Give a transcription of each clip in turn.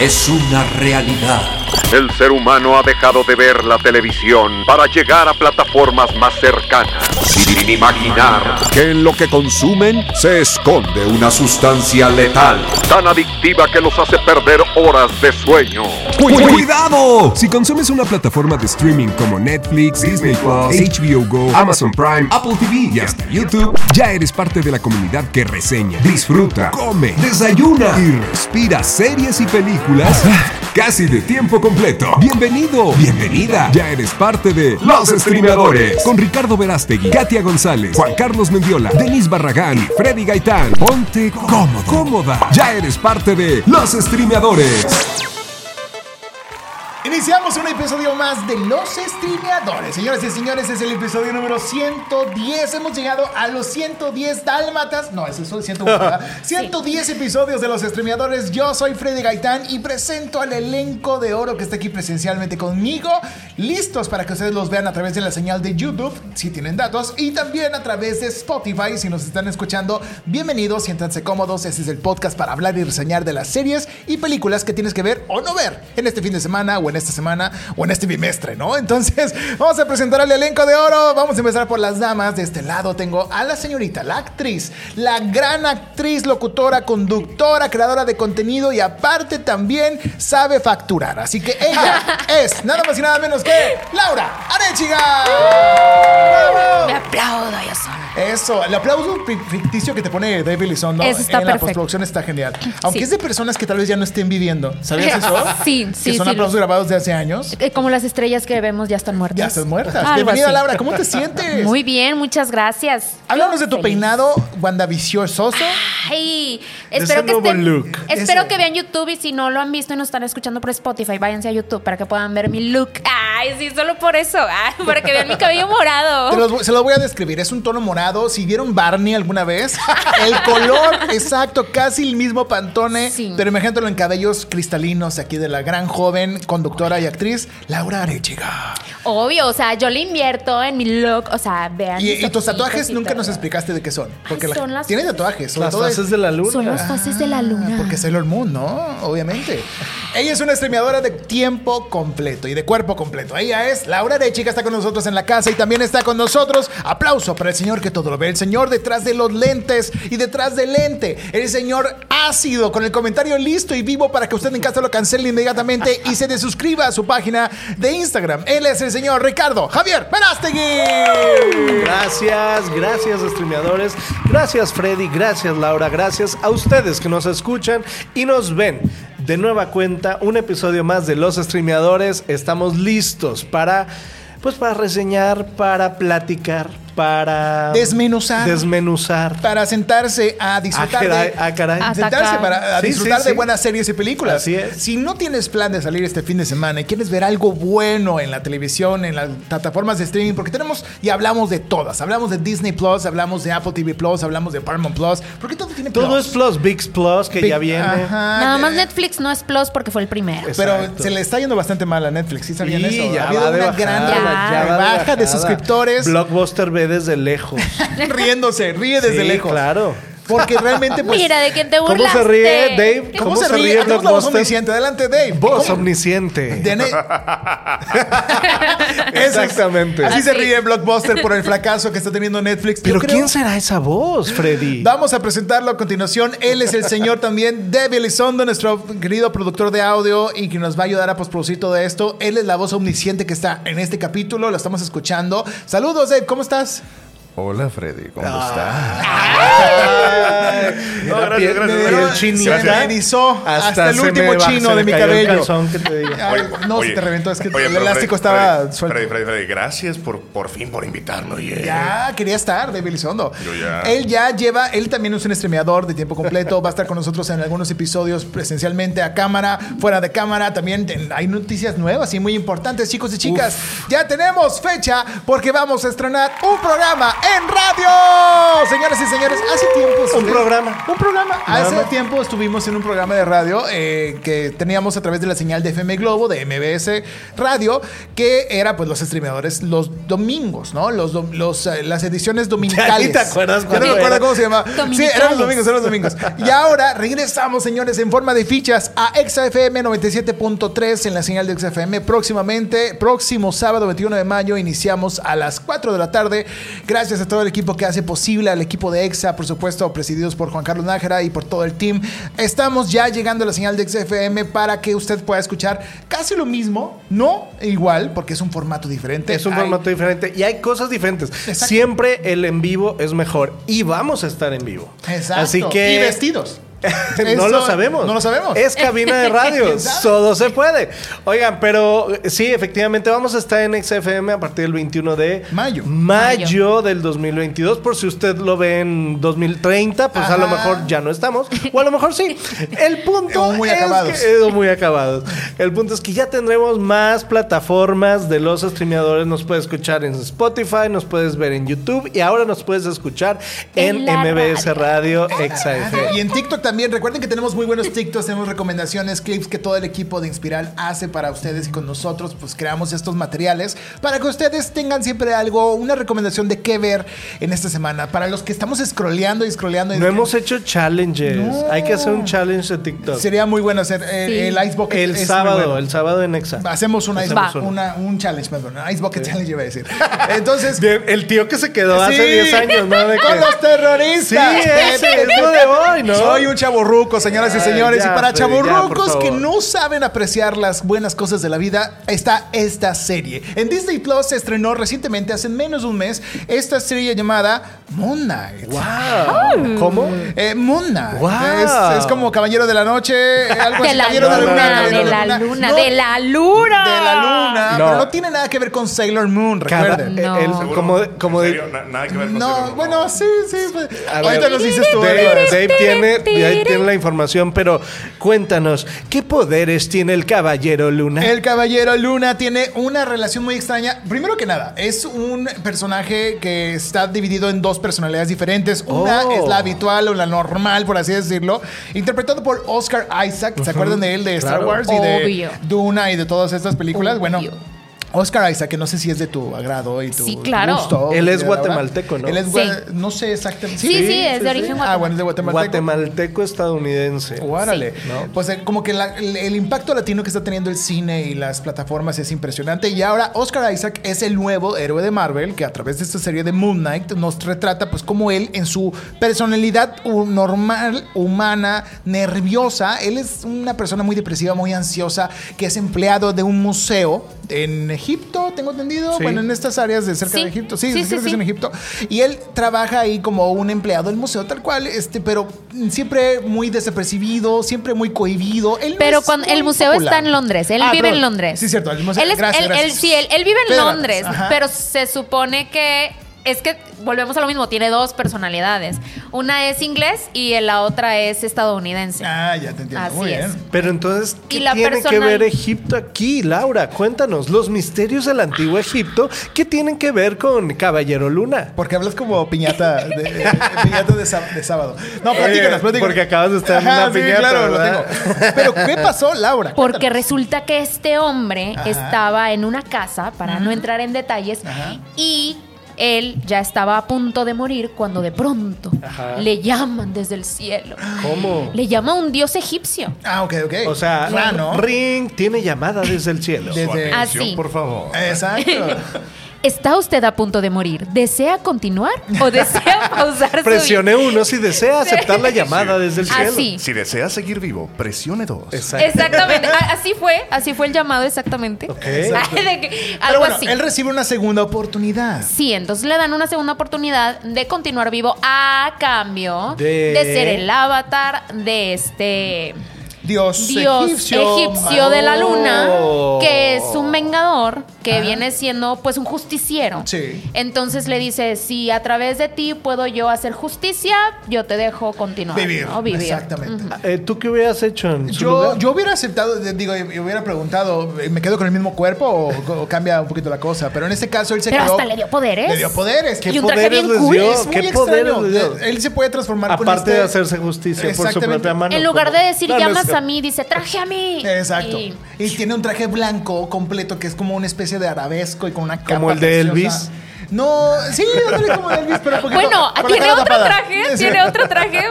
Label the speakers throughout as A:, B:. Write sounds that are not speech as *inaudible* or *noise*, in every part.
A: es una realidad.
B: El ser humano ha dejado de ver la televisión para llegar a plataformas más cercanas, sin imaginar que en lo que consumen se esconde una sustancia letal, tan adictiva que los hace perder horas de sueño.
C: ¡Cuidado! Si consumes una plataforma de streaming como Netflix, Disney Plus, HBO Go, Amazon Prime, Apple TV y hasta YouTube, ya eres parte de la comunidad que reseña, disfruta, come, desayuna y respira series y películas casi de tiempo completo. Bienvenido, bienvenida. Ya eres parte de Los Streamadores con Ricardo Verástegui, Katia González, Juan Carlos Mendiola, Denis Barragán y Freddy Gaitán. Ponte cómodo, cómoda. Ya eres parte de Los Streamadores.
D: Iniciamos un episodio más de Los Streameadores. Señoras y señores, es el episodio número 110. Hemos llegado a los 110 dálmatas. No, eso es el 101. ¿verdad? 110 episodios de Los Streameadores. Yo soy Freddy Gaitán y presento al elenco de oro que está aquí presencialmente conmigo. Listos para que ustedes los vean a través de la señal de YouTube, si tienen datos, y también a través de Spotify, si nos están escuchando. Bienvenidos, siéntanse cómodos. Este es el podcast para hablar y reseñar de las series y películas que tienes que ver o no ver en este fin de semana o en esta semana o en este bimestre, ¿no? Entonces, *laughs* vamos a presentar al elenco de oro. Vamos a empezar por las damas. De este lado tengo a la señorita, la actriz, la gran actriz, locutora, conductora, creadora de contenido y aparte también sabe facturar. Así que ella es nada más y nada menos que Laura Arechiga. ¡Bravo!
E: Me aplaudo, yo soy.
D: Eso, el aplauso fi- ficticio que te pone David Lizondo
E: Eso está
D: en la
E: perfecto.
D: postproducción está genial. Aunque
E: Sí.
D: es de personas que tal vez ya no estén viviendo. ¿Sabías eso?
E: *laughs* Sí,
D: Que
E: sí,
D: son
E: sí.
D: aplausos grabados de hace años.
E: Eh, Como las estrellas que vemos ya están muertas.
D: Ya estás muertas.
E: Algo
D: Bienvenida,
E: así.
D: Laura. ¿Cómo te sientes?
E: Muy bien, muchas gracias.
D: Háblanos de tu
E: Feliz.
D: peinado Wandavicioso.
E: Ay,
F: ese
E: espero que
F: nuevo
E: estén-
F: look.
E: Espero
D: Ese-
E: que vean YouTube y si no lo han visto y nos están escuchando por Spotify, váyanse a YouTube para que puedan ver mi look. Ay, sí, solo por eso. Ay, *laughs* para que vean mi cabello
D: Te
E: morado.
D: los voy- se lo voy a describir. Es un tono morado. Si vieron Barney alguna
E: *laughs*
D: vez, el color exacto, casi el mismo pantone.
E: Sí.
D: Pero imagínatelo en cabellos cristalinos aquí de la gran joven conductora y actriz Laura Arechiga.
E: Obvio, o sea, yo le invierto en mi look, o sea, vean.
D: Y,
E: mis
D: y tus
E: ojitos
D: tatuajes
E: y
D: nunca
E: todo.
D: nos explicaste de qué son. Porque la-
E: son las-
D: tiene tatuajes. sobre
F: Las
D: todo es-
F: fases de la luna.
E: Son los fases de la luna.
D: Ah, Porque Sailor Moon, ¿no? Obviamente. *laughs* Ella es una streameadora de tiempo completo y de cuerpo completo. Ella es Laura Arechiga, está con nosotros en la casa y también está con nosotros. Aplauso para el señor que todo lo ve, el señor detrás de los lentes y detrás del lente, el señor ácido, con el comentario listo y vivo para que usted en casa lo cancele inmediatamente y se desuscriba a su página de Instagram. Él es el señor Ricardo Javier Verástegui.
F: Gracias, gracias streameadores, gracias Freddy, gracias Laura, gracias a ustedes que nos escuchan y nos ven. De nueva cuenta, un episodio más de Los Streameadores. Estamos listos para, pues, para reseñar, para platicar, para
D: Desmenuzar.
F: desmenuzar.
D: Para sentarse a disfrutar
F: caray,
D: de-
F: ah, caray.
E: Hasta
D: sentarse
E: acá.
D: para a
F: Sí,
D: disfrutar
F: sí, sí.
D: de buenas series y películas.
F: Así es.
D: Si no tienes plan de salir este fin de semana y quieres ver algo bueno en la televisión, en las plataformas de streaming, porque tenemos y hablamos de todas. Hablamos de Disney Plus, hablamos de Apple TV Plus, hablamos de Paramount Plus, porque todo tiene
F: Todo
D: plus.
F: es Plus, VIX Plus, que
D: Big-
F: ya viene.
D: Ajá.
E: Nada más Netflix no es plus porque fue el primero.
F: Es-
D: Pero
F: Exacto.
D: se le está yendo bastante mal a Netflix, ¿sí sabían
F: Y
D: eso?
F: ya
D: ha habido
F: va de
D: una
F: bajada,
D: gran
E: ya
F: va de
D: baja de
F: bajada.
D: suscriptores
F: Blockbuster ve desde lejos.
D: riéndose, ríe *laughs* desde
F: Sí,
D: lejos.
F: Claro.
D: Porque realmente pues
E: *laughs* Mira, de quién te
F: ¿Cómo
E: burlaste.
F: se ríe, Dave?
D: ¿Cómo, se ríe? Hacemos la voz omnisciente. Adelante, Dave.
F: Voz
D: ¿Cómo?
F: omnisciente.
D: De *laughs* ne- Eso es-
F: Exactamente.
D: Así se
E: Así.
D: ríe Blockbuster por el fracaso que está teniendo Netflix. Yo
F: Pero
D: creo-
F: ¿quién será esa voz, Freddy?
D: Vamos a presentarlo a continuación. Él es el señor también, Debbie Elizondo, nuestro querido productor de audio y que nos va a ayudar a posproducir todo esto. Él es la voz omnisciente que está en este capítulo, lo estamos escuchando. Saludos, Dave, ¿cómo estás?
G: Hola Freddy, ¿cómo estás?
F: No,
G: gracias,
F: piel-
G: gracias,
F: piel
G: gracias.
F: chinita.
D: Se me erizó hasta el
F: se me
D: último
F: bajó,
D: chino
F: se
D: de
F: me
D: mi
F: cayó el
D: cabello.
F: calzón, que te digo.
D: Ay, no,
G: Oye,
D: se te reventó, es que
G: oye,
D: el
G: pero
D: elástico
G: Freddy,
D: estaba
G: Freddy,
D: suelto.
G: Freddy, Freddy, Freddy, gracias por, por fin por invitarme, oye.
D: Ya, quería estar, David Elizondo.
G: Yo ya.
D: Él ya lleva, él también es un streameador de tiempo completo, va a estar con nosotros en algunos episodios presencialmente a cámara, fuera de cámara, también ten- hay noticias nuevas y muy importantes, chicos y chicas. Ya tenemos fecha porque vamos a estrenar un programa en radio. Señoras y señores, hace tiempo.
F: Un
D: ustedes-
F: programa.
D: Un programa.
F: Nada
D: Hace
F: más.
D: tiempo estuvimos en un programa de radio eh, que teníamos a través de la señal de FM Globo, de MBS Radio, que era pues los streameadores los domingos, ¿no? Los, dom- los, eh, las
F: *laughs*
D: ediciones dominicales.
F: ni te acuerdas
D: Ya
F: cuándo
D: no me acuerdo
F: era.
D: cómo se llamaba. Sí, eran los *laughs*
E: Dominicales.
D: domingos, eran los domingos. Y ahora regresamos, señores, en forma de fichas a ExaFM 97.3 en la señal de ExaFM. Próximamente, próximo sábado 21 de mayo, iniciamos a las 4 de la tarde. Gracias a todo el equipo que hace posible, al equipo de Exa, por supuesto, presididos por Juan Carlos Nájera y por todo el team. Estamos ya llegando a la señal de XFM para que usted pueda escuchar casi lo mismo, no igual, porque es un formato diferente.
F: Es un
D: Hay-
F: formato diferente y hay cosas diferentes.
D: Exacto.
F: Siempre el en vivo es mejor y vamos a estar en vivo.
D: Exacto.
F: Así que
D: Y vestidos.
F: *laughs* no
D: Eso-
F: lo sabemos.
D: No lo sabemos.
F: Es cabina de
D: *laughs*
F: radio.
D: ¿Quién sabe?
F: Todo se puede. Oigan, pero eh, sí, efectivamente vamos a estar en XFM a partir del 21 de
D: Mayo.
F: Mayo del 2022. Por si usted lo ve en 2030, pues a lo
D: Ajá.
F: mejor ya no estamos. O a lo mejor sí. El punto
D: O muy
F: es
D: acabados.
F: que- eh, muy acabados. El punto es que ya tendremos más plataformas de los streameadores. Nos puedes escuchar en Spotify, nos puedes ver en YouTube y ahora nos puedes escuchar
E: En
F: en,
E: la
F: MBS Radio, XFM.
D: Ah, Este, Y en TikTok también, recuerden que tenemos muy buenos TikToks, tenemos recomendaciones, clips que todo el equipo de Inspiral hace para ustedes y con nosotros, pues creamos estos materiales para que ustedes tengan siempre algo, una recomendación de qué ver en esta semana. Para los que estamos scrolleando y scrolleando, y-
F: No hemos hecho challenges. Hay que hacer un challenge de TikTok.
D: sería muy bueno hacer eh,
E: Sí.
D: el Ice Bucket.
F: el
D: es muy
F: sábado,
D: bueno.
F: el sábado en Exa.
D: Hacemos una, ice,
E: Va.
D: una- un challenge, perdón, Ice Bucket Challenge iba a decir. Entonces,
F: Bien, el tío que se quedó hace
D: Sí.
F: 10 años, ¿no?
D: *laughs*
F: De
D: con
F: que-
D: los terroristas.
F: Sí, ese es lo de hoy, ¿no?
D: Soy un chaborruco, señoras y
F: Ay,
D: señores.
F: ya,
D: y para
F: Freddy, ya, por
D: chaborrucos
F: favor.
D: que no saben apreciar las buenas cosas de la vida, está esta serie. En Disney Plus se estrenó recientemente, hace menos de un mes, esta serie llamada Moon Knight.
F: Wow. ¿Cómo?
D: Eh, Moon Knight.
F: Wow.
D: Es, es como Caballero de la Noche,
E: *laughs*
D: eh, algo
E: De
D: así,
E: la
D: Caballero
E: luna,
D: Caballero
E: de la luna,
D: No,
E: de la luna.
D: de la luna,
F: No.
D: pero no tiene nada que ver con Sailor Moon,
F: Cada-
D: recuerden.
E: No.
F: el-
G: ¿Seguro?
F: como de-
G: ¿En
F: como de-
G: serio? Na- nada que ver con
D: No,
G: Sailor,
D: bueno, sí, sí. pues,
F: A ver,
D: Ahorita nos dices tú.
F: Dave,
D: Álvaro.
F: Dave tiene, Dave tiene la información, pero cuéntanos, ¿qué poderes tiene el caballero Luna?
D: El caballero Luna tiene una relación muy extraña. Primero que nada, es un personaje que está dividido en dos personalidades diferentes. Una
F: Oh.
D: es la habitual o la normal, por así decirlo, interpretado por Oscar Isaac. ¿Se acuerdan de él de Star
F: Claro.
D: Wars y
E: Obvio.
D: de Duna y de todas estas películas? Bueno.
E: Obvio.
D: Oscar Isaac, que no sé si es de tu agrado y tu
E: Sí, claro.
D: gusto.
F: Él es
D: de ahora.
F: guatemalteco, ¿no?
D: Él es
E: Sí.
D: gua- no sé exactamente.
E: Sí, sí, es de origen
D: Ah, bueno, es de guatemalteco.
F: Guatemalteco estadounidense.
D: Órale.
F: Sí, ¿no?
D: Pues eh, como que la- el, el impacto latino que está teniendo el cine y las plataformas es impresionante. Y ahora Oscar Isaac es el nuevo héroe de Marvel que a través de esta serie de Moon Knight nos retrata pues como él en su personalidad hu- normal, humana, nerviosa. Él es una persona muy depresiva, muy ansiosa, que es empleado de un museo en Egipto, tengo entendido.
F: Sí.
D: Bueno, en estas áreas de cerca
E: Sí.
D: de Egipto. Sí,
E: Sí,
D: creo
E: sí,
D: que es
E: sí.
D: en Egipto. Y él trabaja ahí como un empleado del museo, tal cual, este, pero siempre muy desapercibido, siempre muy cohibido. Él no
E: Pero
D: es
E: cuando
D: muy
E: el museo está
D: popular.
E: en Londres, él
D: Ah,
E: vive
D: perdón.
E: en Londres.
D: Sí, cierto, el museo.
E: Él es-
D: gracias,
E: él-
D: gracias.
E: él- sí, él, él vive en
D: Federal,
E: Londres,
D: ajá.
E: pero se supone que es que volvemos a lo mismo, tiene dos personalidades. Una es inglés y la otra es estadounidense.
D: Ah, ya te entiendo.
E: Así
D: muy
E: es.
D: bien.
F: Pero entonces, ¿qué
E: Y la
F: tiene
E: persona-
F: que ver Egipto aquí, Laura? Cuéntanos, los misterios del antiguo Egipto, ¿qué tienen que ver con Caballero Luna?
D: Porque hablas como piñata de, eh, piñata de, sá- de sábado. No,
F: Oye,
D: platícanos, platícanos.
F: porque acabas de estar en una piñata,
D: claro, lo
F: ¿verdad?
D: tengo. Pero, ¿qué pasó, Laura?
E: Porque
D: Cuéntanos.
E: resulta que este hombre
D: Ajá.
E: estaba en una casa, para no entrar en detalles,
D: Ajá.
E: y él ya estaba a punto de morir cuando de pronto
F: Ajá.
E: le llaman desde el cielo.
F: ¿Cómo?
E: Le llama un dios egipcio.
D: Ah, ok, ok.
F: O sea,
D: Ah, ¿no?
F: Ring tiene llamada desde el cielo.
G: Su
D: Desde- Eh,
G: atención,
E: Así.
G: por favor.
E: Ah,
D: Exacto.
E: ¿Está usted a punto de morir? ¿Desea continuar o desea pausar su
F: Presione uno si desea aceptar la llamada desde el cielo.
E: Así.
G: Si deseas seguir vivo, presione dos.
F: Exacto.
E: Exactamente, A- así fue, así fue el llamado exactamente. *laughs*
F: Ok.
E: De que-
D: Pero
E: algo
D: bueno,
E: así.
D: él recibe una segunda oportunidad.
E: Sí, entonces le dan una segunda oportunidad de continuar vivo a cambio
F: De-
E: de, ser el avatar de este
D: Dios,
E: dios egipcio,
D: egipcio,
E: de la luna,
F: Oh.
E: que es un vengador, que viene siendo pues un justiciero.
D: Sí.
E: Entonces le dice, si a través de ti puedo yo hacer justicia, yo te dejo continuar.
D: Vivir.
E: ¿no? Vivir.
D: Exactamente.
F: Eh, ¿Tú qué hubieras hecho en su
D: Yo,
F: lugar?
D: yo hubiera aceptado, de- digo, yo hubiera preguntado, eh, ¿me quedo con el mismo cuerpo o, o cambia un poquito la cosa? Pero en este caso él se
E: Pero
D: quedó.
E: hasta le dio poderes.
D: Le dio poderes.
E: Y
D: Que
E: un traje
F: poderes
E: bien
F: les
E: cool.
F: dio?
D: es muy
F: ¿Qué
D: extraño.
F: poderes le dio?
D: Él se puede transformar con
F: Aparte
D: este-
F: de hacerse justicia por su
D: Exactamente.
F: propia mano.
E: En lugar de
F: como-
E: decir
F: No, no es
E: llamas a
F: cierto.
E: mí, dice traje a mí.
D: Exacto.
E: Y-
D: Y, tiene un traje blanco completo que es como una especie de arabesco y con una capa.
F: ¿Como el de
D: preciosa.
F: Elvis?
D: No, sí, ándale como Elvis, pero un poquito-
E: Bueno,
D: con la
E: tiene
D: cara
E: otro
D: tapada.
E: traje, tiene otro traje,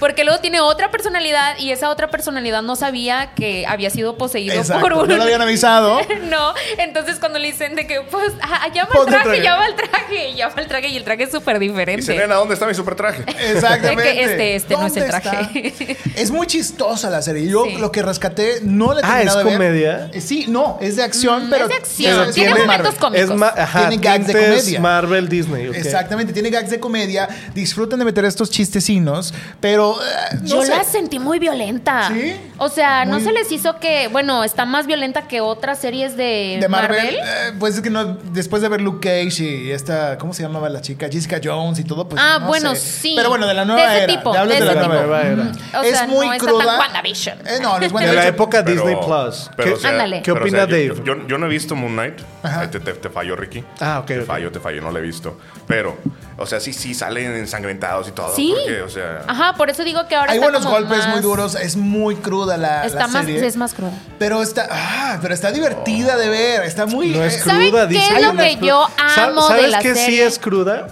E: porque luego tiene otra personalidad y esa otra personalidad no sabía que había sido poseído
D: Exacto,
E: por un...
D: No lo habían avisado.
E: *laughs* No, entonces cuando le dicen de que, pues, ah, llama al
D: Ponte el
E: traje,
D: traje.
E: llama al traje, y llama al traje, y el traje es súper
G: Y
E: diferente.
G: Selena, ¿dónde está
F: *laughs*
G: mi supertraje?
D: Exactamente.
E: Que este- este no es el
D: ¿Dónde
E: traje.
D: está? Es muy chistosa la serie. Yo
E: Sí.
D: lo que rescaté no la he
F: Ah,
D: terminado
F: ¿es
D: de ver.
F: comedia?
D: Eh, Sí, no, es de acción, pero.
E: Mm, es de acción,
D: pero
E: tiene
D: de
E: momentos
D: Marvel.
E: cómicos.
F: Es ma- ajá,
D: Tiene gags de
F: tintes
D: comedia.
F: Marvel Disney. ok.
D: Exactamente, tiene gags de comedia. Disfrutan de meter estos chistecinos, pero. eh, no
E: Yo
D: sé.
E: la sentí muy violenta.
D: ¿Sí?
E: O sea, no
D: Muy-
E: se les hizo que, bueno, está más violenta que otras series de,
D: de Marvel,
E: Marvel.
D: eh, pues es que no, después de ver Luke Cage y esta, ¿cómo se llamaba la chica? Jessica Jones y todo, pues
E: Ah,
D: no
E: bueno,
D: sé.
E: sí.
D: Pero bueno, de la
E: De
D: nueva
E: ese
D: era.
E: tipo,
D: Te hablo
E: de
D: de,
E: ese
D: la
E: tipo.
D: nueva era.
F: Mm.
E: O
D: es
E: sea,
D: muy
E: no está
D: cruda.
E: tan WandaVision.
D: Eh, no,
E: *laughs*
D: los
F: De la
D: WandaVision.
F: época
G: Pero-
F: Disney Plus.
G: pero,
F: ¿Qué-
G: o sea,
E: Ándale.
F: ¿Qué
G: pero, o
F: opina
G: sea, yo-
F: Dave?
G: Yo, yo no he visto Moon Knight.
D: Ajá.
G: Ahí Te, te- te fallo, Ricky.
F: Ah, ok,
G: Te
F: ok.
G: fallo, te fallo, no lo he visto. Pero, o sea, sí, sí, salen ensangrentados y todo.
E: Sí. Ah.
G: Porque, o sea,
E: Ajá, por eso digo que ahora
D: Hay
E: está
D: buenos
E: como
D: golpes
E: más-
D: muy duros, es muy cruda la,
E: Está
D: la
E: más,
D: serie.
E: es más cruda.
D: Pero está, ah, pero está divertida de ver, está muy...
F: No es
D: eh,
E: ¿Saben
F: cruda,
E: qué
F: dice.
E: es
F: Hay
E: lo
F: unas
E: que
F: cru-
E: yo
F: Sa-
E: amo de
F: ¿Sabes
E: la
F: que sí
E: serie?
F: es cruda?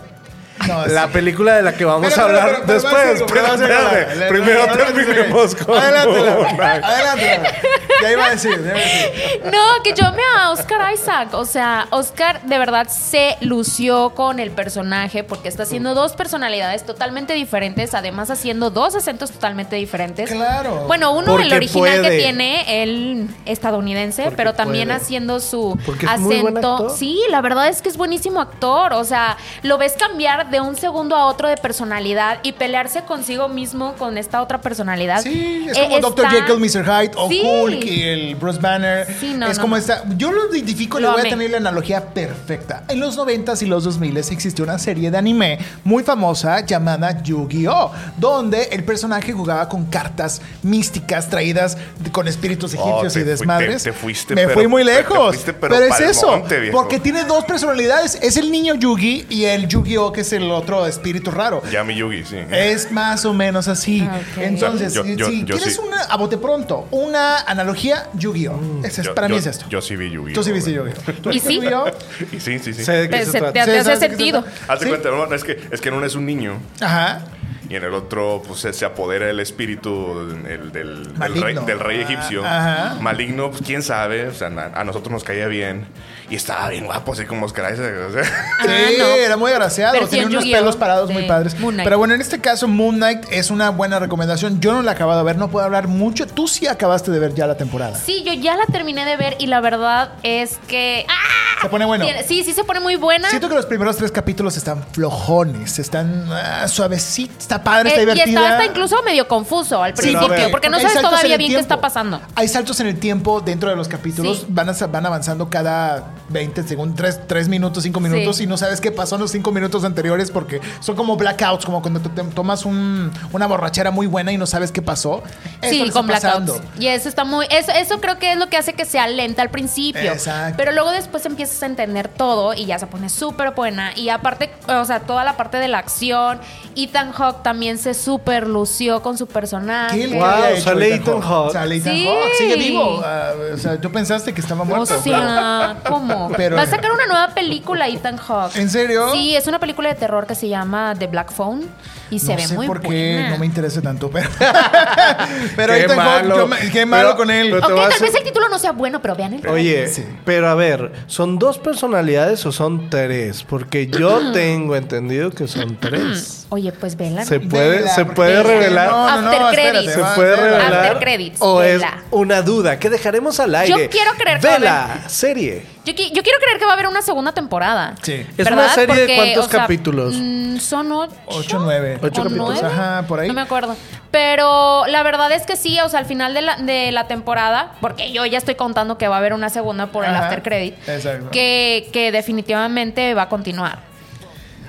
D: no, es-
F: La película de la que vamos
D: Pero,
F: a
D: pero,
F: hablar
D: Ah, pero, pero,
F: después.
D: pero, pero,
F: Espérate,
D: pero,
F: espérate.
D: pero, pero,
F: Primero
D: pero, pero,
F: terminemos
D: pero,
F: con.
D: Adelante,
F: Moon
D: Laura,
F: Knight.
D: adelante. Laura. Ya iba a decir, ya iba a decir.
E: No, que yo me a Oscar Isaac. O sea, Oscar de verdad se lució con el personaje porque está haciendo dos personalidades totalmente diferentes, además haciendo dos acentos totalmente diferentes.
D: Claro.
E: Bueno, uno
F: Porque
E: el original
F: puede.
E: que tiene, el estadounidense,
F: Porque
E: pero también
F: puede.
E: haciendo su
F: Porque es muy buen
E: acento.
F: actor.
E: sí, la verdad es que es buenísimo actor. O sea, lo ves cambiar de un segundo a otro de personalidad y pelearse consigo mismo con esta otra personalidad.
D: Sí, es
E: Eh,
D: como Dr.
E: está-
D: Jekyll, Mr. Hyde, oh, o
E: Sí.
D: Hulk y el Bruce Banner.
E: Sí, no,
D: es
E: no,
D: como
E: no.
D: esta. Yo lo identifico,
E: Lo
D: le voy
E: amé.
D: a tener la analogía perfecta. En los 90s y los 2000s existió una serie de anime muy famosa llamada Yu-Gi-Oh! Donde el personaje jugaba con cartas místicas traídas de- con espíritus egipcios
G: Oh, te
D: y
G: fui-
D: desmadres.
G: te- te fuiste,
D: Me
G: pero-
D: fui muy
G: te- te
D: lejos.
G: fuiste, pero
D: pero es
G: pa'l
D: eso.
G: monte, viejo.
D: porque tiene dos personalidades. Es el niño Yugi y el Yu-Gi-Oh! que es el otro espíritu raro.
G: Yami Yugi, sí.
D: Es más o menos así.
E: Ah, ok.
D: Entonces,
G: Yo-
D: si-
G: yo-
D: si
G: yo
D: quieres
G: sí.
D: una, a bote pronto, una analogía, Yu-Gi-Oh! Ese es-
G: Mm. Yo-
D: para
G: yo-
D: mí es esto.
G: Yo sí vi Yugi.
D: Tú sí viste
G: *laughs*
D: Yu-Gi-Oh! ¿Tú
E: ¿Y
D: viste
E: sí?
D: Yu-Gi-Oh?
G: Y sí, sí, sí.
F: Sé de qué
E: Te-
F: se
E: se-
F: trata.
E: te-
D: Sí,
E: te hace
D: ¿sabes de qué se
E: sentido.
D: trata?
G: Haz de
D: Sí.
G: cuenta, no, es que, es que en uno es un niño
D: Ajá.
E: Ah,
G: y en el otro pues, se, se apodera el espíritu del, del- del
D: Maligno.
G: rey, del rey egipcio.
D: Ah, ajá.
G: Maligno, pues quién sabe. O sea, na- a nosotros nos caía bien. Y estaba bien guapo, así como Oscar Isaac. o sea.
E: Ah,
G: *laughs*
D: Sí,
E: no.
D: era muy agraciado.
E: Versión
D: Tenía unos
E: Yu-Gi-Oh!
D: pelos parados
E: de
D: muy padres.
E: Moon Knight.
D: Pero bueno, en este caso, Moon Knight es una buena recomendación. Yo no la he acabado de ver, no puedo hablar mucho. Tú sí acabaste de ver ya la temporada.
E: Sí, yo ya la terminé de ver y la verdad es que. ¡Ah!
D: Se pone bueno.
E: Tiene- Sí, sí se pone muy buena.
D: Siento que los primeros tres capítulos están flojones, están ah, suavecitos, está padre, está
E: Eh, y
D: divertida.
E: está hasta incluso medio confuso al
D: Sí,
E: principio,
F: ver,
E: porque no
D: hay
E: sabes
D: saltos en
E: todavía
D: el
E: bien qué
D: tiempo.
E: está pasando.
D: Hay saltos en el tiempo dentro de los capítulos.
E: Sí.
D: Van, a- van avanzando cada 20 segundos, 3, minutos, 5 minutos.
E: Sí.
D: Y no sabes qué pasó en los 5 minutos anteriores porque son como blackouts, como cuando te, te tomas un- una borrachera muy buena y no sabes qué pasó. Eso le
E: sí,
D: está
E: con blackouts.
D: pasando.
E: Y eso está muy. Eso, eso creo que es lo que hace que sea lenta al principio.
D: Exacto.
E: Pero luego después empiezas a entender todo y ya se pone súper buena. Y aparte, o sea, toda la parte de la acción. Ethan Hawk también se súper lució con su personaje.
D: ¿Qué le
F: Wow,
D: había hecho
F: sale
D: Ethan
F: Ethan
D: Hawke?
F: Hawke.
D: Sale Ethan
E: Ah, Sí.
D: Hawke, Sigue vivo. Ah, o sea, tú pensaste que estaba
E: O
D: muerto.
E: sea, ¿cómo?
D: Pero-
E: Va a sacar una nueva película Ethan Hawke.
D: ¿En serio?
E: Sí, es una película de terror que se llama The Black Phone y se
D: no
E: ve
D: sé
E: muy
D: por qué
E: buena.
D: no me interesa tanto, pero.
F: *laughs*
D: *laughs* pero
F: Qué
D: Ethan Hawke,
F: malo.
D: yo me- qué malo
F: Pero-
D: con él.
F: pero te
E: Ok,
F: voy a
E: tal
F: hacer-
E: vez el título no sea bueno, pero vean el
F: Oye,
D: Sí.
F: pero a ver, ¿son dos personalidades o son tres? Porque
E: *clears throat*
F: yo tengo entendido que son tres.
E: Oye, pues vela.
F: Se
E: ¿no?
F: puede,
D: Vela,
F: se
D: porque
F: puede
D: es que
F: revelar.
D: no, no, no,
E: After
D: espérate,
E: credits.
F: ¿Se
D: va,
F: puede
D: espera.
F: revelar?
E: After credits,
F: ¿O
E: vela.
F: es una duda que dejaremos al aire?
E: quiero creer que *laughs*
F: Vela, serie.
E: Yo, qui- yo quiero creer que va a haber una segunda temporada.
D: Sí.
F: Es
E: ¿Verdad?
F: una serie de cuántos
E: o sea,
F: capítulos.
E: mm, son ocho.
D: Ocho, nueve.
F: Ocho
E: ¿O
F: capítulos.
E: nueve?
D: Ajá, por ahí.
E: No me acuerdo. Pero la verdad es que sí, o sea, al final de la, de la temporada, porque yo ya estoy contando que va a haber una segunda por el
D: Ajá.
E: after credit,
D: Exacto.
E: que, que definitivamente va a continuar.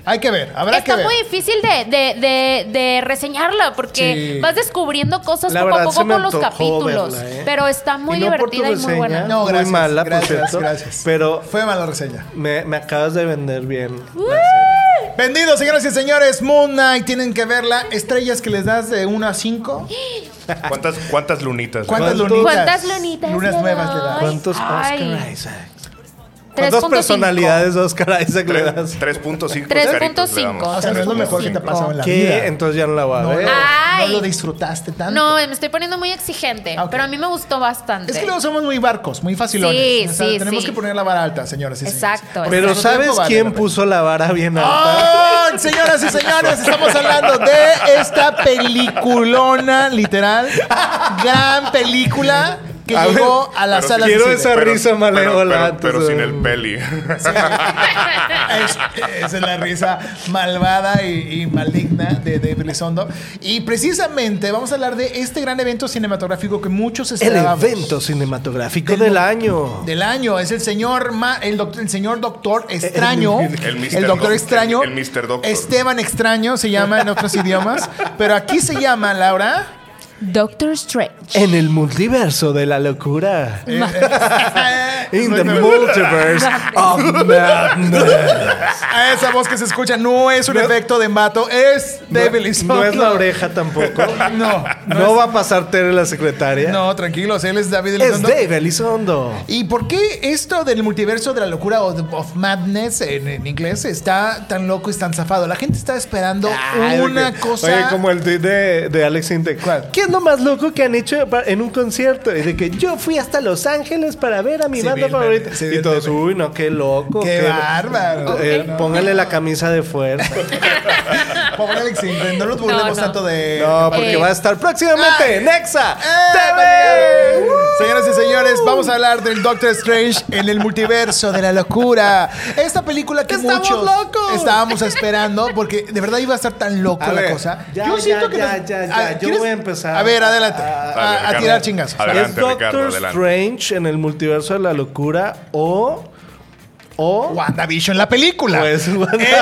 D: Hay que ver, habrá que
E: Está
D: ver.
E: muy difícil de, de- de- de reseñarla porque
D: Sí.
E: vas descubriendo cosas
F: La
E: poco a
F: verdad,
E: poco
F: se me
E: con los
F: antojó
E: capítulos.
F: verla, ¿eh?
E: Pero está muy
F: Y no por tu
E: divertida y muy buena.
F: reseña.
D: no,
F: muy
D: gracias,
F: mala, por
D: gracias,
F: cierto,
D: gracias.
F: pero-
D: Fue mala reseña.
F: Me, me acabas de vender bien.
D: Vendido, señoras y señores, Moon Knight, tienen que verla. Estrellas que les das de 1 a 5.
G: ¿Cuántas, cuántas lunitas?
D: ¿Cuántas
F: ¿Cuántos-
D: lunitas?
E: ¿Cuántas lunitas
D: Lunas
E: le
D: nuevas le
E: doy?
D: das.
F: ¿Cuántos
E: ay.
F: Oscar Isaac? ¿Cuántas
E: 3.5.
F: personalidades de Oscar Isaac le das?
G: 3.5.
E: 3.5
D: O sea, no es lo mejor que te ha pasado en la vida.
F: ¿Qué? Entonces ya no la voy a ver.
E: Ay.
D: No lo disfrutaste tanto.
E: No, me estoy poniendo muy exigente,
D: Ah, ok.
E: pero a mí me gustó bastante.
D: Es que
E: *laughs*
D: luego somos muy barcos, muy facilones.
E: Sí,
D: O sea,
E: sí,
D: tenemos
E: sí.
D: que poner la vara alta, señoras y señores.
E: Exacto.
F: Pero
D: Nosotros
F: ¿sabes
D: no vale la
F: quién
D: pena.
F: puso la vara bien alta?
D: ¡Ah! Señoras y señores, estamos hablando de esta peliculona, literal. Gran película que
F: A ver,
D: llegó a las
G: pero
D: salas
F: quiero
D: de
F: esa
D: cine.
F: risa malévola,
G: Pero, pero
F: entonces-
G: sin el peli.
D: Es- Esa es la risa malvada y, y maligna de Dave Elizondo. Y precisamente vamos a hablar de este gran evento cinematográfico que muchos
F: El
D: esperábamos.
F: evento cinematográfico del año.
D: Del año. Es el señor, ma- el, doc- el señor doctor extraño.
F: El-
D: El,
G: el Mr.
D: doctor
G: Doc-
D: extraño.
G: el Mr. Doctor.
D: Esteban extraño se llama en otros idiomas. Pero aquí se llama, Laura.
E: Doctor Strange.
F: En el multiverso de la locura. *laughs*
D: eh,
F: In the
D: No, no,
F: multiverse of
D: *laughs*
F: madness.
D: a Esa voz que se escucha no es un efecto de embato, es Dave Elizondo.
F: No es la oreja tampoco.
D: No, no,
F: No va a pasar Tere la secretaria.
D: no, tranquilos, él es David
F: ¿Eh? Es
D: Elizondo.
F: Dave Elizondo.
D: ¿Y por qué esto del multiverso de la locura o de- of madness en, en inglés está tan loco y tan zafado? La gente está esperando
F: Ay,
D: una
F: porque-
D: cosa.
F: Oye, como el tweet de, de Alex Intec.
D: ¿Cuál?
F: ¿Qué es lo más loco que han hecho pa- en un concierto? Y de que yo fui hasta Los Ángeles para ver a mi
D: Sí,
F: banda
D: vi el
F: favorita.
D: meme, sí, vi
F: y
D: el
F: todos,
D: meme.
F: uy, no, qué loco.
D: Qué bárbaro.
F: Eh,
D: Ok, no.
F: Póngale la camisa
D: *laughs*
F: de fuerza.
D: Pobre Alex Intec, no nos burlemos
E: No, no.
D: tanto de.
F: No, porque
E: Eh.
F: va a estar próximamente en Nexa
D: ¡Eh,
F: TV.
D: Señoras y señores, vamos a hablar del Doctor Strange en el multiverso de la locura. Esta película que
F: ¡Estamos
D: muchos
F: locos!
D: estábamos esperando porque de verdad iba a estar tan loco
F: A
D: la
F: ver,
D: cosa.
F: ya, ya, ya,
D: nos-
F: ya, ya,
D: Ah,
F: yo
D: ¿quieres?
F: voy a empezar.
D: A ver, adelante. A,
G: Dale,
D: a
G: Ricardo.
D: tirar chingazos.
G: Adelante.
F: ¿Es Doctor
G: Ricardo, adelante.
F: Strange en el multiverso de la locura o... o
D: WandaVision la película.
F: Pues,
D: es
F: WandaVision,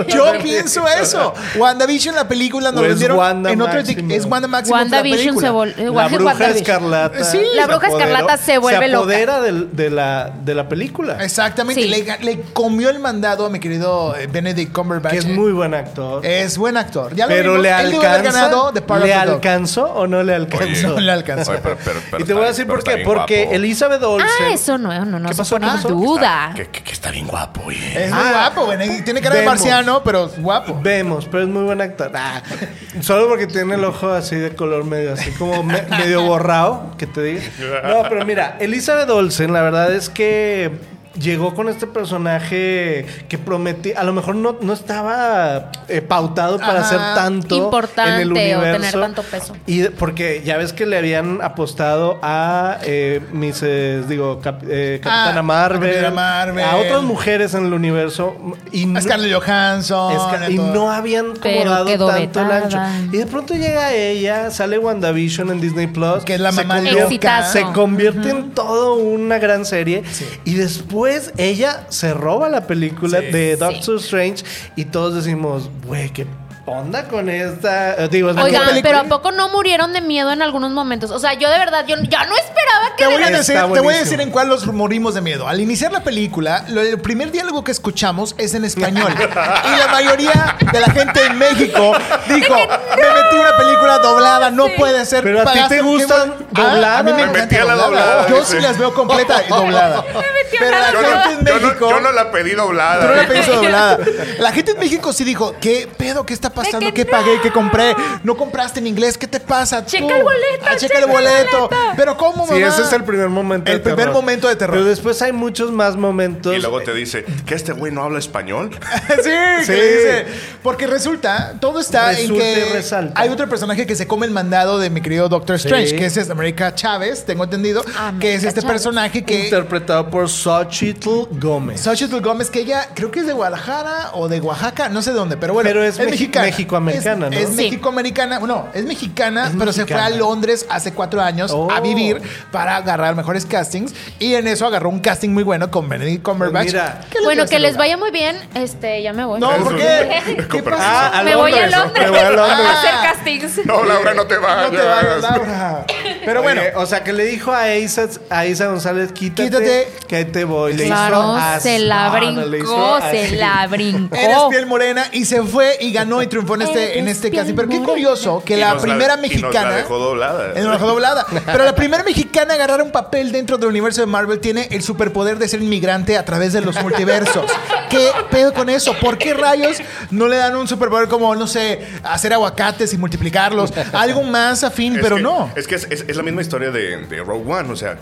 F: la
D: que yo
F: película.
D: pienso eso. WandaVision la película nos
F: O es
D: vendieron
F: Pues Wanda
D: en otro
F: Maximoff.
D: es Wanda Maximoff la
E: WandaVision
D: película.
E: se volvió.
F: La bruja escarlata.
D: Sí.
E: La bruja
F: se apoderó-
E: escarlata se vuelve
F: Se
E: loca.
F: apodera del- de, la, de la película.
D: Exactamente,
E: Sí.
D: le, le comió el mandado a mi querido eh, Benedict Cumberbatch.
F: que es muy buen actor.
D: Es buen actor. Eh, Ya lo
F: pero
D: vimos.
F: le
D: Él debió haber
F: alcanza.
D: ganado The Power
F: ¿Le
D: of the Dog.
F: alcanzó o no le
G: Oye.
F: alcanzó?
D: No le alcanzó.
G: Oye, pero- pero- pero
F: y te voy a
G: está-
F: decir
G: pero
F: por
G: está
F: qué.
G: bien
F: Porque
G: guapo.
F: Elizabeth Olsen.
E: Ah, eso no, no, no
F: ¿Qué
E: se
F: pasó?
E: pone
F: ¿Qué
E: en
F: pasó?
E: duda.
G: que, que- que está bien guapo, oye.
D: Es muy
F: Ah.
D: guapo, Benedict. Tiene cara de
F: Vemos.
D: marciano, pero es guapo.
F: Vemos, pero es muy buen actor. Ah, *laughs* solo porque tiene el ojo así de color medio, así como me- medio borrado, que te diga. No, pero mira, Elizabeth Olsen, la verdad es que llegó con este personaje que prometí, a lo mejor no, no estaba eh, pautado para
D: Ajá,
F: hacer tanto en
E: importante
F: el
E: o
F: universo.
E: tener tanto peso.
F: Y de- porque ya ves que le habían apostado a eh, Mrs., digo, Cap- eh, Capitana
D: Ah,
F: Marvel,
D: Capitana Marvel.
F: a otras mujeres en el universo. Y no-
D: A Scarlett Johansson.
F: es que-
D: a
F: y
D: todo.
F: no habían como
E: Pero
F: dado
E: quedó
F: tanto el ancho.
E: vetada.
F: Y de pronto llega ella, sale WandaVision en Disney Plus.
D: Que es la
F: se
D: mamá
F: convier-
E: loca. Exitazo.
F: Se convierte en todo una gran serie.
D: Sí.
F: Y después ella se roba la película de Doctor Strange. Y todos decimos, güey, qué onda con esta. Eh, Digo, es una
E: Oigan,
F: película-
E: pero ¿a poco no murieron de miedo en algunos momentos? O sea, yo de verdad, yo ya no esperaba que...
D: Te
E: de
D: voy, a
E: la-
D: decir,
F: Está
D: te voy a
F: buenísimo.
D: decir en cuál los morimos de miedo. Al iniciar la película, lo- el primer diálogo que escuchamos es en
F: *laughs*
D: español. y la mayoría de la gente en México dijo: Me metí una película doblada, no puede ser.
F: Pero a ti
D: pagaste
F: te
D: un- qué
F: gustan
D: bueno".
F: dobladas.
D: Ah, a mí me
F: Me
D: encanta
G: metí a la doblada,
D: Yo
G: dice.
D: sí las veo completa y doblada.
E: *laughs* metió a
D: Pero
E: la
D: la
G: Yo
E: doblada.
D: gente
G: no,
D: en
G: yo no-
D: México.
G: yo no la pedí
D: Pero
G: doblada. eh.
E: *laughs*
D: no la pediste doblada. La gente en México sí dijo, ¿qué pedo? ¿Qué está pasando?
E: que
D: ¿Qué
E: no.
D: pagué? ¿Qué compré? ¿No compraste en inglés? ¿Qué te pasa? tú?
E: Checa el boleto,
D: Ah, checa
E: checa
D: el
E: el
D: boleto.
E: boleto.
D: Pero ¿cómo, mamá?
F: Sí, ese es el primer momento.
D: El
F: de
D: primer
F: terror.
D: momento de terror.
F: Pero después hay muchos más momentos.
G: Y luego te dice, ¿que este güey no habla español? *laughs*
D: *laughs* sí, que
F: Sí.
D: le dice. Porque resulta, todo está
F: Resulta
D: en
F: y
D: que
F: resalta.
D: hay otro personaje que se come el mandado de mi querido Doctor Strange, que es esta América Chávez, tengo entendido, que es
E: Ah, América
D: este
E: Chávez.
D: personaje que...
F: interpretado por Xochitl Gómez.
D: Xochitl Gómez, que ella creo que es de Guadalajara o de Oaxaca, no sé dónde, pero bueno.
F: Pero es mexi- mexicoamericana,
D: es,
F: ¿no?
D: Es
E: Sí.
D: mexicoamericana, no, es mexicana,
F: Es
D: pero se fue
F: mexicana.
D: a Londres hace cuatro años
F: Oh.
D: a vivir para agarrar mejores castings y en eso agarró un casting muy bueno con Benedict Cumberbatch.
F: Pues mira.
D: le dio
E: Bueno,
D: este
E: que les
D: lugar.
E: vaya muy bien. Este, ya me voy.
D: No, ¿por qué?
E: *laughs*
G: Con
D: ¿Qué
G: permiso.
D: pasa?
F: Ah, a
E: me voy a
F: Londres,
E: Londres
F: me voy a Londres.
E: *laughs* a hacer castings.
G: No, Laura, no te
D: No
G: vayas.
D: te vayas, Laura. Pero bueno,
F: Oye, o sea, que le dijo a Isa, a Isa González, quítate,
D: Quítate.
F: que te voy. Le hizo
E: Claro,
F: así.
E: se la
F: No, no, le hizo
E: brincó, se
F: así.
E: la brincó.
D: eres piel morena y se fue y ganó y triunfó en este, en
E: Eres
D: este
E: piel
D: casting. Pero qué
E: morena.
D: curioso que
G: Y
D: la
G: nos
D: primera
G: y nos la
D: mexicana.
G: dejó doblada.
D: Eh, nos la dejó doblada. Pero la primera mexicana a agarrar un papel dentro del universo de Marvel tiene el superpoder de ser inmigrante a través de los multiversos.
E: *laughs*
D: ¿Qué pedo con eso? ¿Por qué rayos no le dan un superpoder como, no sé, hacer aguacates y
G: *laughs*
D: multiplicarlos? Algo más afín,
G: Es
D: pero
G: que-
D: no.
G: Es que es, es- es la misma historia de, de Rogue One, o sea.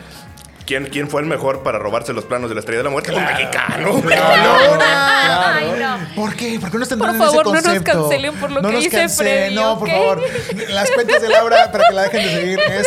G: ¿Quién, ¿Quién fue el mejor para robarse los planos de la estrella de la muerte? Un mexicano.
D: Ahora.
E: *laughs* Ay, no.
D: ¿Por qué? ¿Por qué no tendrán
E: Por favor,
D: ese
E: no nos
D: concepto?
E: cancelen por lo que
D: nos
E: dice Freddy,
D: No, por
E: ¿ok?
D: favor. Las cuentas de Laura para que la dejen de seguir.
E: *laughs*
D: es-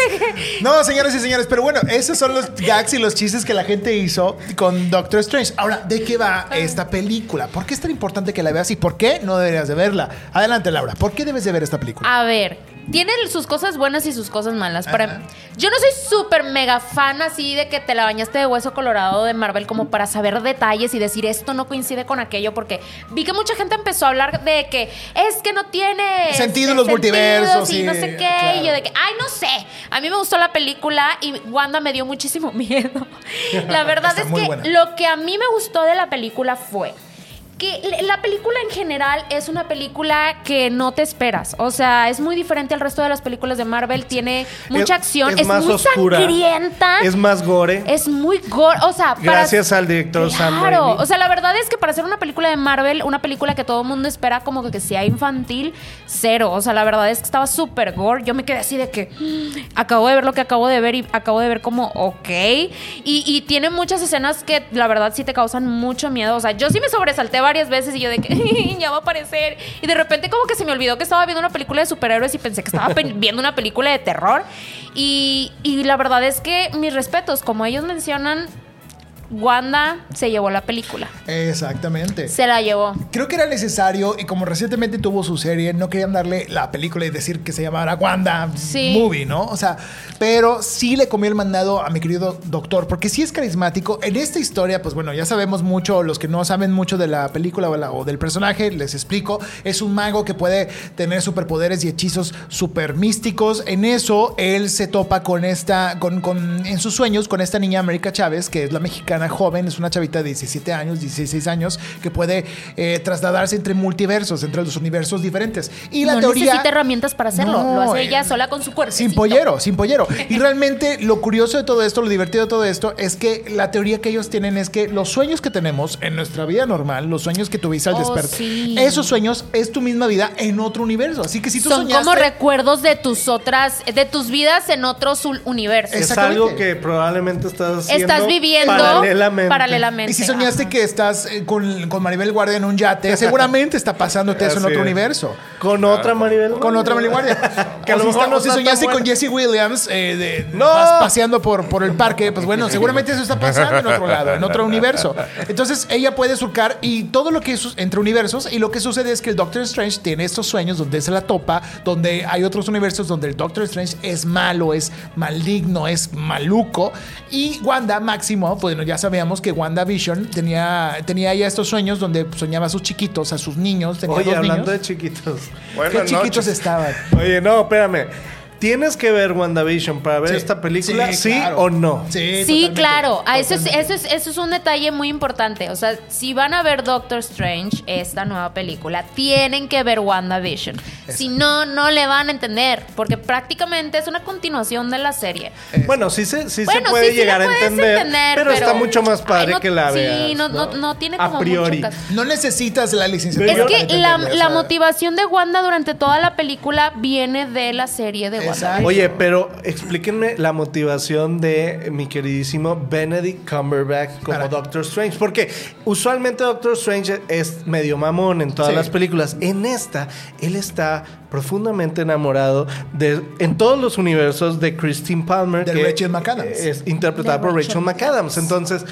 D: No, señores y señores, pero bueno, esos son los gags y los chistes que la gente hizo con Doctor Strange. Ahora, ¿de qué va
E: Ah.
D: esta película? ¿Por qué es tan importante que la veas y por qué no deberías de verla? Adelante, Laura. ¿Por qué debes de ver esta película?
E: A ver, tiene sus cosas buenas y sus cosas malas. Para, yo no soy súper mega fan así de que te la bañaste de hueso colorado de Marvel como para saber detalles y decir esto no coincide con aquello porque vi que mucha gente empezó a hablar de que es que no tiene
D: Sentido en
E: este,
D: los multiversos,
E: y
D: sí,
E: no sé qué
D: claro.
E: y yo de que ay no sé. A mí me gustó la película y Wanda me dio muchísimo *laughs* miedo.
D: *laughs*
E: La verdad
D: Está
E: es
D: muy
E: que
D: buena.
E: lo que a mí me gustó de la película fue que l- la película en general es una película que no te esperas. O sea, es muy diferente al resto de las películas de Marvel. Tiene mucha
F: Es-
E: acción,
F: es
E: es,
F: más
E: muy
F: oscura,
E: sangrienta.
F: Es más gore.
E: Es muy gore. O sea, para-
F: Gracias al director Sam
E: Claro.
F: Raimi.
E: O sea, la verdad es que para hacer una película de Marvel, una película que todo el mundo espera como que sea infantil, cero. O sea, la verdad es que estaba súper gore. Yo me quedé así de que "Mm, acabo de ver lo que acabo de ver y acabo de ver como, ok. Y, y tiene muchas escenas que la verdad sí te causan mucho miedo. O sea, yo sí me sobresalté varias veces y yo de que *laughs* ya va a aparecer. Y de repente como que se me olvidó que estaba viendo una película de superhéroes y pensé que estaba
F: *laughs*
E: pe- viendo una película de terror. Y, y la verdad es que mis respetos, como ellos mencionan, Wanda se llevó la película.
D: Exactamente.
E: Se la llevó.
D: Creo que era necesario y como recientemente tuvo su serie, no querían darle la película y decir que se llamara Wanda
E: Sí.
D: Movie, ¿no? O sea, pero sí le comió el mandado a mi querido doctor, porque sí es carismático. En esta historia, pues bueno, ya sabemos mucho, los que no saben mucho de la película o, la- o del personaje, les explico, es un mago que puede tener superpoderes y hechizos super místicos. En eso, él se topa con esta, con, con- en sus sueños, con esta niña América Chávez, que es la mexicana joven, es una chavita de 17 años, 16 años, que puede eh, trasladarse entre multiversos, entre los universos diferentes. Y la
E: no
D: teoría...
E: necesita herramientas para hacerlo.
D: No,
E: lo hace
D: eh,
E: ella sola con su cuerpo.
D: Sin pollero, sin pollero.
E: *laughs*
D: Y realmente lo curioso de todo esto, lo divertido de todo esto, es que la teoría que ellos tienen es que los sueños que tenemos en nuestra vida normal, los sueños que tuviste al
E: Oh,
D: despertar,
E: sí.
D: esos sueños es tu misma vida en otro universo. Así que si tú
E: Son
D: soñaste,
E: como recuerdos de tus otras, de tus vidas en otros ul- universos.
F: es
D: exactamente.
F: algo que probablemente estás haciendo
E: Estás viviendo
F: paralelamente.
E: paralelamente.
D: y si soñaste
E: Ajá.
D: que estás eh, con, con Maribel Guardia en un yate, seguramente está pasándote eso en
F: Así
D: otro
F: es.
D: universo.
F: Con otra Maribel.
D: Con otra Maribel Guardia.
F: *laughs* Que a lo
D: O si
F: mejor
D: está-
F: no
D: o si
F: está tan
D: soñaste
F: buena.
D: con Jesse Williams eh, de-
F: ¡No!
D: pas- paseando por, por el parque, pues bueno, seguramente eso está pasando en otro lado, en otro universo. Entonces ella puede surcar y todo lo que es entre universos y lo que sucede es que el Doctor Strange tiene estos sueños donde se la topa, donde hay otros universos donde el Doctor Strange es malo, es maligno, es maluco y Wanda Máximo, bueno, ya sabíamos que Wanda Vision tenía tenía ella estos sueños donde soñaba a sus chiquitos, a sus niños, tenía
F: Oye,
D: dos
F: hablando
D: niños.
F: de chiquitos.
D: Qué
G: Buenas
D: chiquitos
G: noches.
D: estaban.
F: Oye, no, espérame. ¿Tienes que ver WandaVision para ver
D: Sí.
F: esta película? Sí,
D: claro.
F: o no.
D: Sí,
E: Sí,
D: totalmente.
E: claro. Ah, Eso es,
D: Totalmente.
E: eso, es, eso es un detalle muy importante. O sea, si van a ver Doctor Strange, esta nueva película, tienen que ver WandaVision. Si no, no le van a entender, porque prácticamente es una continuación de la serie.
F: Bueno, sí se, sí
E: Bueno,
F: se puede
E: sí, sí
F: llegar
E: la
F: a
E: puedes
F: entender, pero, está mucho más padre
E: Ay, no-
F: que la
E: sí,
F: veas.
E: no, no, no tiene
F: A
E: como
F: priori.
E: mucho caso.
D: No necesitas la licenciatura.
E: Es que
D: para
E: la,
D: entenderlo,
E: la
D: o sea,
E: motivación de Wanda durante toda la película viene de la serie
D: Exacto.
E: de Wanda.
F: Oye, pero explíquenme la motivación de mi queridísimo Benedict Cumberbatch como
D: Para.
F: Doctor Strange. Porque usualmente Doctor Strange es medio mamón en todas
D: Sí.
F: las películas. En esta, él está profundamente enamorado de, en todos los universos de Christine Palmer.
D: De Rachel McAdams.
F: Es interpretada
E: De
F: por
E: Rachel
F: Rachel McAdams. Entonces,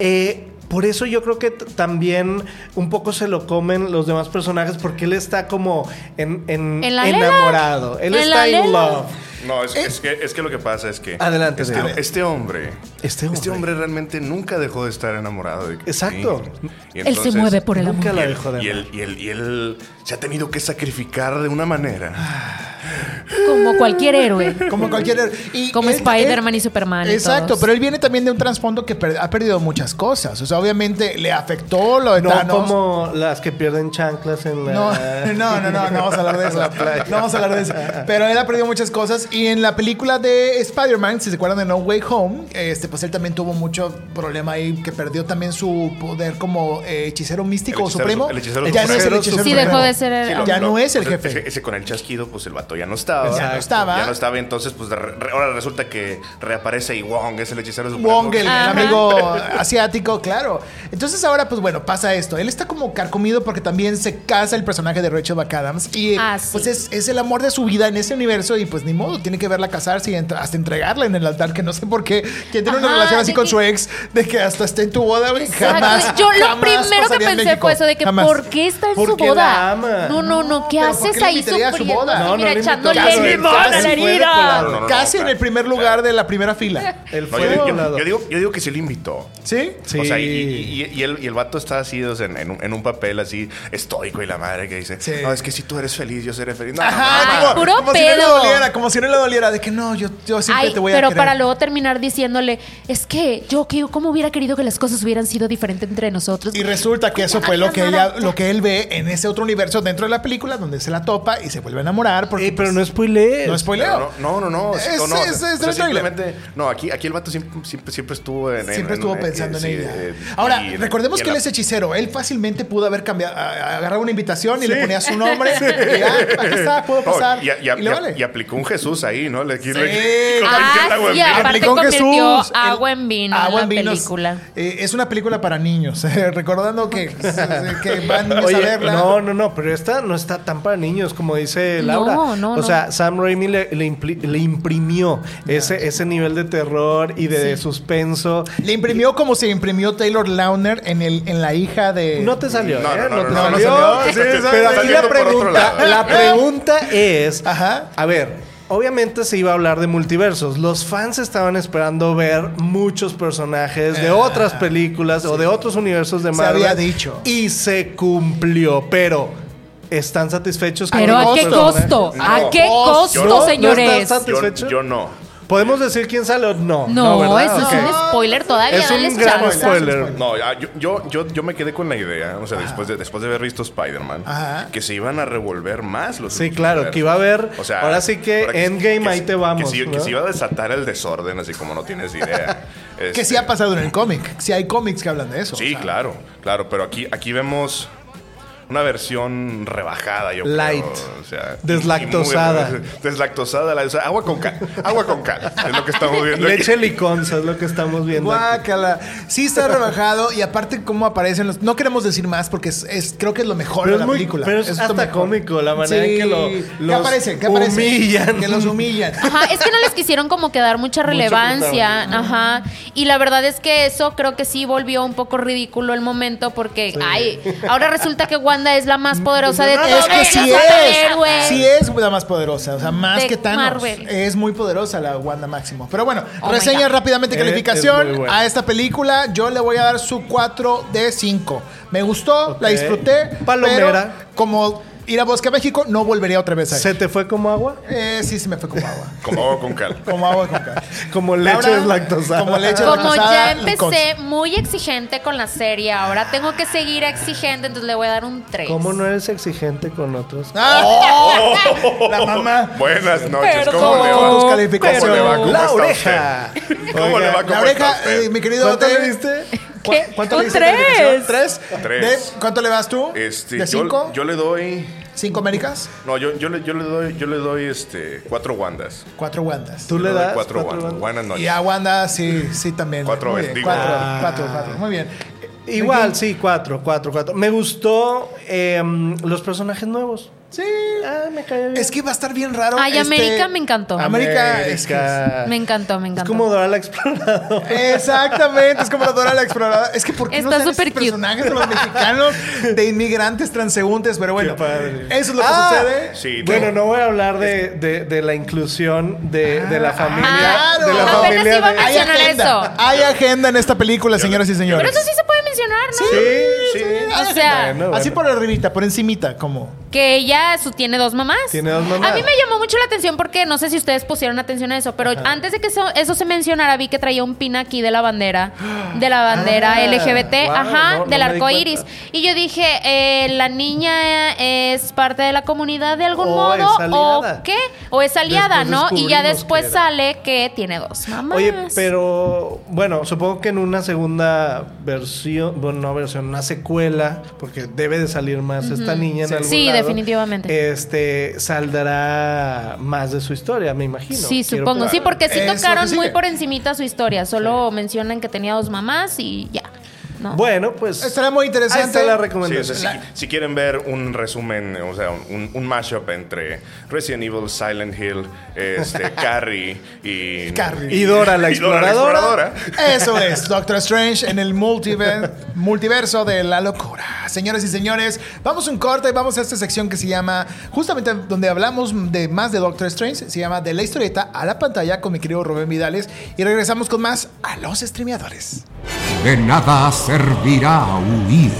F: eh, por eso yo creo que t- también un poco se lo comen los demás personajes porque él está como en, en-
E: En la lela.
F: enamorado. Él
E: En
F: está
E: la
F: in
E: lela.
F: love.
G: *laughs* No, es, es que, es que lo que pasa es que.
F: Adelante,
G: este,
F: Diego.
G: este hombre.
F: Este hombre.
G: realmente nunca dejó de estar enamorado de
F: Exacto.
G: Sí. Y
E: Él se
G: entonces-
E: mueve por el
F: Nunca
E: amor.
F: la dejó de
G: Y él, y, él, y él se ha tenido que sacrificar de una manera.
E: Como cualquier héroe.
D: Como cualquier. y
E: Como
D: él-
E: Spider-Man
D: él-
E: y Superman y
D: Exacto,
E: todos.
D: pero él viene también de un trasfondo que per- ha perdido muchas cosas. O sea, obviamente le afectó lo de
F: No
D: Thanos.
F: como las que pierden chanclas en la...
D: No, *laughs* no, no, no, no vamos a hablar
F: *laughs*
D: de eso.
F: La playa.
D: No vamos a hablar de eso. Pero él ha perdido muchas cosas. Y en la película de Spider-Man, si se acuerdan de No Way Home, este, pues él también tuvo mucho problema ahí, que perdió también su poder como eh, hechicero místico
G: El
D: o
G: hechicero
D: supremo.
G: su- el hechicero
D: ya no es el
F: supremo.
D: hechicero
E: Sí,
D: supremo.
E: dejó de ser el-
G: Sí, lo-
D: ya
G: lo-
D: no es el
G: pues,
D: jefe.
G: Ese, ese con el chasquido, pues el vato ya no estaba.
D: Ya no estaba.
G: Ya no estaba, entonces, pues de re- ahora resulta que reaparece y Wong es el hechicero supremo.
D: Wong, el, el
E: Ajá.
D: amigo asiático, claro. Entonces ahora, pues bueno, pasa esto. Él está como carcomido porque también se casa el personaje de Rachel McAdams. Y
E: Ah, sí.
D: pues es, es el amor de su vida en ese universo y pues ni modo, tiene que verla casarse y entra- hasta entregarla en el altar, que no sé por qué. Quien tiene una
E: Ajá,
D: relación así
E: de
D: con
E: que-
D: su ex, de que hasta esté en tu boda, güey,
E: Exacto. Pues,
D: jamás.
E: Yo lo
D: jamás
E: primero que
D: pasaría en
E: pensé
D: México.
E: fue eso de que
D: Jamás.
E: ¿por qué está en su
F: ¿Por qué la
E: boda?
F: ama?
E: No, no, no, ¿qué
D: ¿Pero por
E: haces
D: qué la
E: ahí
D: invitaría a su
E: sufriendo?
D: boda? No,
F: no
E: mira,
F: la
E: echándole
F: invitó. Casi,
E: limón a
F: casi
E: la
F: fue
E: herida.
F: decolador. No, no,
G: no,
D: Casi en
G: claro,
D: el primer lugar de la primera fila.
F: El
G: No, yo,
F: fuego
G: yo-
F: volador.
G: yo digo, yo digo que sí lo invitó.
D: ¿Sí?
F: Sí.
G: O sea, y, y- y- y el, y el vato está así, o sea, en, en un, en un papel así estoico y la madre que dice,
D: Sí.
G: no, es que si tú eres feliz, yo seré feliz. No, no,
D: Ajá,
G: no,
E: Ay,
G: no,
D: como,
E: puro
D: como si no le
E: pedo.
D: doliera, como si no le doliera, de que no, yo, yo siempre
E: Ay,
D: te voy a
E: pero
D: querer.
E: para luego terminar diciéndole, es que yo que- cómo hubiera querido que las cosas hubieran sido diferentes entre nosotros.
D: Y resulta que eso fue lo que ella, lo que él ve en ese otro universo dentro de la película donde se la topa y se vuelve a enamorar porque
F: Eh, pero
D: pues,
F: no spoilees.
D: no spoileo.
G: Pero No, no, no. no,
D: Es-
G: no, no,
D: es- es
G: o sea,
D: el trailer.
G: simplemente, no, aquí, aquí el vato siempre, siempre, siempre estuvo en, en-
D: Siempre estuvo
G: en-
D: pensando en
G: sí,
D: ella.
G: eh,
D: Ahora,
G: y en-
D: recordemos
G: y en
D: que él
G: la-
D: es hechicero. Él fácilmente pudo haber cambiado, a- a- agarrado una invitación y le ponía su
G: *laughs*
D: nombre. Y ya, aquí está, puedo
G: No,
D: pasar.
G: y, a- y a-
D: y
G: y
D: le
G: a-
D: vale.
G: y aplicó un Jesús ahí, ¿no? Le, le-
D: Sí.
G: convirtió
E: Ah,
G: el agua en
E: sí,
G: vino.
E: aparte
D: Aplicó
E: convirtió
D: Jesús, el-
E: agua en vino
D: agua
E: en
D: en
E: la
D: vinos.
E: película.
D: Eh, es una película para niños. *laughs* recordando que, *laughs* que van niños a
F: Oye,
D: verla.
F: no, no, no, pero esta no está tan para niños como dice
E: No,
F: Laura.
E: no,
F: o
E: no.
F: sea, Sam Raimi le, le impli- le imprimió ese, ese nivel de terror y de, suspenso.
D: Le imprimió como se imprimió Taylor Launer en, el, en la hija de.
F: No te salió,
G: No,
F: ¿eh?
G: no, no,
F: te
G: no,
D: no, no
F: salió.
D: salió. Sí,
F: *laughs* Pero
D: exacto.
F: aquí
D: Está
F: la
G: yendo por otro
F: pregunta,
G: lado.
F: la pregunta es,
D: Ajá.
F: a ver, obviamente se iba a hablar de multiversos. Los fans estaban esperando ver muchos personajes de otras películas o de otros universos de
D: Se
F: Marvel.
D: había dicho.
F: Y se cumplió, pero ¿están satisfechos con
E: Pero
F: los
E: ¿a qué
F: personajes?
E: costo? ¿A
D: No.
E: qué
G: Yo
E: costo,
G: no-
F: no
E: señores?
F: estás tan-
G: Yo-
F: ¿Satisfecho?
G: Yo no.
F: ¿Podemos decir quién sale o no?
E: No,
F: ¿verdad?
E: eso es
F: Ok.
E: un spoiler todavía.
F: Es un
E: dales
F: gran
E: chance.
F: Ah, spoiler.
G: No, ya, yo, yo, yo, yo me quedé con la idea, o sea, después de, después de haber visto Spider-Man,
D: Ajá.
G: que se iban a revolver más los
F: Sí, claro, que iba a haber- ahora sí que Endgame, ahí te vamos,
G: Que, sí- que
F: ¿no?
G: se iba a desatar el desorden, así como no
F: *laughs*
G: tienes idea.
D: Que
G: Este,
D: sí ha pasado en el cómic. Sí hay cómics que hablan de eso. o
G: Sí,
D: sea.
G: claro, claro, pero aquí, aquí vemos una versión rebajada, yo creo,
F: Light.
G: o sea,
F: Deslactosada.
G: y muy- *laughs* deslactosada, la- o sea, agua con cal, agua con cal, es lo que estamos viendo. aquí.
F: Leche liconza es lo que estamos viendo. aquí.
D: Guácala. Sí está rebajado y aparte cómo aparecen los... No queremos decir más porque es, es- creo que es lo mejor de
F: Pero es
D: la
F: muy-
D: película.
F: pero es
D: lo
F: hasta
D: mejor.
F: cómico la manera en que lo- los
D: ¿Qué aparece? ¿Qué aparece?
F: humillan.
D: Que los humillan.
E: Ajá, es que no les quisieron como que dar mucha relevancia, ajá. Y la verdad es que eso creo que sí volvió un poco ridículo el momento porque, ay, ahora resulta que Wanda es la más
F: Mm,
E: poderosa de
D: Es
E: todos
D: que
E: los
D: sí
E: superhéroes.
D: es. Sí es la más poderosa. O sea, más
E: De
D: que Thanos.
E: Marvel.
D: Es muy poderosa la Wanda Máximo. Pero bueno,
E: Oh my
D: reseña
E: God.
D: rápidamente
F: Eh, es
D: calificación
F: muy buena.
D: a esta película. Yo le voy a dar su 4 de 5. Me gustó, la
F: Ok.
D: disfruté.
F: Palomera.
D: pero como Ir a Bosque a México, no volvería otra vez a ir.
F: ¿Se te fue como agua?
D: Eh, sí, se me fue como
F: *laughs*
D: agua.
G: Como agua con cal.
D: Como agua con cal.
F: Como leche
D: Laura,
F: deslactosada.
D: como leche
E: Como
D: Rechazada,
E: ya
D: con-
E: empecé muy exigente con la serie, ahora tengo que seguir exigente, entonces le voy a dar un 3. *laughs*
F: ¿Cómo no Oh. eres exigente con otros?
D: Ah,
G: *laughs*
D: La mamá.
G: Buenas noches.
E: Perdón.
G: ¿Cómo le
D: Tus
G: va?
D: calificaciones.
G: ¿Cómo le va? ¿Cómo
F: la
G: está
F: oreja.
G: usted? ¿Cómo le va? ¿Cómo
D: La
G: está
D: oreja,
G: usted?
D: eh, mi querido
F: ¿Cuánto
D: Dante,
F: le diste?
E: ¿Qué?
D: ¿Cuánto
E: Un
D: le diste a la
E: tres.
D: calificación? ¿Tres?
G: Tres.
D: ¿De- ¿Cuánto le das tú?
G: Este,
D: ¿De
G: yo-
D: cinco?
G: Yo le doy.
D: ¿Cinco Américas?
G: No, yo, yo, le, yo le doy, yo le doy este, cuatro guandas.
D: Cuatro guandas.
F: Tú le
G: doy
F: das cuatro
G: cuatro guandas.
F: bandas.
G: Buenas noches.
D: Y a Wanda, sí, sí también.
G: Cuatro
D: Muy
G: veces,
D: bien,
G: digo.
D: Cuatro,
F: Ah.
D: cuatro, cuatro. Muy bien.
F: Igual, sí, cuatro, cuatro, cuatro. Me gustó eh, los personajes nuevos.
D: Sí.
F: Ah, me cayó bien.
D: Es que va a estar bien raro. este,
E: Ay, América me encantó.
D: América. es que-
F: América.
E: Me encantó, me
F: Es
E: encantó.
F: como Dora
D: *laughs*
F: la Exploradora.
D: Exactamente, es como la Dora la Exploradora. Es que ¿por qué
E: Está
D: no
E: súper
D: son
E: cute.
D: personajes de los mexicanos de inmigrantes transeúntes? Pero bueno,
F: Qué padre.
D: eso es lo que
F: Ah,
D: sucede.
G: Sí,
F: Bueno,
G: tengo-
F: no voy a hablar de, de- de la inclusión de, de la familia.
E: Ah,
F: de la
E: claro.
F: familia
E: Apenas iba a
F: de-
E: Hay mencionar agenda. eso.
D: Hay agenda en esta película, señoras y señores.
E: Pero eso sí se puede mencionar, ¿no?
F: Sí, sí.
D: Ah,
E: O sea,
F: Bueno, bueno.
D: Así por arribita, por encimita, como.
E: que ella su, tiene dos mamás.
F: Tiene dos mamás.
E: A mí me llamó mucho la atención porque no sé si ustedes pusieron atención a eso, pero antes de que eso, eso se mencionara, vi que traía un pin aquí de la bandera, de la bandera
F: *gasps* Ah,
E: LGBT,
F: wow,
E: ajá,
F: no,
E: del
F: no me di
E: arco iris.
F: cuenta.
E: Y yo dije, eh, ¿la niña es parte de la comunidad de algún
F: O
E: modo?
F: es
E: ¿O
F: aliada.
E: qué? ¿O es aliada,
F: Después
E: no? Y
F: descubrimos
E: ya
F: que
E: después
F: era.
E: sale que tiene dos mamás.
F: Oye, pero bueno, supongo que en una segunda versión, bueno, no versión, una secuela, porque debe de salir más esta niña en algún
E: Sí,
F: lado,
E: definitivamente.
F: Este, saldrá más de su historia, me imagino.
E: Sí,
F: Quiero
E: supongo. Sí,
F: pensar.
E: porque sí
D: Es lo que
E: tocaron muy
D: sigue.
E: por encimita su historia. Solo mencionan que tenía dos mamás y ya. ¿no?
F: Bueno, pues
D: Estará muy interesante.
F: Ahí está la
G: Sí, o
F: recomendación.
G: sea, si, si quieren ver un resumen, o sea, un, un mashup entre Resident Evil, Silent Hill, este, Carrie y.
D: Carrie.
F: Y Dora la
G: y Dora la
F: Exploradora.
G: Exploradora.
D: Eso es, Doctor Strange en el multiver- multiverso de la locura. Señores y señores, vamos a un corte, vamos a esta sección que se llama, justamente donde hablamos de más de Doctor Strange, se llama De la historieta a la pantalla con mi querido Rubén Vidales y regresamos con más a los streameadores.
C: De nada servirá huir.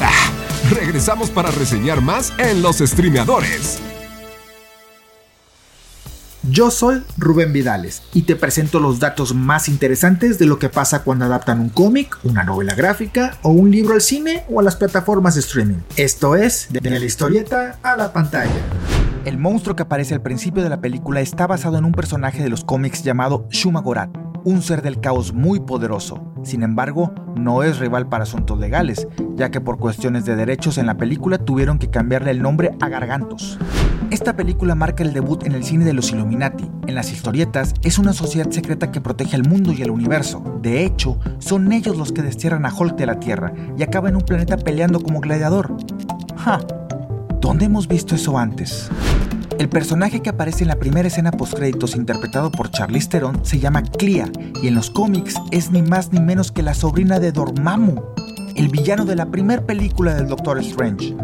C: Ah, regresamos para reseñar más en los streameadores.
H: Yo soy Rubén Vidales y te presento los datos más interesantes de lo que pasa cuando adaptan un cómic, una novela gráfica o un libro al cine o a las plataformas de streaming. Esto es de la historieta a la pantalla.
I: El monstruo que aparece al principio de la película está basado en un personaje de los cómics llamado Shumagorat, un ser del caos muy poderoso. Sin embargo, no es rival para asuntos legales, ya que por cuestiones de derechos en la película tuvieron que cambiarle el nombre a Gargantos. Esta película marca el debut en el cine de los Illuminati. En las historietas es una sociedad secreta que protege al mundo y al universo. De hecho, son ellos los que destierran a Hulk de la Tierra y acaba en un planeta peleando como gladiador. Ja, ¿dónde hemos visto eso antes? El personaje que aparece en la primera escena postcréditos interpretado por Charlize Theron se llama Clea y en los cómics es ni más ni menos que la sobrina de Dormammu, el villano de la primera película del Doctor Strange.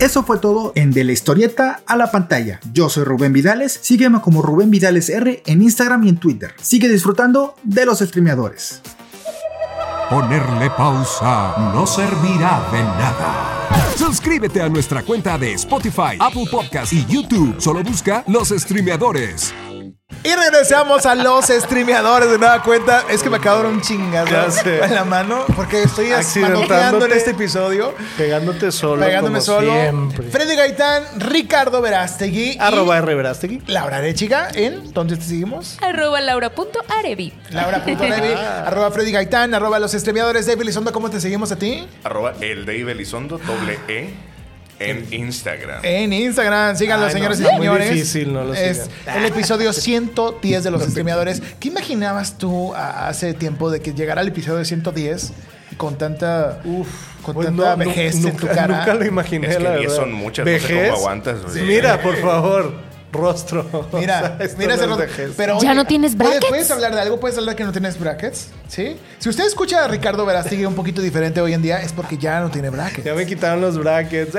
H: Eso fue todo en De la historieta a la pantalla. Yo soy Rubén Vidales, sígueme como Rubén Vidales R en Instagram y en Twitter. Sigue disfrutando de los streameadores.
C: Ponerle pausa no servirá de nada. Suscríbete a nuestra cuenta de Spotify, Apple Podcast y YouTube. Solo busca los streameadores.
D: Y regresamos a los streameadores de nueva cuenta. Es que me acabo de dar un
F: Ya
D: chingazo
F: sé.
D: en la mano porque estoy
F: Accidentándote.
D: manoteando en este episodio.
F: pegándote solo
D: Pegándome
F: como
D: solo.
F: siempre.
D: Freddy Gaitán, Ricardo Verástegui. y-
F: Arroba R. Verástegui.
D: Laura Arechiga en ¿Dónde te seguimos?
E: Arroba laura.arevi.
F: *laughs*
D: Laura.nevi,
F: Ah.
D: arroba Freddy Gaitán, arroba los estremeadores de Elizondo, ¿cómo te seguimos a ti?
G: Arroba el Dave Elizondo, doble E, en Instagram.
D: En Instagram, síganlo,
F: Ay, no,
D: señoras y
F: está muy
D: señores.
F: difícil, no lo
D: Es el episodio 110 de los estremeadores. ¿Qué imaginabas tú a- hace tiempo de que llegara el episodio 110 con tanta, con
F: Pues
D: tanta
F: no, nu-
D: vejez en tu
F: nunca-
D: cara?
F: Nunca lo imaginé,
G: Es que
F: la
G: diez
F: verdad.
G: son muchas, no sé cómo aguantas, güey.
F: Mira, por favor, rostro. O
D: Mira,
F: sea, *laughs* esto
D: mira
F: no
D: ese
F: es
D: rostro.
F: vejez.
D: Pero,
E: ¿Ya no tienes
D: oye,
E: brackets?
D: ¿Puedes hablar de algo? ¿Puedes hablar que no tienes brackets? ¿Sí? Si usted escucha a Ricardo Verástegui un poquito diferente hoy en día, es porque ya no tiene brackets.
F: Ya me quitaron los brackets. ¡Eh!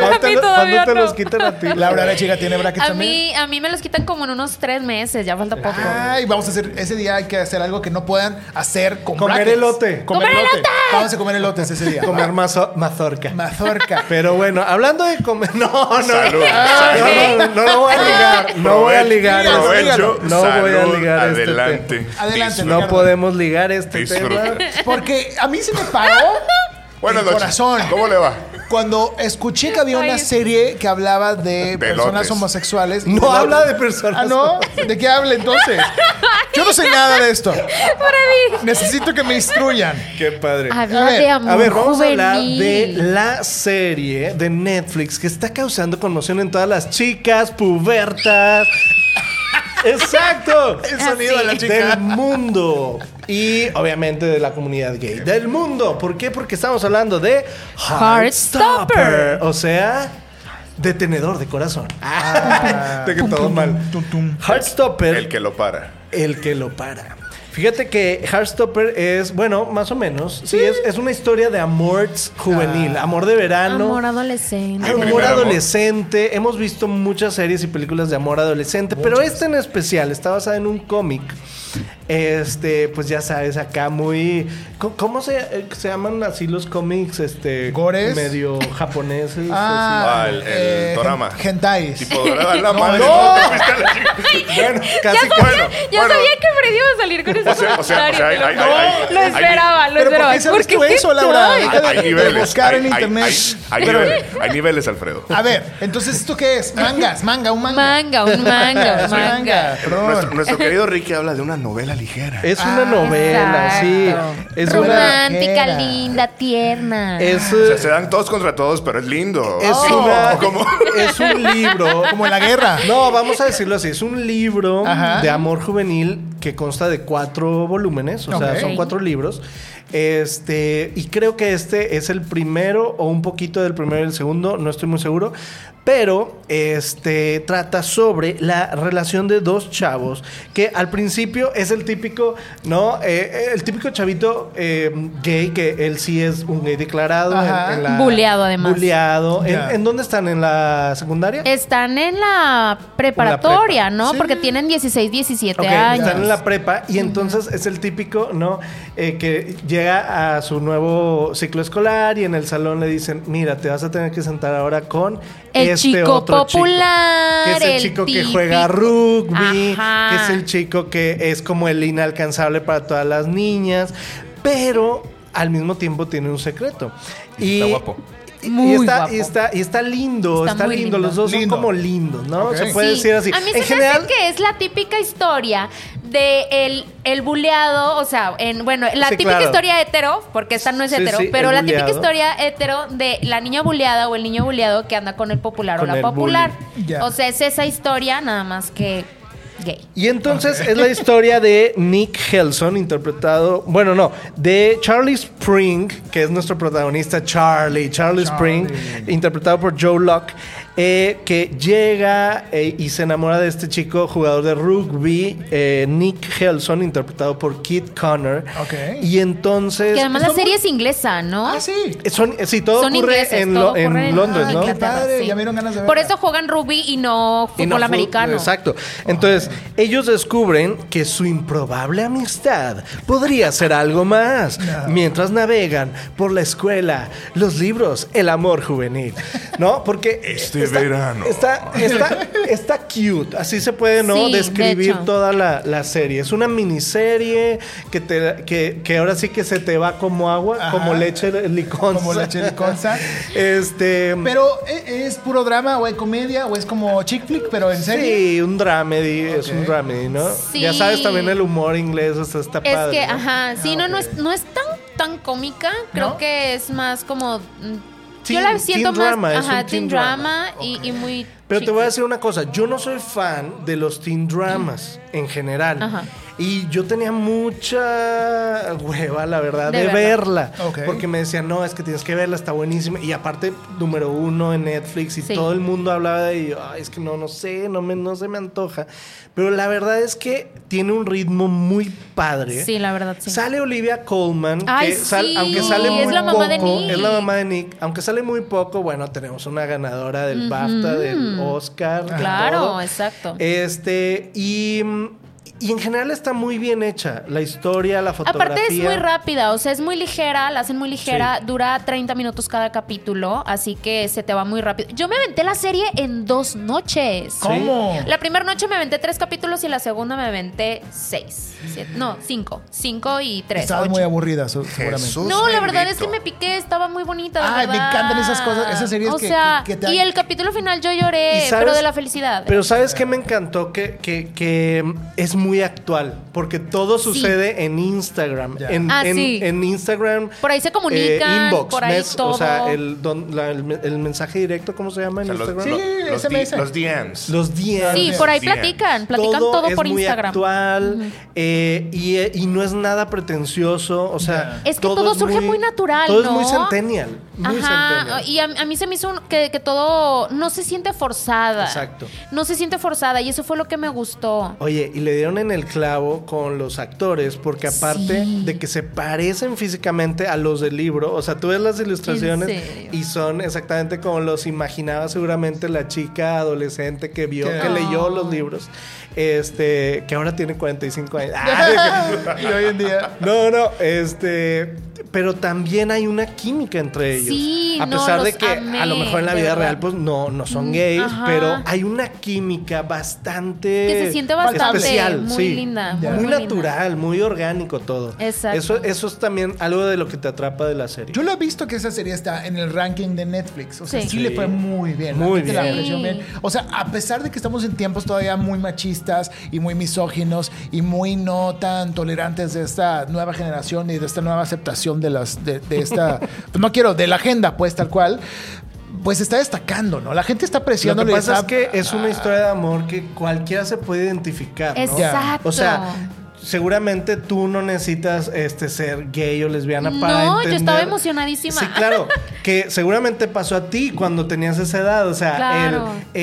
D: ¡Eh!
E: A mí
F: lo-
E: todavía
F: te
E: no.
F: los quitan a ti?
D: *laughs* Laura, la chica, tiene brackets
E: A
D: también.
E: mí, a mí me los quitan como en unos tres meses, ya falta poco. *laughs*
D: Ay, vamos a hacer, ese día hay que hacer algo que no puedan hacer con
F: Comer
D: brackets.
F: elote.
D: Comer
E: ¡Comer
D: elote. Vamos a comer elotes ese día.
F: Comer mazo- mazorca.
D: mazorca.
F: Pero bueno, hablando de comer. *laughs* No, no.
G: Salud.
F: Ah, no, no, no, no voy
E: *laughs*
F: a ligar. No voy a ligar.
G: Provecho,
F: este-
G: provecho,
F: no voy a
G: salud,
F: ligar. este
G: Adelante.
F: tema.
D: Adelante,
G: Disfruta.
F: no podemos ligar este
G: Disfruta.
E: *laughs*
F: tema.
D: Porque a mí se me paró
G: *laughs* Buenas
D: el
G: noches.
D: corazón.
G: ¿Cómo le va?
D: Cuando escuché que había una
E: Ay.
D: serie que hablaba de
G: De
D: personas
G: elotes.
D: homosexuales.
F: No habla de personas.
D: Ah, ¿no? ¿De qué habla
G: *laughs*
D: entonces? Yo no sé nada de esto.
E: Freddy.
D: Necesito que me instruyan.
F: Qué padre.
E: Habla
D: A ver,
E: de
D: a
E: amor
F: A ver, vamos
E: juvenil.
F: a hablar de la serie de Netflix que está causando conmoción en todas las
D: *laughs*
F: chicas pubertas. Exacto.
D: El sonido de la
F: Del
D: chica.
F: mundo. Y obviamente de la comunidad gay. Del mundo. ¿Por qué? Porque estamos hablando de
E: Heartstopper.
F: Heartstopper. O sea, detenedor de corazón.
D: Ah.
F: *laughs* de que todo mal. Heartstopper.
G: El que lo para.
F: El que lo para. Fíjate que Heartstopper es, bueno, más o menos. Sí, es, es una historia de amor juvenil, amor de verano.
E: Amor adolescente.
G: El
F: Amor
G: primer amor.
F: adolescente. Hemos visto muchas series y películas de amor adolescente, pero esta en especial está basada en un cómic. Este, pues ya sabes, acá muy. co- ¿Cómo se, eh, se llaman así los cómics? Este.
D: ¿Gores?
F: Medio japoneses.
D: Ah,
G: Ah, el- el
D: eh,
G: dorama.
D: Hentais.
G: Tipo, dorada la madre.
F: no.
G: ¿dónde fuiste a la chica?
F: así. Bueno,
E: Ya
F: casi
E: sabía,
F: bueno.
E: ya
G: bueno.
E: sabía que Freddy iba a salir con ese
G: O sea, o sea,
E: comentario,
G: o sea,
E: te lo
G: hay-
E: juro.
G: hay- hay-
E: Lo
G: hay-
E: esperaba, lo
D: ¿Pero por
E: esperaba.
D: qué sabes tú
E: qué
D: eso, Laura?
E: soy?
D: Deja
G: Hay,
D: de-
G: hay
D: de
G: niveles.
D: buscar
G: hay,
D: en
G: hay-
D: internet.
G: hay- hay
D: Pero-
G: niveles. Hay niveles, Alfredo.
D: A ver, entonces, ¿esto qué es? Mangas, manga, un manga.
E: Manga, un manga, un
D: Es un
E: manga.
D: manga, perdón.
G: Nuestro, nuestro querido Ricky habla de una novela ligera.
F: Es una
D: Ah,
F: novela, sí.
E: Exacto.
F: Es una.
E: Romántica,
D: Era.
E: linda, tierna.
F: Es,
G: O sea, se dan todos contra todos, pero es lindo.
F: es
G: Sí,
F: una- *laughs*
G: como-
F: es un libro.
D: Como en la guerra.
F: *laughs* No, vamos a decirlo así. Es un libro
D: Ajá.
F: de amor juvenil que consta de cuatro volúmenes, o
D: Ok.
F: sea, son cuatro libros. Este, y creo que este es el primero o un poquito del primero y el segundo, no estoy muy seguro. Pero este trata sobre la relación de dos chavos que al principio es el típico, ¿no? Eh, el típico chavito eh, gay, que él sí es un gay declarado.
D: Ajá.
F: En, en la-
E: Buleado, además.
F: Buleado. ¿En-
D: Ya.
F: ¿En, dónde están? ¿En la secundaria?
E: Están en la
F: En la prepa.
E: preparatoria, ¿no?
F: Sí.
E: Porque tienen 16, 17
F: Ok,
E: años.
F: Están en la prepa y entonces es el típico, ¿no? Eh, que llega a su nuevo ciclo escolar y en el salón le dicen, mira, te vas a tener que sentar ahora con
E: El
F: este
E: chico
F: otro
E: popular,
F: chico. Que es el,
E: el
F: chico que
E: típico-
F: juega rugby,
E: Ajá.
F: que es el chico que es como el inalcanzable para todas las niñas, pero al mismo tiempo tiene un secreto. Y,
J: está guapo.
F: y- y
E: Muy
F: está,
E: guapo.
F: y está, y está lindo,
E: Está
F: está,
E: muy
F: lindo.
E: lindo.
F: Los dos
D: Lindo.
F: son como lindos, ¿no?
D: Ok.
F: Se puede
E: Sí.
F: decir así.
E: A mí se
F: en
E: me
F: general,
E: hace que es la típica historia de el, el buleado, o sea, en, bueno, la
F: Sí,
E: típica
F: claro.
E: historia hetero, porque esta no es
F: Sí,
E: hetero,
F: sí,
E: pero
F: el
E: la
F: buleado.
E: típica historia hetero de la niña buleada o el niño buleado que anda con el popular
F: Con
E: o la
F: el
E: popular.
D: bully. Ya.
E: O sea, es esa historia nada más que gay.
F: Y entonces es la historia de Nick Helson, interpretado, bueno, no, de Charlie Spring, que es nuestro protagonista Charlie, Charlie, Spring, interpretado por Joe Locke, eh, que llega eh, y se enamora de este chico jugador de rugby, eh, Nick Helson, interpretado por Kit Connor.
D: Ok.
F: Y entonces...
E: Que además la
F: son-
E: serie es inglesa, ¿no?
D: Ah, sí.
F: Son, sí, todo
E: Son
F: ocurre
E: ingleses,
F: en,
E: todo
F: lo- en
E: ocurre en-
F: Londres,
E: Ah,
F: ¿no?
E: en
D: Qué padre,
E: sí.
D: ya me dieron ganas de ver.
E: Por eso juegan rugby y no fútbol
F: Y no fut-
E: americano.
F: Exacto. Entonces, ellos descubren que su improbable amistad podría ser algo más. Mientras navegan por la escuela, los libros, el amor juvenil. ¿No? Porque.
G: Este verano.
F: Está, está, está cute. Así se puede, ¿no?
E: Sí, de
F: Describir
E: hecho.
F: toda la, la serie. Es una miniserie que, te, que, que ahora sí que se te va como agua,
D: Ajá.
F: como leche liconza.
D: Como leche liconza.
F: *laughs* Este.
D: Pero ¿e- ¿es puro drama o hay comedia o es como chick flick, pero en serio?
F: Sí, un dramedy, es un dramedy, ¿no?
E: Sí.
F: Ya sabes también el humor inglés, o sea, está
E: Es
F: padre.
E: que,
F: ¿no?
D: Ah,
E: ajá, sí, no, no es, no es tan, tan cómica. Creo que es más como. mm,
F: Teen-
E: yo la siento
F: teen
E: más.
F: drama, es
E: ajá,
F: un teen
E: teen drama y, y muy
F: Pero
E: Sí.
F: te voy a decir una cosa, yo no soy fan de los teen dramas en general.
E: Ajá.
F: Y yo tenía mucha hueva, la verdad,
E: De
F: de,
E: verla.
F: verla.
D: Ok.
F: Porque me decían, no, es que tienes que verla, está buenísima. Y aparte, número uno en Netflix y
E: Sí.
F: todo el mundo hablaba de ello. Ay, es que no, no sé, no, me, no se me antoja. Pero la verdad es que tiene un ritmo muy padre.
E: Sí, la verdad, sí.
F: Sale Olivia Colman,
E: Ay,
F: que sal-
E: sí,
F: aunque sale muy
E: es la mamá de
F: poco,
E: Nick.
F: es la mamá de Nick, aunque sale muy poco, bueno, tenemos una ganadora del BAFTA, del Oscar, de
E: Claro,
F: todo.
E: exacto.
F: Este y y en general está muy bien hecha la historia, la fotografía.
E: Aparte es muy rápida, o sea, es muy ligera, la hacen muy ligera, dura 30 minutos cada capítulo, así que se te va muy rápido. Yo me aventé la serie en dos noches.
D: ¿Cómo?
E: La primera noche me aventé tres capítulos y la segunda me aventé seis. siete- no, cinco. Cinco y tres.
D: Estabas
E: ocho.
D: muy aburrida, so- seguramente.
G: Jesús
E: No, la verdad es
G: bendito.
E: que me piqué, estaba muy bonita. de
D: Ay, me
E: verdad.
D: encantan esas cosas, esas series
E: o
D: que-
E: sea,
D: que- que te dan-
E: Y el capítulo final yo
F: ¿Y
E: lloré,
F: sabes-
E: pero de la felicidad.
F: Pero sabes qué me encantó que, que, que es muy actual, porque todo sucede en Instagram.
D: Ya.
F: En,
E: Ah,
F: en-
E: sí.
F: en Instagram. eh,
E: Por ahí se comunican, por ahí
F: O sea,
E: todo.
F: el, don- la- el me- el mensaje directo, ¿cómo se llama
G: O
F: en
G: sea, los,
F: Instagram?
G: lo-
D: Sí,
G: los
D: ese me
G: di-
D: dice.
G: los DMs.
F: Los días.
E: sí,
G: Los
E: por ahí
G: días.
E: platican, platican todo,
F: es
E: por
F: muy
E: Instagram.
F: actual eh, y, eh, y no es nada pretencioso. O sea,
E: Es que todo surge muy natural,
F: Todo
E: ¿no?
F: es muy centennial. Muy
E: Ajá,
F: centennial.
E: y a, a mí se me hizo un- que, que todo no se siente forzada.
F: Exacto.
E: No se siente forzada y eso fue lo que me gustó.
F: Oye, y le dieron en el clavo con los actores, porque aparte
E: Sí.
F: de que se parecen físicamente a los del libro, o sea, tú ves las ilustraciones
E: serio?
F: y son exactamente como los imaginaba seguramente la chica adolescente que vio,
D: Qué-
F: que leyó los libros, este, que ahora tiene
E: *laughs*
F: 45 años. Ah,
D: y hoy en día.
F: no, no, este, pero también hay una química entre ellos.
E: Sí,
F: a
E: no,
F: pesar de
E: los
F: que
E: amé,
F: a lo mejor en la
E: de
F: vida
E: verdad.
F: real pues no no son gays,
E: ajá.
F: pero hay una química bastante
E: Que se siente bastante,
F: especial,
E: muy
F: sí.
E: linda,
F: muy,
E: muy, muy
F: natural, muy orgánico todo.
E: Exacto.
F: Eso eso es también algo de lo que te atrapa de la serie.
D: Yo lo he visto que esa serie está en el ranking de Netflix. O sea, sí,
E: Sí.
D: le fue muy bien.
F: Muy
D: La gente la
F: bien.
D: apreció
E: Sí.
D: bien. O sea, a pesar de que estamos en tiempos todavía muy machistas y muy misóginos y muy no tan tolerantes de esta nueva generación y de esta nueva aceptación de las de, de
F: *laughs*
D: esta pues, no quiero de la agenda pues tal cual, pues está destacando, ¿no? La gente está
F: lo
D: apreciando.
F: que pasa es que es una historia de amor que cualquiera se puede identificar, ¿no?
E: Exacto.
F: O sea, seguramente tú no necesitas este ser gay o lesbiana
E: No,
F: para
E: yo
F: entender.
E: estaba emocionadísima.
F: Sí, claro, que seguramente pasó a ti cuando tenías esa edad, o sea,
E: Claro.
F: el,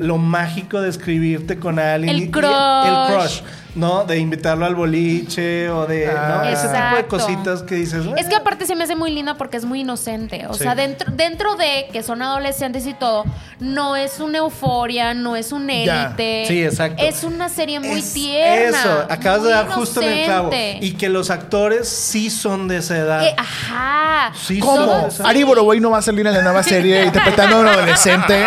F: el- lo mágico de escribirte con alguien,
E: El
F: y- y-
E: crush.
F: el crush, ¿no? De invitarlo al boliche o de ¿no? ese tipo de
E: Exacto.
F: cositas que dices.
E: Es que
F: "Ah".
E: aparte se me hace muy linda porque es muy inocente. O
F: Sí.
E: sea, dentro, dentro de que son adolescentes y todo, no es una euforia, no es un
F: Ya.
E: élite.
F: Sí, exacto.
E: Es una serie muy
F: Es-
E: tierna.
F: Eso, acabas
E: muy
F: de dar justo en el clavo.
E: inocente.
F: Y que los actores sí son de esa edad.
E: Eh, ajá.
F: Sí,
D: ¿Cómo?
F: son-
D: Ari Boroboy no va a salir en la nueva
F: *laughs*
D: serie interpretando a un adolescente.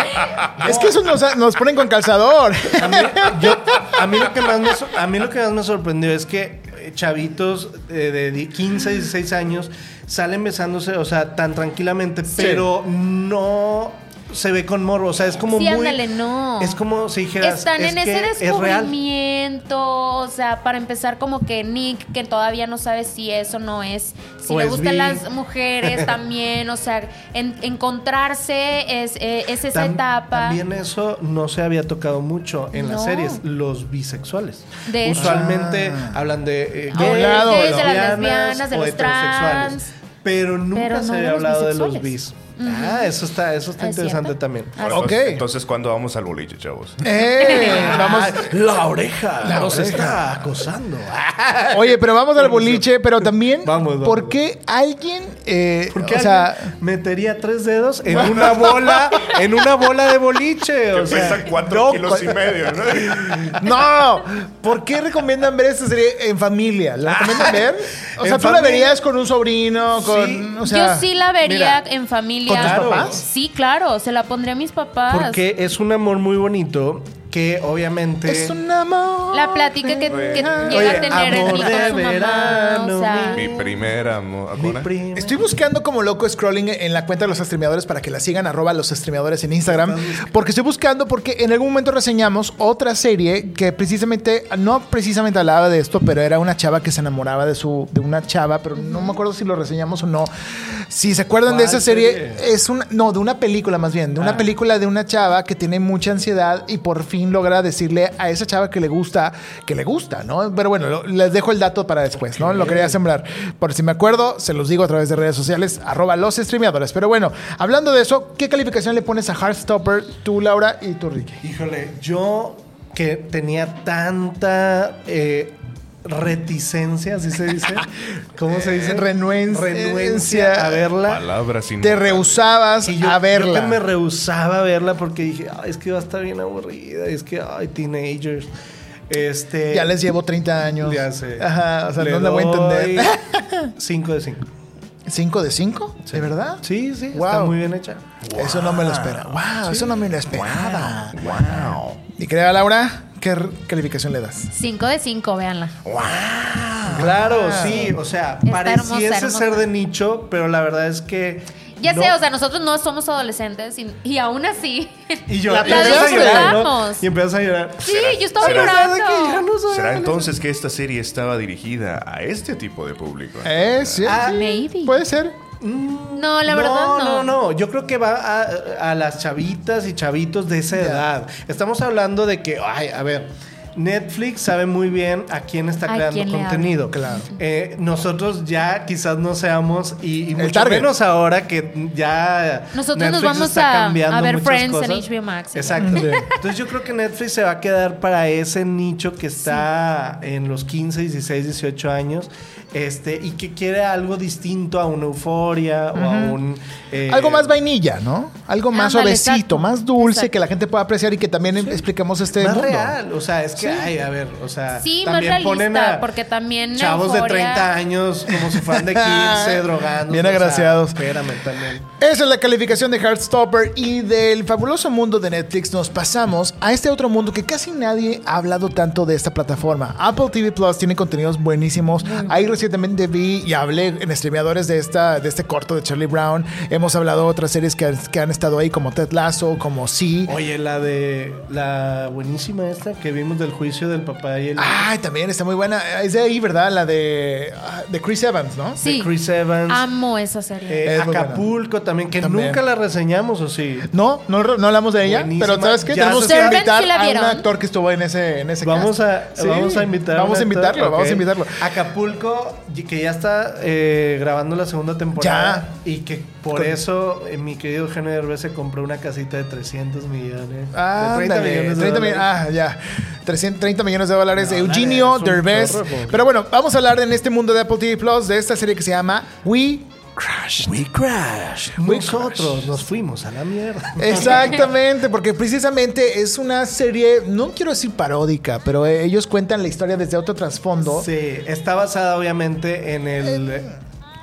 D: Es que eso nos, nos ponen con calzador.
F: A mí, yo- a mí lo que más me, so- a mí lo que más me sorprendió es que eh, chavitos eh, de di- 15, 16 años salen besándose, o sea, tan tranquilamente, pero no se ve con morbo, o sea, es como
E: Sí,
F: muy
E: ándale, no.
F: Es como si dijeras
E: Están
F: es
E: en ese
F: que es real.
E: descubrimiento, o sea, para empezar como que Nick, que todavía no sabe si eso no es, si
F: O
E: le
F: es
E: gustan
F: bi.
E: las
F: *laughs*
E: mujeres también, o sea, en- encontrarse es, eh, es esa
F: Tam-
E: etapa.
F: También eso no se había tocado mucho en las
E: No.
F: series, los bisexuales.
E: De hecho.
F: Usualmente hablan de eh,
E: Ah,
F: gays,
E: de los gays,
F: o
E: de las lesbianas, de
F: o
E: los
F: heterosexuales.
E: trans.
F: Pero nunca
E: Pero
F: se
E: no de
F: había
E: los
F: hablado de los bis.
E: bisexuales.
F: Ah, eso está, eso está
E: ¿Es
F: interesante
E: cierto?
F: también.
E: Ah,
G: Bueno, entonces-
D: Ok.
G: Entonces, ¿cuándo vamos al boliche,
F: *laughs*
G: chavos?
D: Eh, vamos.
F: La oreja nos
D: oreja.
F: está acosando. Ah,
D: Oye, pero vamos al boliche, pero también.
F: Vamos, vamos.
D: ¿Por qué alguien. eh,
F: Porque
D: o sea.
F: metería tres dedos
E: *laughs*
F: en una bola, en una bola de boliche.
G: Que
F: O sea,
G: pesa cuatro
D: no,
G: kilos y medio, ¿no?
F: *laughs*
D: No, ¿por qué recomiendan ver esta serie en familia? ¿La
F: *laughs*
D: recomiendan ver? O
F: En
D: sea, tú la
F: familia.
D: verías con un sobrino, con.
F: Sí.
D: o sea,
E: Yo sí la vería
F: mira,
E: en familia.
D: ¿Con tus
F: Claro.
D: papás?
E: Sí, claro, se la pondría a mis papás.
F: Porque es un amor muy bonito que obviamente...
D: Es un amor.
E: La plática que, que llega
F: Oye,
E: a tener el
F: amor
E: hijo
F: de
E: de su mamá.
F: verano,
E: O sea,
G: Mi primer amor.
F: mi
G: ¿Acona?
F: prima.
D: Estoy buscando como loco scrolling en la cuenta de los streameadores para que la sigan, arroba los streameadores en Instagram. Porque estoy buscando, porque en algún momento reseñamos otra serie que precisamente, no precisamente hablaba de esto, pero era una chava que se enamoraba de su, de una chava, pero no me acuerdo si lo reseñamos o no. Si se acuerdan de
F: ¿Cuál
D: esa serie,
F: serie?
D: es una, no, de una película más bien, de
F: Ah.
D: una película de una chava que tiene mucha ansiedad y por fin logra decirle a esa chava que le gusta, que le gusta, ¿no? Pero bueno, lo- les dejo el dato para después, ¿no? Lo quería sembrar. Por si me acuerdo, se los digo a través de redes sociales, arroba los streameadores. Pero bueno, hablando de eso, ¿qué calificación le pones a Heartstopper tú, Laura, y tú, Ricky?
F: Híjole, yo que tenía tanta eh, reticencia, así se
D: *laughs*
F: dice. ¿Cómo se dice?
D: Eh, renuen-
F: Renuencia a verla.
G: Palabras sin
D: Te rehusabas
F: Y yo,
D: a verla.
F: yo que me rehusaba a verla porque dije, "Ay, es que va a estar bien aburrida, es que, ay, teenagers. Este,
D: Ya les llevo 30 años.
F: Ya sé.
D: Ajá, o sea,
F: Le
D: no la voy a entender. *laughs*
F: 5 de 5.
D: ¿Cinco de cinco? ¿De verdad?
F: Sí, sí, está
D: Wow.
F: muy bien hecha.
D: Eso no me lo esperaba. Wow, eso no me lo esperaba. Wow. Y crea Laura, ¿qué r- calificación le das?
E: 5 de 5, véanla.
F: Claro,
D: Ah.
F: sí, o sea,
E: Está
F: pareciese
E: hermosa, hermosa.
F: ser de nicho, pero la verdad es que.
E: Ya
F: no-
E: sé, o sea, nosotros no somos adolescentes y, y aún
F: *laughs*
E: así.
F: Y yo,
E: la
F: y empiezas a llorar, ¿no?
E: disfrutamos.
F: Y empiezas a llorar.
E: Sí, yo estaba
G: será-
E: llorando.
G: ¿Será entonces que esta serie estaba dirigida a este tipo de público?
D: Eh, sí.
F: Ah,
D: sí.
E: maybe.
D: Puede ser.
E: No, la verdad no.
F: No, no, Yo creo que va a, a las chavitas y chavitos de esa edad. Estamos hablando de que, ay, a ver. Netflix sabe muy bien a quién está
E: A
F: creando
E: quién le
F: contenido.
D: habla. Claro.
F: Eh, nosotros ya quizás no seamos, y, y mucho
D: target.
F: menos ahora que ya.
E: Nosotros nos
F: Netflix
E: vamos
F: está
E: a-
F: cambiando
E: a ver
F: muchas
E: Friends en
F: cosas.
E: HBO Max.
F: Exacto. Entonces yo creo que Netflix se va a quedar para ese nicho que está en los 15, 16, 18 años este, y que quiere algo distinto a una euforia o a un... eh,
D: Algo más vainilla, ¿no? Algo más
E: Ándale,
D: suavecito,
E: exacto.
D: más dulce
E: Exacto.
D: que la gente pueda apreciar y que también expliquemos este
F: más
D: mundo.
F: real, o sea, es que, ay, a ver, o sea,
E: Sí, más realista, porque también
F: chavos de
E: Euphoria-
F: 30 años como su fan de eh, 15 drogando.
D: Bien agraciados.
F: espérame también.
D: Esa es la calificación de Heartstopper y del fabuloso mundo de Netflix nos pasamos a este otro mundo que casi nadie ha hablado tanto de esta plataforma. Apple TV Plus tiene contenidos buenísimos. Ahí recientemente vi y hablé en streameadores de, esta, de este corto de Charlie Brown. Hemos hablado de otras series que, han- que han estado ahí como Ted Lasso, como Sí.
F: Oye, la de la buenísima esta que vimos del juicio del papá y el
D: Ay, también está muy buena. Es de ahí, ¿verdad? La de, ah, de Chris Evans, ¿no?
E: Sí.
F: Chris Evans.
E: Amo esa serie.
F: Eh,
D: Es muy
F: Acapulco también, que
D: También.
F: nunca la reseñamos, ¿o sí?
D: No, no, no hablamos de ella,
F: Buenísima.
D: pero ¿sabes qué?
F: Ya
D: Tenemos
F: se
D: que
F: sabe.
D: invitar
E: ¿Sí la
D: a un
E: vieron?
D: actor que estuvo en ese, en ese
F: Vamos
D: cast.
F: a,
D: Sí,
F: vamos a invitar.
D: Vamos a
F: un actor,
D: invitarlo, vamos
F: ok.
D: a invitarlo.
F: Acapulco, y que ya está eh, grabando la segunda temporada. Y que por
D: Con-
F: eso eh, mi querido Eugenio Derbez se compró una casita de 300 millones.
D: Ah,
F: de 30 millones de
D: 30 mi-
F: dólares.
D: ah, ya. 300 30 millones de dólares de Eugenio
F: es un
D: Derbez.
F: chorro, por-
D: Pero bueno, vamos a hablar en este mundo de Apple TV Plus de esta serie que se llama We Crash.
A: We Crash.
F: Nosotros nos fuimos a
D: *laughs*
F: la mierda.
D: Exactamente, porque precisamente es una serie, no quiero decir paródica, pero eh, ellos cuentan la historia desde otro trasfondo.
F: Sí, está basada obviamente en el.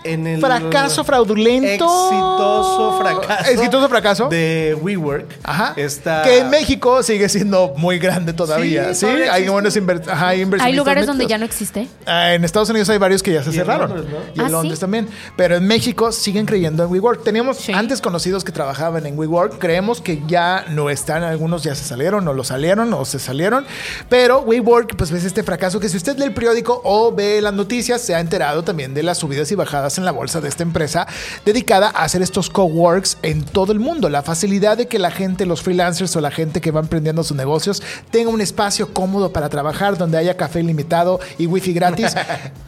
F: En el
D: Eh, Fracaso fraudulento.
F: Exitoso fracaso.
D: Exitoso fracaso.
F: De WeWork.
D: Ajá.
F: Está.
D: Que en México sigue siendo muy grande todavía.
F: Sí,
D: Sí,
F: todavía
D: hay
F: existe.
D: buenos inver- ajá, hay
E: Hay
F: pues,
D: inversionistas
E: lugares donde
D: metidos.
E: ya no existe.
D: Ah, en Estados Unidos hay varios que ya se
F: Y en
D: cerraron.
F: Londres, ¿no?
D: Y en
E: ¿Ah, sí?
D: Londres también. Pero en México siguen creyendo en WeWork. Teníamos
E: Sí.
D: antes conocidos que trabajaban en WeWork. Creemos que ya no están. Algunos ya se salieron o lo salieron o se salieron. Pero WeWork, pues ves este fracaso que si usted lee el periódico o ve las noticias, se ha enterado también de las subidas y bajadas en la bolsa de esta empresa dedicada a hacer estos coworks en todo el mundo. La facilidad de que la gente, los freelancers o la gente que va emprendiendo sus negocios tenga un espacio cómodo para trabajar donde haya café limitado y wifi gratis.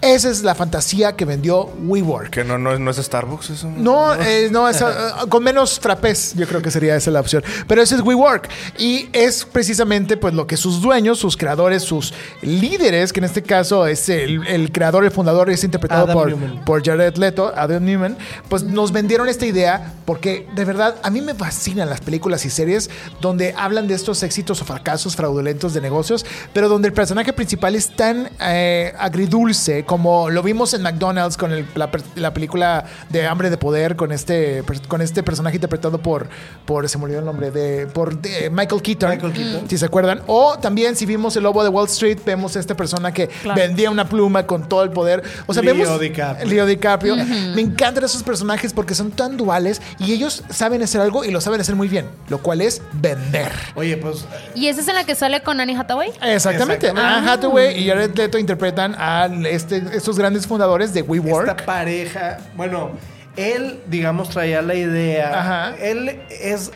D: Esa es la fantasía que vendió WeWork.
G: ¿Que no, no, es- no es Starbucks eso?
D: No, eh, no, esa, eh, con menos frappés, yo creo que sería esa la opción. Pero ese es WeWork. Y es precisamente pues lo que sus dueños, sus creadores, sus líderes, que en este caso es el, el creador, el fundador, es interpretado
F: Ah, Adam
D: por,
F: Newman.
D: por Jared Jared Leto, Adam Newman, pues nos vendieron esta idea porque de verdad a mí me fascinan las películas y series donde hablan de estos éxitos o fracasos fraudulentos de negocios, pero donde el personaje principal es tan eh, agridulce como lo vimos en McDonald's con el- la, per- la película de Hambre de Poder con este, per- con este personaje interpretado por, por se me olvidó el nombre, de, por de- Michael Keaton. Mm.
F: Michael Keaton.
D: Si se acuerdan. O también si vimos El Lobo de Wall Street, vemos a esta persona que
E: Claro.
D: vendía una pluma con todo el poder. O sea,
F: Leo
D: vemos...
F: DiCaprio.
D: Leo DiCaprio. Me encantan esos personajes porque son tan duales y ellos saben hacer algo y lo saben hacer muy bien, lo cual es vender.
F: Oye, pues
E: ¿Y esa es en la que sale con Annie Hathaway?
D: Exactamente. Anne Hathaway y Jared Leto interpretan a este- estos grandes fundadores de
F: esta
D: WeWork.
F: pareja, bueno, él, digamos, traía la idea.
D: Ajá.
F: Él es.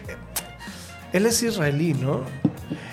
F: Él es israelí, ¿no?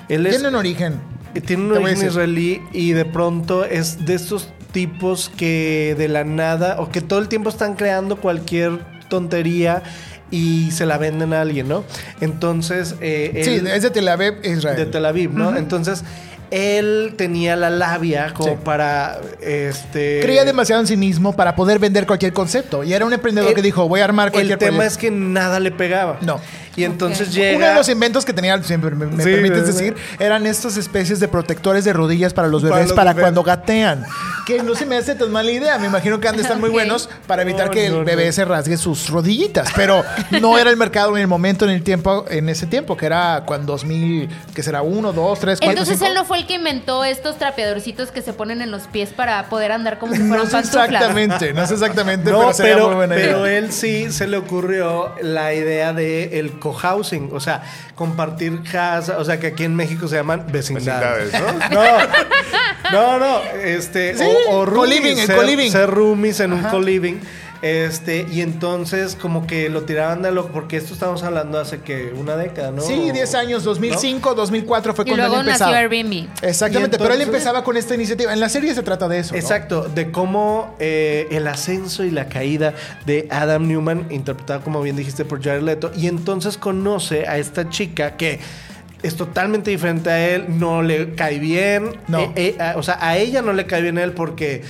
F: Él es, eh,
D: Tienen origen.
F: tiene un
D: Te voy a
F: origen
D: decir.
F: israelí y de pronto es de estos tipos que de la nada o que todo el tiempo están creando cualquier tontería y se la venden a alguien, ¿no? Entonces, eh,
D: Sí,
F: él-
D: es de Tel Aviv, Israel.
F: de Tel Aviv, ¿no? Entonces, él tenía la labia como
D: Sí.
F: para este
D: Creía demasiado en sí mismo para poder vender cualquier concepto. Y era un emprendedor
F: El-
D: que dijo, voy a armar cualquier
F: El tema
D: proyecto".
F: es que nada le pegaba.
D: No.
F: Y entonces
E: Ok.
F: llega
D: Uno de los inventos que tenía, siempre me, me
F: Sí,
D: permites
F: ¿verdad?
D: decir, eran estas especies de protectores de rodillas para los
F: Para
D: bebés para,
F: los bebés.
D: cuando gatean. Que no se me hace tan mala idea. Me imagino que han de estar muy
E: Ok.
D: buenos para evitar
F: No,
D: que
F: no,
D: el bebé
F: no.
D: se rasgue sus rodillitas. Pero no era el mercado en el momento, en el tiempo, en ese tiempo, que era cuando 2000, que será 1, 2, 3, 4.
E: Entonces él no fue el que inventó estos trapeadorcitos que se ponen en los pies para poder andar como si
D: No
E: fueran
D: sé
E: pantuflas.
D: exactamente, no sé exactamente,
F: No,
D: pero sería
F: pero,
D: muy buena idea.
F: pero él sí se le ocurrió la idea de el cohousing, o sea, compartir casa, o sea, que aquí en México se llaman vecindades.
G: Vecindades,
F: No, no, no, este,
D: Sí,
F: o, o roomies,
D: co-living, el
F: ser,
D: co-living.
F: ser roomies en un co-living. Este, y entonces como que lo tiraban de loco, porque esto estamos hablando hace que una década, ¿no?
D: Sí, 10 años, 2005, 2004 fue
E: Y
D: cuando
E: luego
D: él
E: nació
D: empezaba.
E: Airbnb.
D: Exactamente,
F: Y
D: pero él
F: entonces-
D: empezaba con esta iniciativa. En la serie se trata de eso. ¿no?
F: Exacto, de cómo eh, el ascenso y la caída de Adam Newman, interpretado como bien dijiste por Jared Leto, y entonces conoce a esta chica que es totalmente diferente a él, no le cae bien,
D: No.
F: eh, eh, a- o sea, a ella no le cae bien él porque...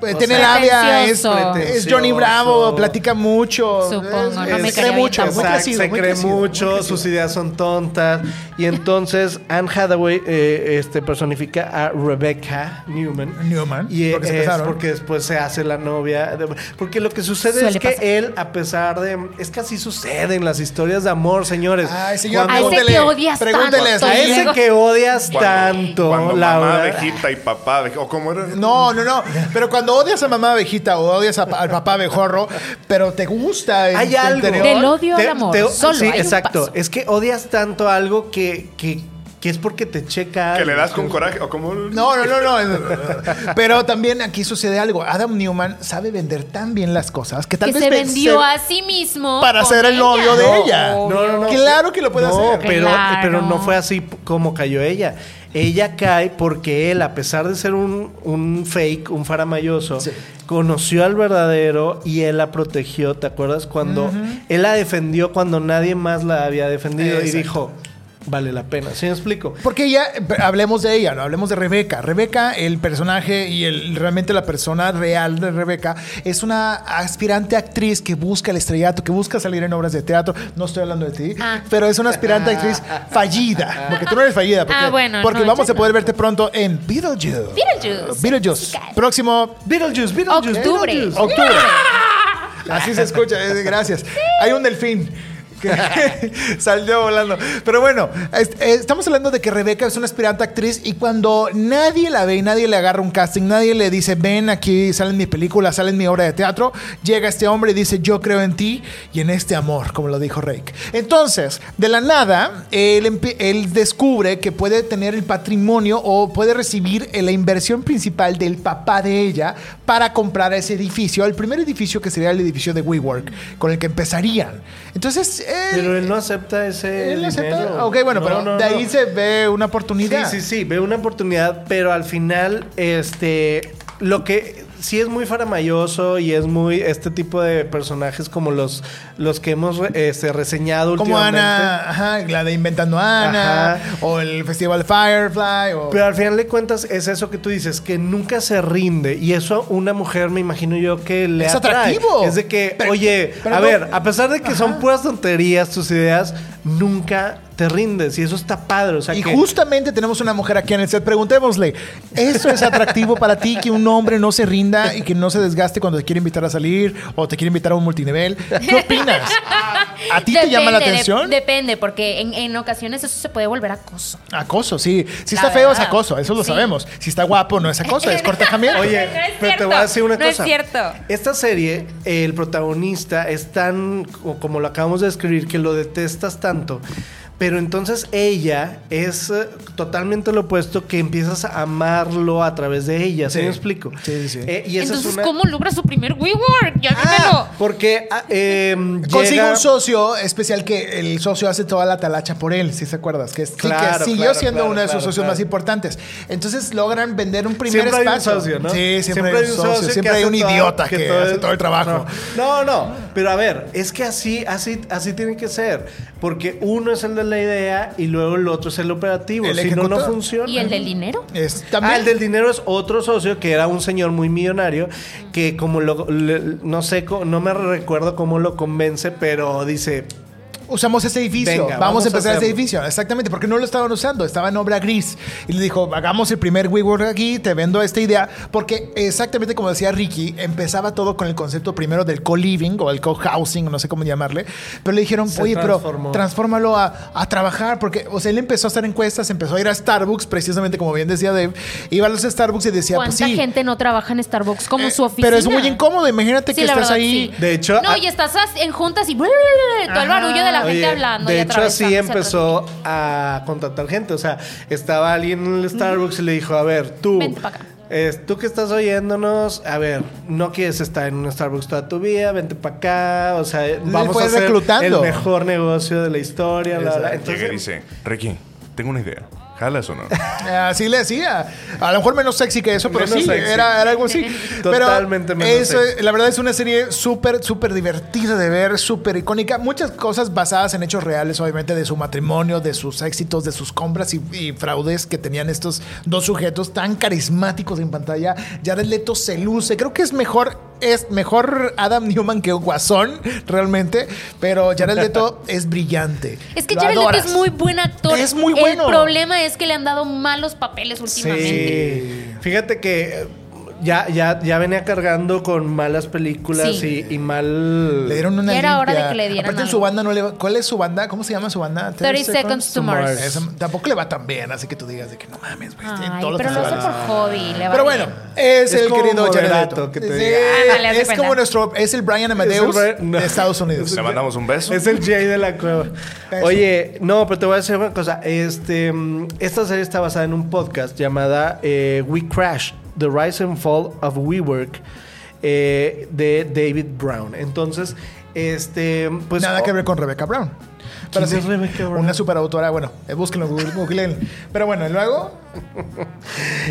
D: Pues
F: o
D: tiene
F: sea,
D: labia, es,
E: pretencioso.
D: es Johnny Bravo, platica mucho.
E: Supongo,
D: es-
E: no
F: Eh,
D: es- cree
E: me caía bien
D: mucho,
E: tampoco.
D: muy
F: Exacto,
D: crecido,
F: se
D: muy
F: cree
D: crecido, muy
F: mucho,
D: crecido.
F: sus ideas son tontas. Y entonces Anne Hathaway eh, este, personifica a Rebecca Newman.
D: Newman, porque
F: Y porque,
D: se
F: es
D: casaron.
F: porque después se hace la novia. de- porque lo que sucede
E: Suele
F: es que
E: pasar.
F: él, a pesar de. Es que así suceden las historias de amor, señores.
D: Ay, señor,
E: A
F: Cuando-
E: ese que odias
D: pregúntele,
E: tanto.
F: a ese
E: Diego.
F: que odias
G: Cuando-
F: tanto,
G: Cuando mamá
F: Laura.
G: de Egipta y papá de... ¿O cómo era?
D: No, no, no. Pero cuando odias a mamá abejita o odias a- al papá abejorro, pero te gusta el
F: hay
D: tu
F: algo.
D: interior,
E: Del odio al amor, solo
F: sí,
E: hay un
F: exacto.
E: paso.
F: Es que odias tanto algo que, que, que es porque te checa.
G: Que le
F: algo.
G: das con coraje. ¿O cómo?
D: No, no, no, no. Pero también aquí sucede algo. Adam Newman sabe vender tan bien las cosas que tal
E: Que
D: vez
E: se
D: ven-
E: vendió
D: se-
E: a sí mismo.
D: para
E: con
D: ser el
E: ella.
D: novio de ella.
F: No, no, no.
D: Claro que lo puede
F: No,
D: hacer.
F: Pero,
E: Claro.
F: pero no fue así p- como cayó ella. Ella cae porque él, a pesar de ser un, un fake, un faramayoso, conoció al verdadero y él la protegió. ¿Te acuerdas? Cuando él la defendió cuando nadie más la había defendido
D: Exacto.
F: y dijo, vale la pena. ¿Sí me explico?
D: Porque ella, hablemos de ella, ¿no? hablemos de Rebeca. Rebeca, el personaje y el, realmente la persona real de Rebeca, es una aspirante actriz que busca el estrellato, que busca salir en obras de teatro. No estoy hablando de ti,
E: Ah.
D: pero es una aspirante actriz fallida. Porque tú no eres fallida. Porque,
E: Ah, bueno,
D: porque
E: no,
D: vamos
E: yo
D: a poder verte pronto en Beetlejuice.
E: Beetlejuice.
D: Beetlejuice. Próximo
F: Beetlejuice, Beetlejuice.
E: Octubre.
F: Beetlejuice.
D: Octubre. *laughs* Así se escucha, eh, gracias. Hay un delfín que *laughs* salió volando. Pero bueno, es- eh, estamos hablando de que Rebeca es una aspirante actriz y cuando nadie la ve y nadie le agarra un casting, nadie le dice, ven aquí, sale en mi película, sale en mi obra de teatro, llega este hombre y dice, yo creo en ti y en este amor, como lo dijo Rake. Entonces, de la nada, él, empie- él descubre que puede tener el patrimonio o puede recibir la inversión principal del papá de ella para comprar ese edificio, el primer edificio que sería el edificio de WeWork, con el que empezarían. Entonces, él,
F: Pero él no acepta ese.
D: él acepta-
F: dinero.
D: Ok, bueno,
F: No,
D: pero
F: no,
D: de ahí
F: no.
D: se ve una oportunidad.
F: Sí, sí, sí, veo una oportunidad, pero al final, este, lo que sí es muy faramayoso y es muy este tipo de personajes como los, los que hemos re- este, reseñado
D: Como
F: últimamente.
D: Ana, ajá, la de Inventando a Ana,
F: Ajá.
D: o el Festival Firefly, o...
F: Pero al final de cuentas es eso que tú dices, que nunca se rinde. Y eso a una mujer, me imagino yo, que le
D: Es
F: atrae.
D: atractivo.
F: Es de que,
D: Pero-
F: oye,
D: pero
F: a
D: no-
F: ver, a pesar de que son
D: Ajá.
F: puras tonterías tus ideas, nunca te rindes. Y eso está padre. O sea,
D: y
F: que-
D: justamente tenemos una mujer aquí en el set. Preguntémosle, ¿eso es atractivo para ti que un hombre no se rinda y que no se desgaste cuando te quiere invitar a salir o te quiere invitar a un multinivel? ¿Qué opinas? ¿A ti te llama la
E: Depende, de-
D: atención?
E: depende, porque en, en ocasiones eso se puede volver acoso.
D: Acoso, sí. Si
E: La
D: está feo es
E: verdad.
D: acoso, eso lo
E: Sí.
D: sabemos. Si está guapo no es acoso, es
E: *laughs*
D: cortejamiento.
F: Oye,
E: No es
F: pero te
E: cierto,
F: voy a decir una
E: no
F: cosa.
E: es cierto.
F: Esta serie, el protagonista es tan, co- como lo acabamos de describir, que lo detestas tanto. Pero entonces ella es eh, totalmente lo opuesto que empiezas a amarlo a través de ella. ¿Sí,
D: Sí.
F: me explico?
D: Sí, sí, sí.
F: Eh, y esa
E: Entonces,
F: es una...
E: ¿cómo logra su primer WeWork? Ya
F: Ah,
E: dímelo.
F: porque ah, eh,
D: Consigue
F: llega-
D: un socio especial que el socio hace toda la talacha por él, si se acuerdas, que, es- sí, que
F: Claro,
D: siguió
F: claro,
D: siendo
F: claro,
D: uno de sus
F: claro,
D: socios
F: claro.
D: más importantes. Entonces logran vender un primer
F: siempre
D: espacio.
F: Hay un socio, ¿no?
D: Sí, siempre, hay un socio,
F: que
D: siempre hay
F: hace
D: un
F: todo-
D: idiota que,
F: todo
D: hace todo el trabajo.
F: No, no, no, pero a ver, es que así, así, así tiene que ser, porque uno es el de la idea y luego el otro es el operativo.
D: El
F: si no, no
D: ejecutor.
F: funciona.
E: ¿Y el del dinero?
D: Es- también
F: Ah, el del dinero es otro socio que era un señor muy millonario que como lo le- no sé co- no me recuerdo cómo lo convence pero dice
D: usamos ese edificio, vamos,
F: Venga, vamos
D: a
F: a
D: empezar ese
F: hacerlo.
D: edificio. Exactamente, porque no lo estaban usando, estaba en obra gris. Y le dijo, hagamos el primer WeWork aquí, te vendo esta idea, porque exactamente como decía Ricky, empezaba todo con el concepto primero del co-living o el co-housing, no sé cómo llamarle, pero le dijeron,
F: Se
D: oye, pero
F: transformó.
D: transfórmalo a, a trabajar, porque, o sea, él empezó a hacer encuestas, empezó a ir a Starbucks, precisamente como bien decía Dave, iba a los Starbucks y decía, pues
E: ¿Cuánta
D: sí. eh,
E: gente no trabaja en Starbucks como su oficina?
D: Pero es muy incómodo, imagínate que
E: Sí, la
D: estás
E: verdad,
D: ahí.
E: sí.
F: De hecho,
E: No,
F: a-
E: y estás as- en juntas y todo el barullo de la gente
F: Oye,
E: hablando. y
F: De hecho,
E: atravesando,
F: así
E: se
F: empezó a contratar gente. O sea, estaba alguien en el Starbucks y le dijo, a ver, tú...
E: Vente pa' acá.
F: es- tú que estás oyéndonos, a ver, no quieres estar en un Starbucks toda tu vida, vente para acá, o sea, vamos
D: fue
F: a hacer
D: reclutando.
F: el mejor negocio de la historia, bla, bla, bla.
G: Llega y
F: Entonces,
G: dice, Ricky, tengo una idea. ¿Jalas o no?
D: Así le decía. A lo mejor menos sexy que eso, pero
F: Menos
D: sí,
F: sexy.
D: era, era algo
F: *laughs*
D: así. Pero
F: Totalmente menos
D: eso,
F: sexy.
D: La verdad es una serie súper, súper divertida de ver, súper icónica. Muchas cosas basadas en hechos reales, obviamente, de su matrimonio, de sus éxitos, de sus compras y, y fraudes que tenían estos dos sujetos tan carismáticos en pantalla. Jared Leto se luce. Creo que es mejor, es mejor Adam Newman que Guasón, realmente. Pero Jared Leto *laughs* es brillante.
E: Es que
D: Lo
E: Jared Leto
D: adoras.
E: es muy buen actor.
D: Es muy bueno.
E: El problema es que le han dado malos papeles últimamente.
F: Sí. Fíjate que eh, ya, ya, ya venía cargando con malas películas
E: Sí.
F: y, y mal...
D: Le dieron una
E: Ya era hora de
D: limpia.
E: que le dieran
D: Aparte en
E: algo.
D: su banda no le va- ¿Cuál es su banda? ¿Cómo se llama su banda?
E: 30 Seconds to Mars.
D: Esa- tampoco le va tan bien, así que tú digas de que no mames, güey. está en
E: Ay,
D: todos los
E: pero lo hace
D: festivales.
E: por hobby. le va
D: Pero
E: bien.
D: bueno, es,
F: Es
D: el
F: como
D: querido Jared
F: moderato
D: Leto.
F: que te
D: Sí,
F: diga.
E: Ándale, haz de
D: "Ah, es como
E: cuenta.
D: nuestro, es el Brian Amadeus
F: Es el Brian- no.
D: de Estados Unidos.
G: Le mandamos un beso.
F: Es el Jay de la cueva.
D: Eso.
F: Oye, no, pero te voy a decir una cosa. Este, mm, esta serie está basada en un podcast llamada eh, We Crash, The Rise and Fall of WeWork eh, de David Brown. Entonces, este, pues...
D: Nada que
F: oh,
D: ver con Rebecca Brown.
F: ¿Quién es Rebecca Brown?
D: Una superautora, bueno, eh, búsquenlo, Google- googleen. Pero bueno, luego.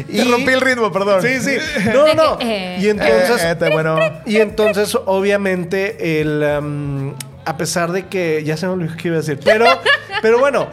F: y-
D: Te rompí el ritmo, perdón. *laughs*
F: Sí, sí. No,
E: De
F: no.
E: que, eh,
F: Y entonces...
D: Eh, eh, está bueno.
F: Y entonces, obviamente, el, am, a pesar de que ya se me olvidó qué iba a decir, pero, pero bueno,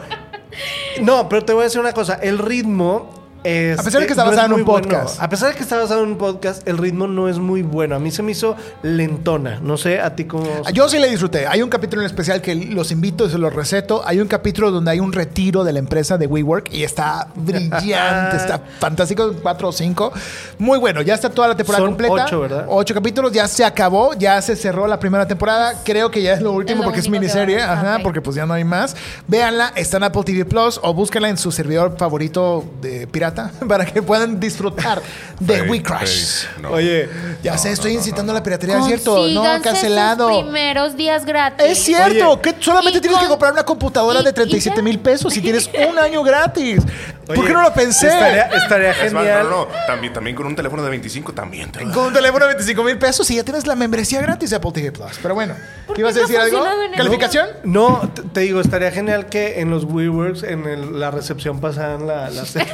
F: no, pero te voy a decir una cosa, el ritmo... este,
D: A pesar de que está
F: no es
D: basado en
F: muy
D: un
F: bueno.
D: podcast.
F: A pesar de que está basado en un podcast, el ritmo no es muy bueno. A mí se me hizo lentona. No sé, a ti cómo...
D: Ah, Yo sí le disfruté. Hay un capítulo en especial que los invito y se los receto. Hay un capítulo donde hay un retiro de la empresa de WeWork y está brillante,
F: *laughs*
D: está fantástico, cuatro o cinco. Muy bueno, ya está toda la temporada
F: Son
D: completa.
F: ocho, ¿verdad?
D: Ocho capítulos, ya se acabó, ya se cerró la primera temporada. Creo que ya es lo último
E: lo
D: porque es
E: único que
D: miniserie,
E: va.
D: ajá,
E: Ok.
D: porque pues ya no hay más. Véanla, está en Apple TV Plus o búsquenla en su servidor favorito de pirata *laughs* para que puedan disfrutar de
G: Freddy,
D: WeCrash.
G: Freddy, no.
F: Oye,
D: Ya
G: No,
D: sé,
G: no,
D: estoy
G: no,
D: incitando
G: no,
D: a la piratería, es cierto. No,
E: Consíganse
D: cancelado.
E: sus primeros días gratis.
D: Es cierto,
F: Oye,
D: que solamente
E: y
D: tienes que
E: con-
D: comprar una computadora
E: y-
D: de
E: y
D: 37
E: ya.
D: mil pesos si
E: *laughs*
D: tienes un año gratis. ¿Por
F: oye,
D: qué no lo pensé?
F: Estaría, estaría
G: Es más,
F: genial.
G: no, no, También, también con un teléfono de 25 también te lo da.
D: Con un teléfono de 25 mil pesos y ya tienes la membresía gratis de Apple TV Plus. Pero bueno,
E: ¿Por
D: ¿qué
E: qué
D: ibas a
E: no ha
D: decir algo?
E: funcionado en el
D: ¿Calificación?
F: No, t- te digo, estaría genial que en los WeWorks, en el- la recepción, pasaran la, la serie.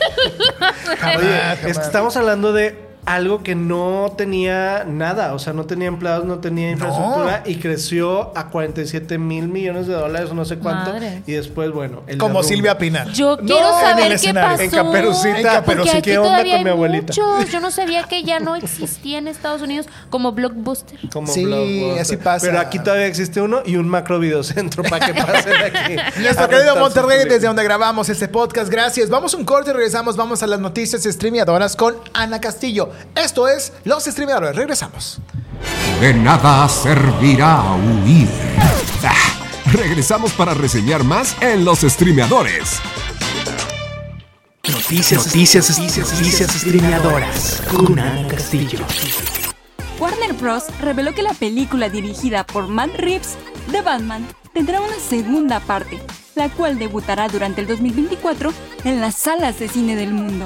D: Jamás,
F: Oye,
D: jamás.
F: es que estamos hablando de algo que no tenía nada, o sea, no tenía empleados, no tenía infraestructura y creció a 47 mil millones de dólares, no sé cuánto.
E: Madre.
F: Y después, bueno, el
D: Como
F: derrumbe.
D: Silvia Pinal.
E: Yo quiero
D: en el
E: saber qué
D: escenario.
E: pasó.
F: En Caperucita,
D: En Caperucita.
E: Porque
F: ¿qué
E: aquí
F: onda
E: todavía
F: con
E: hay
F: mi abuelita?
E: muchos. Yo no sabía que ya no existía en Estados Unidos como blockbuster.
F: Como
D: Sí,
F: Blockbuster.
D: así pasa.
F: Pero aquí todavía existe uno y un macro videocentro para
D: *laughs*
F: que pasen aquí.
D: Nuestro
F: a
D: querido
F: rentar sus
D: Monterrey,
F: películas.
D: desde donde grabamos este podcast, gracias. Vamos a un corte y regresamos. Vamos a las noticias streameadoras con Ana Castillo. Esto es Los Streameadores. Regresamos.
C: De nada servirá huir. Ah, regresamos para reseñar más en los streameadores.
J: Noticias, noticias, noticias, noticias streameadoras con Ana Castillo.
K: Warner Bros. reveló que la película dirigida por Matt Reeves de Batman tendrá una segunda parte, la cual debutará durante el 2024 en las salas de cine del mundo.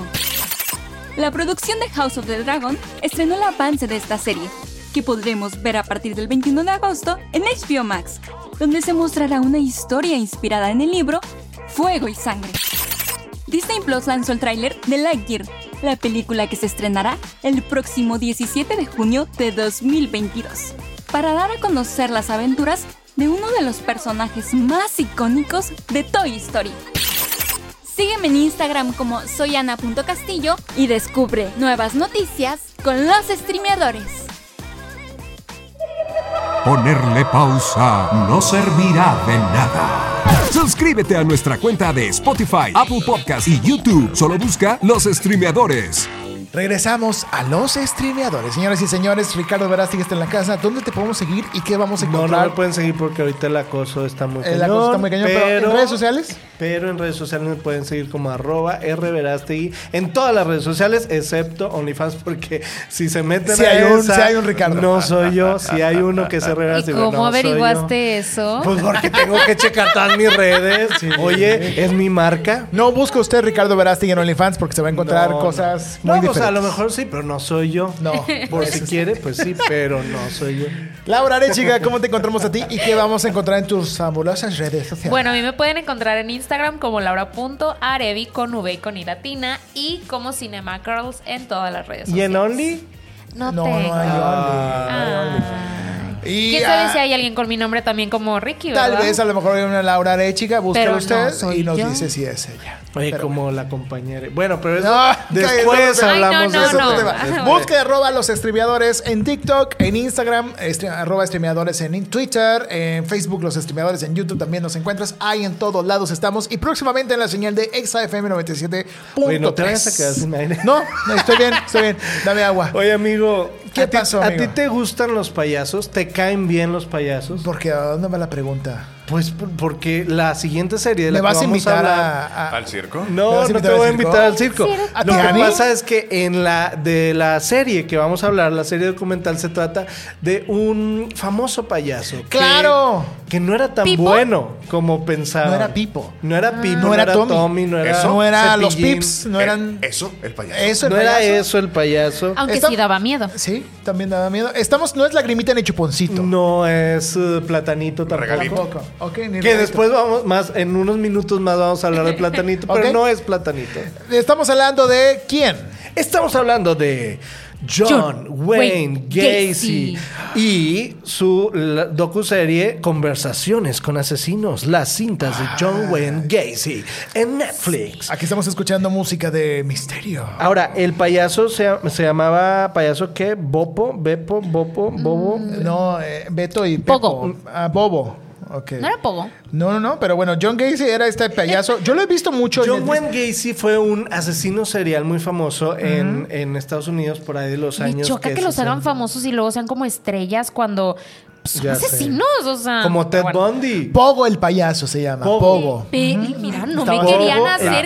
K: La producción de House of the Dragon estrenó el avance de esta serie, que podremos ver a partir del 21 de agosto en HBO Max, donde se mostrará una historia inspirada en el libro Fuego y Sangre. Disney Plus lanzó el tráiler de Lightyear, la película que se estrenará el próximo 17 de junio de 2022, para dar a conocer las aventuras de uno de los personajes más icónicos de Toy Story. Sígueme en Instagram como soyana.castillo y descubre nuevas noticias con los streameadores.
C: Ponerle pausa no servirá de nada. Suscríbete a nuestra cuenta de Spotify, Apple Podcast y YouTube. Solo busca los streameadores.
D: Regresamos a Los Streameadores. Señoras y señores, Ricardo Verástig está en la casa. ¿Dónde te podemos seguir y qué vamos a
F: No, no
D: encontrar?
F: me pueden seguir porque ahorita el acoso está muy
D: El acoso está muy cañón, pero ¿en redes sociales?
F: Pero en redes sociales me pueden seguir como arroba rverastegui en todas las redes sociales, excepto OnlyFans, porque si se meten
D: Sí
F: a
D: hay un-
F: esa,
D: sí hay un Ricardo.
F: No soy yo, si hay uno que se
E: ¿Y
F: reverastegui.
E: cómo averiguaste eso?
F: Pues porque tengo que checar todas mis redes. Oye, ¿es mi marca?
D: No busca usted Ricardo Verástig en OnlyFans porque se va a encontrar cosas
F: no,
D: muy
F: pues,
D: diferentes.
F: a lo mejor sí, pero no soy yo.
D: No.
F: Por si quiere, pues sí, pero no soy yo.
D: Laura Arechiga, ¿cómo te encontramos a ti y qué vamos a encontrar en tus fabulosas redes sociales?
E: Bueno, a mí me pueden encontrar en Instagram como laura.arevi con V y con I latina y como Cinema Girls en todas las redes
F: ¿Y
E: sociales.
F: en Only?
E: No,
D: No,
E: tengo.
D: no hay
E: Ay.
D: Y,
E: ¿Quién sabe
D: ah,
E: si hay alguien con mi nombre también como Ricky,
D: Tal
E: verdad?
D: vez a lo mejor hay una Laura Arechiga, busca
E: Pero no
D: usted
E: soy
D: y nos
E: yo.
D: dice si es ella.
F: Oye,
D: Pero
F: como la compañera. Bueno, pero eso
D: No, *laughs*
F: después
D: cállate,
E: no,
F: hablamos
E: no,
F: de
E: no,
F: eso.
E: no.
D: Otro tema.
E: Ajá.
D: Busca y arroba los streameadores en TikTok, en Instagram, estre- arroba streameadores en Twitter, en Facebook, los streameadores en YouTube también nos encuentras. Ahí en todos lados estamos. Y próximamente en la señal de exafm 97.3.
F: Oye, no te vayas a quedar sin aire.
D: No, no, estoy bien, estoy bien. Dame agua.
F: Oye, amigo,
D: ¿Qué
F: ¿a ti-
D: pasó,
F: ¿A
D: amigo?
F: ti te gustan los payasos? ¿Te caen bien los payasos?
D: Porque ¿a dónde va la pregunta?
F: Pues por- porque la siguiente serie de la
D: ¿Me
F: que
D: vas a
F: vamos
D: invitar
F: hablar-
D: a, a-
G: ¿Al circo?
D: ¿Me
F: No,
D: vas a
F: no te
D: invitar
F: voy a
D: al circo?
F: invitar al circo.
E: ¿Circo?
D: ¿A
F: Lo
D: ti, a
F: que
D: mí?
F: pasa es que en la de la serie que vamos a hablar, la serie documental se trata de un famoso payaso. que-
D: ¡Claro!
F: Que no era tan
E: ¿Pipo?
F: bueno como pensaba.
D: No era Pipo.
F: No era Pipo, no, era Tommy, no era
D: Eso. No era los
F: Cepillín.
D: Pips, no eran...
G: Eh, ¿Eso? ¿El payaso?
D: Eso, el
F: No era
D: payaso.
F: eso el payaso.
E: Aunque
D: Está-
E: sí daba miedo.
D: Sí, también daba miedo. Estamos, no es lagrimita ni chuponcito.
F: No es eh, platanito tampoco.
G: Regalito.
D: Tampoco. Ok, ni
F: Que
D: regalito.
F: después vamos más, en unos minutos más vamos a
E: *laughs*
F: hablar de platanito, pero
D: Ok.
F: no es platanito.
D: Estamos hablando de quién.
F: Estamos hablando de John,
E: John Wayne
F: Wayne Gacy
E: Gacy.
F: y su la- docuserie Conversaciones con asesinos, las cintas de
E: Ah.
F: John Wayne Gacy en Netflix.
D: Aquí estamos escuchando música de misterio.
F: Ahora, el payaso se, se llamaba payaso qué? Bopo, Bepo, Bopo, Bobo.
E: Mm.
D: No, eh, Beto y Pepo.
E: Pogo.
D: Ah, Bobo. Ok.
E: No era poco.
D: No, no, no, pero bueno, John Gacy era este payaso. Yo lo he visto mucho. en
F: John
D: el-
F: Wayne Gacy fue un asesino serial muy famoso en, en Estados Unidos por ahí de los
E: Me
F: años.
E: choca que los
F: se-
E: hagan famosos y luego sean como estrellas cuando pues, son
F: Ya sé.
E: asesinos, o sea.
F: Como Ted
E: Ah, bueno.
F: Bundy.
D: Pogo el payaso se llama.
F: Pogo.
D: Pogo.
E: Pe- y mira, no me
F: Estaba-
E: querían
F: Bobo,
E: hacer
F: el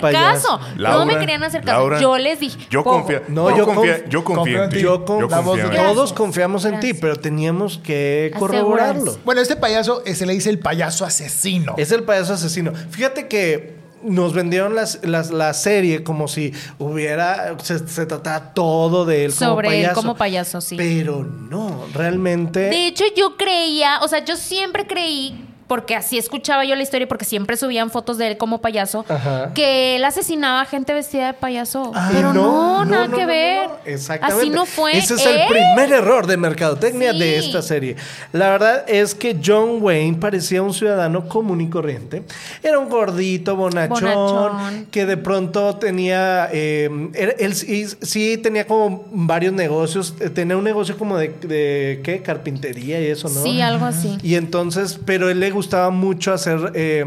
E: caso.
F: payaso.
E: no me querían hacer caso.
G: Laura,
E: yo les dije.
G: Yo
E: "Pogo".
G: confía.
F: No, eh.
G: No, yo
F: yo
G: confía.
F: conf-
G: Yo confío en ti.
F: Yo con
G: Yo
F: la voz
G: confío
F: de-
G: en ti.
E: Gracias.
F: todos confiamos en ti,
E: Gracias.
F: pero teníamos que
E: Asegurarse.
F: corroborarlo.
D: Bueno, este payaso eh, se le dice el payaso asesino.
F: Es el payaso asesino. Fíjate que nos vendieron las, las- la serie como si hubiera se, se trataba todo de él como
E: Sobre él
F: payaso.
E: como payaso, sí.
F: Pero no, realmente
E: De hecho, yo creía, o sea, yo siempre creí porque así escuchaba yo la historia, porque siempre subían fotos de él como payaso,
F: Ajá.
E: que él asesinaba a gente vestida de payaso.
F: Ah,
E: Pero no,
F: no,
E: nada
F: no,
E: que
F: no, no,
E: ver.
F: no. Exactamente.
E: Así no fue.
F: Ese es
E: ¿eh?
F: el primer error de mercadotecnia
E: Sí.
F: de esta serie. La verdad es que John Wayne parecía un ciudadano común y corriente. Era un gordito, bonachón,
E: Bonachón.
F: que de pronto tenía. eh, era- él sí, sí tenía como varios negocios. Eh, Tenía un negocio como de, de, ¿qué? Carpintería y eso, ¿no?
E: Sí, algo así.
F: Y entonces, pero él le gustaba mucho hacer eh,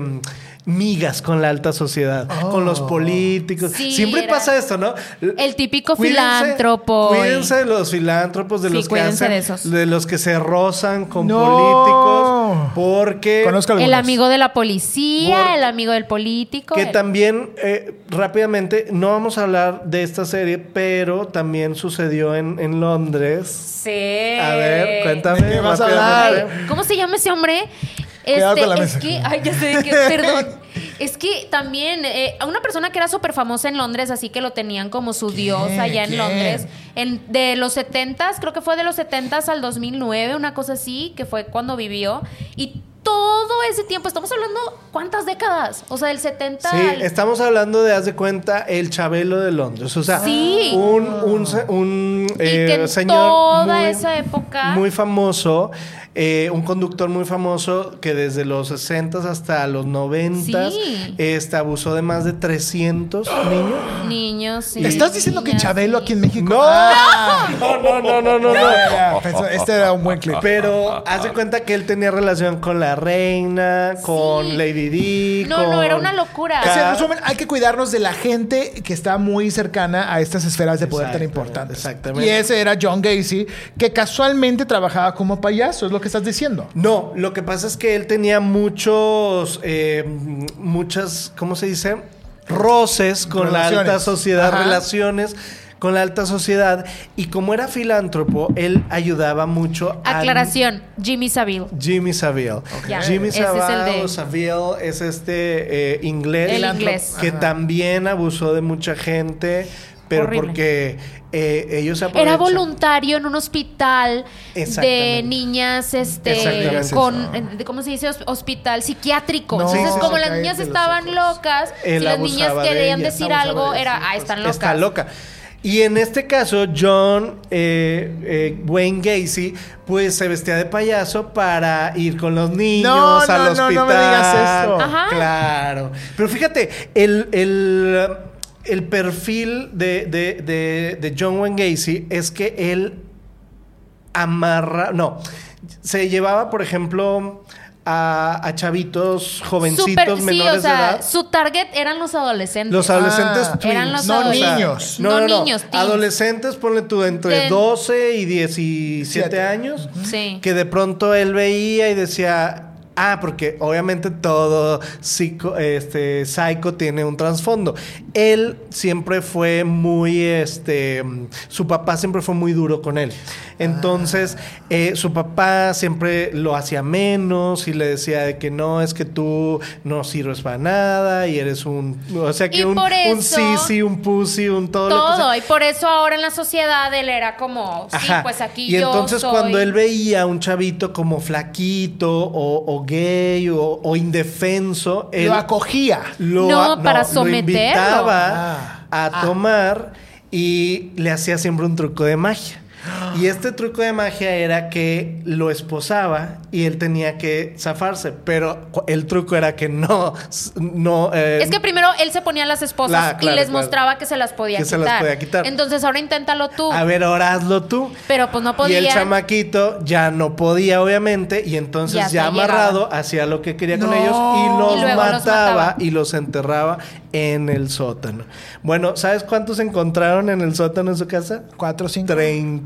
F: migas con la alta sociedad, con los políticos.
E: Oh. Sí,
F: Siempre
E: era-
F: pasa esto, ¿no?
E: El típico
F: Cuídense-
E: filántropo.
F: Cuídense de los filántropos, de
E: Sí,
F: los que
E: cuídense
F: hacen-
E: de esos.
F: de los que se rozan con
D: No.
F: políticos, porque
D: Conozco
E: El
D: algunos.
E: amigo de la policía,
F: Por-
E: el amigo del político.
F: que
E: el-
F: también eh, rápidamente no vamos a hablar de esta serie, pero también sucedió en, en Londres.
E: Sí.
F: A ver, cuéntame.
D: ¿De qué vas a
F: rápidamente.
D: hablar?
E: ¿Cómo se llama ese hombre?
D: Cuidado
E: Este,
D: con la
E: es
D: mesa.
E: que, ay, ya sé de qué, perdón. Es que también eh, a una persona que era súper famosa en Londres, así que lo tenían como su dios allá en
D: ¿Quién?
E: Londres, en, de los 70s, creo que fue de los 70s al 2009, una cosa así, que fue cuando vivió. Y todo ese tiempo, estamos hablando, ¿cuántas décadas? O sea, del 70
F: Sí,
E: al-
F: estamos hablando de, haz de cuenta, el Chabelo de Londres. O sea,
E: Sí. Ah.
F: un, un, se- un,
E: y
F: eh,
E: que en
F: señor
E: toda
F: muy-
E: esa época...
F: muy famoso, eh, un conductor muy famoso que desde los 60 hasta los 90
E: Sí.
F: este, abusó de más
E: *gasps*
F: de 300 niños.
E: Niños, sí.
D: ¿Estás diciendo que
E: niñas,
D: Chabelo
E: sí.
D: aquí en México?
F: No.
D: Ah.
F: No, no, no, no, no, no.
D: Ya, pensó- Este era un buen clip.
F: *laughs* Pero haz de cuenta que él tenía relación con la reina, con
E: Sí.
F: Lady Di.
E: No, no,
F: con-
E: era una locura.
D: Así,
F: Ca-
D: en resumen, hay que cuidarnos de la gente que está muy cercana a estas esferas de poder tan
F: Exactamente,
D: importantes.
F: exactamente.
D: Y ese era John Gacy, que casualmente trabajaba como payaso, es lo que estás diciendo.
F: No, lo que pasa es que él tenía muchos, eh, muchas, ¿cómo se dice? Roces con la alta
D: Relaciones.
F: sociedad,
D: Ajá.
F: relaciones con la alta sociedad. Y como era filántropo, él ayudaba mucho a...
E: Aclaración, Jimmy Savile.
F: Jimmy Savile.
E: Ya,
F: Jimmy
E: ese es el
F: Savile,
E: de-
F: Savile es este eh, inglés,
E: El inglés.
F: que también abusó de mucha gente, pero
E: Horrible.
F: porque eh, ellos se
E: Era
F: aprovechan.
E: voluntario en un hospital de
F: Exactamente.
E: niñas, este,
F: Exactamente.
E: con, eh, de- ¿cómo se dice? Hos- Hospital psiquiátrico.
D: No,
E: Entonces,
D: sí, sí,
E: como
D: sí,
E: las
D: cállate
E: niñas
D: los
E: estaban
D: ojos.
E: locas, si
F: Él
E: las niñas
F: abusaba de
E: querían
F: ellas,
E: decir
F: abusaba
E: algo,
F: de ellas,
E: era,
F: sí,
E: ah,
F: pues,
E: están locas.
F: Está loca. Y en este caso, John eh, eh, Wayne Gacy, pues se vestía de payaso para ir con los niños
D: No,
F: al
D: no, no,
F: hospital.
D: no me digas eso.
E: Ajá.
F: Claro. Pero fíjate, el, el, el perfil de, de- de- de John Wayne Gacy es que él amarra. No. Se llevaba, por ejemplo. A, a chavitos jovencitos
E: Súper- sí,
F: menores
E: o sea,
F: de edad.
E: su target eran los adolescentes.
F: Los adolescentes
D: Ah,
F: tweens.
E: eran los
D: No niños.
E: No niños, teens.
F: Adolescentes, ponle tú, entre
E: Ten-
F: 12 y 17
D: Siete.
F: años.
E: Sí.
F: Que de pronto él veía y decía... Ah, porque obviamente todo psico, este, psycho tiene un trasfondo. Él siempre fue muy, este, mm, su papá siempre fue muy duro con él.
D: Ah.
F: Entonces, eh, su papá siempre lo hacía menos y le decía de que no, es que tú no sirves para nada y eres un, o sea, que
E: Y
F: un,
E: por
F: un
E: eso-
F: sisi, un pussy, un todo. lo que sea.
E: Todo, y por eso ahora en la sociedad él era como, sí,
F: Ajá.
E: pues aquí
F: y
E: yo
F: entonces
E: soy-
F: cuando él veía a un chavito como flaquito o, o gay o, o indefenso, él
D: Lo acogía.
F: lo-
E: No, para
F: lo invitaba
D: Ah.
F: a tomar y le hacía siempre un truco de magia. Y este truco de magia era que lo esposaba y él tenía que zafarse, pero cu- el truco era que no, s- no. eh,
E: Es que primero él se ponía las esposas
F: La- claro,
E: y les
F: claro.
E: mostraba que se las podía
F: Que se
E: quitar.
F: las podía quitar.
E: Entonces ahora inténtalo tú.
F: A ver, ahora hazlo tú.
E: Pero, pues, no podía.
F: Y el chamaquito ya no podía, obviamente, y entonces
E: Y hasta
F: ya, amarrado hacía lo que quería con ellos y los
E: Y luego
F: mataba,
E: los mataba.
F: y los enterraba en el sótano. Bueno, ¿sabes cuántos encontraron en el sótano en su casa?
D: Cuatro, cinco.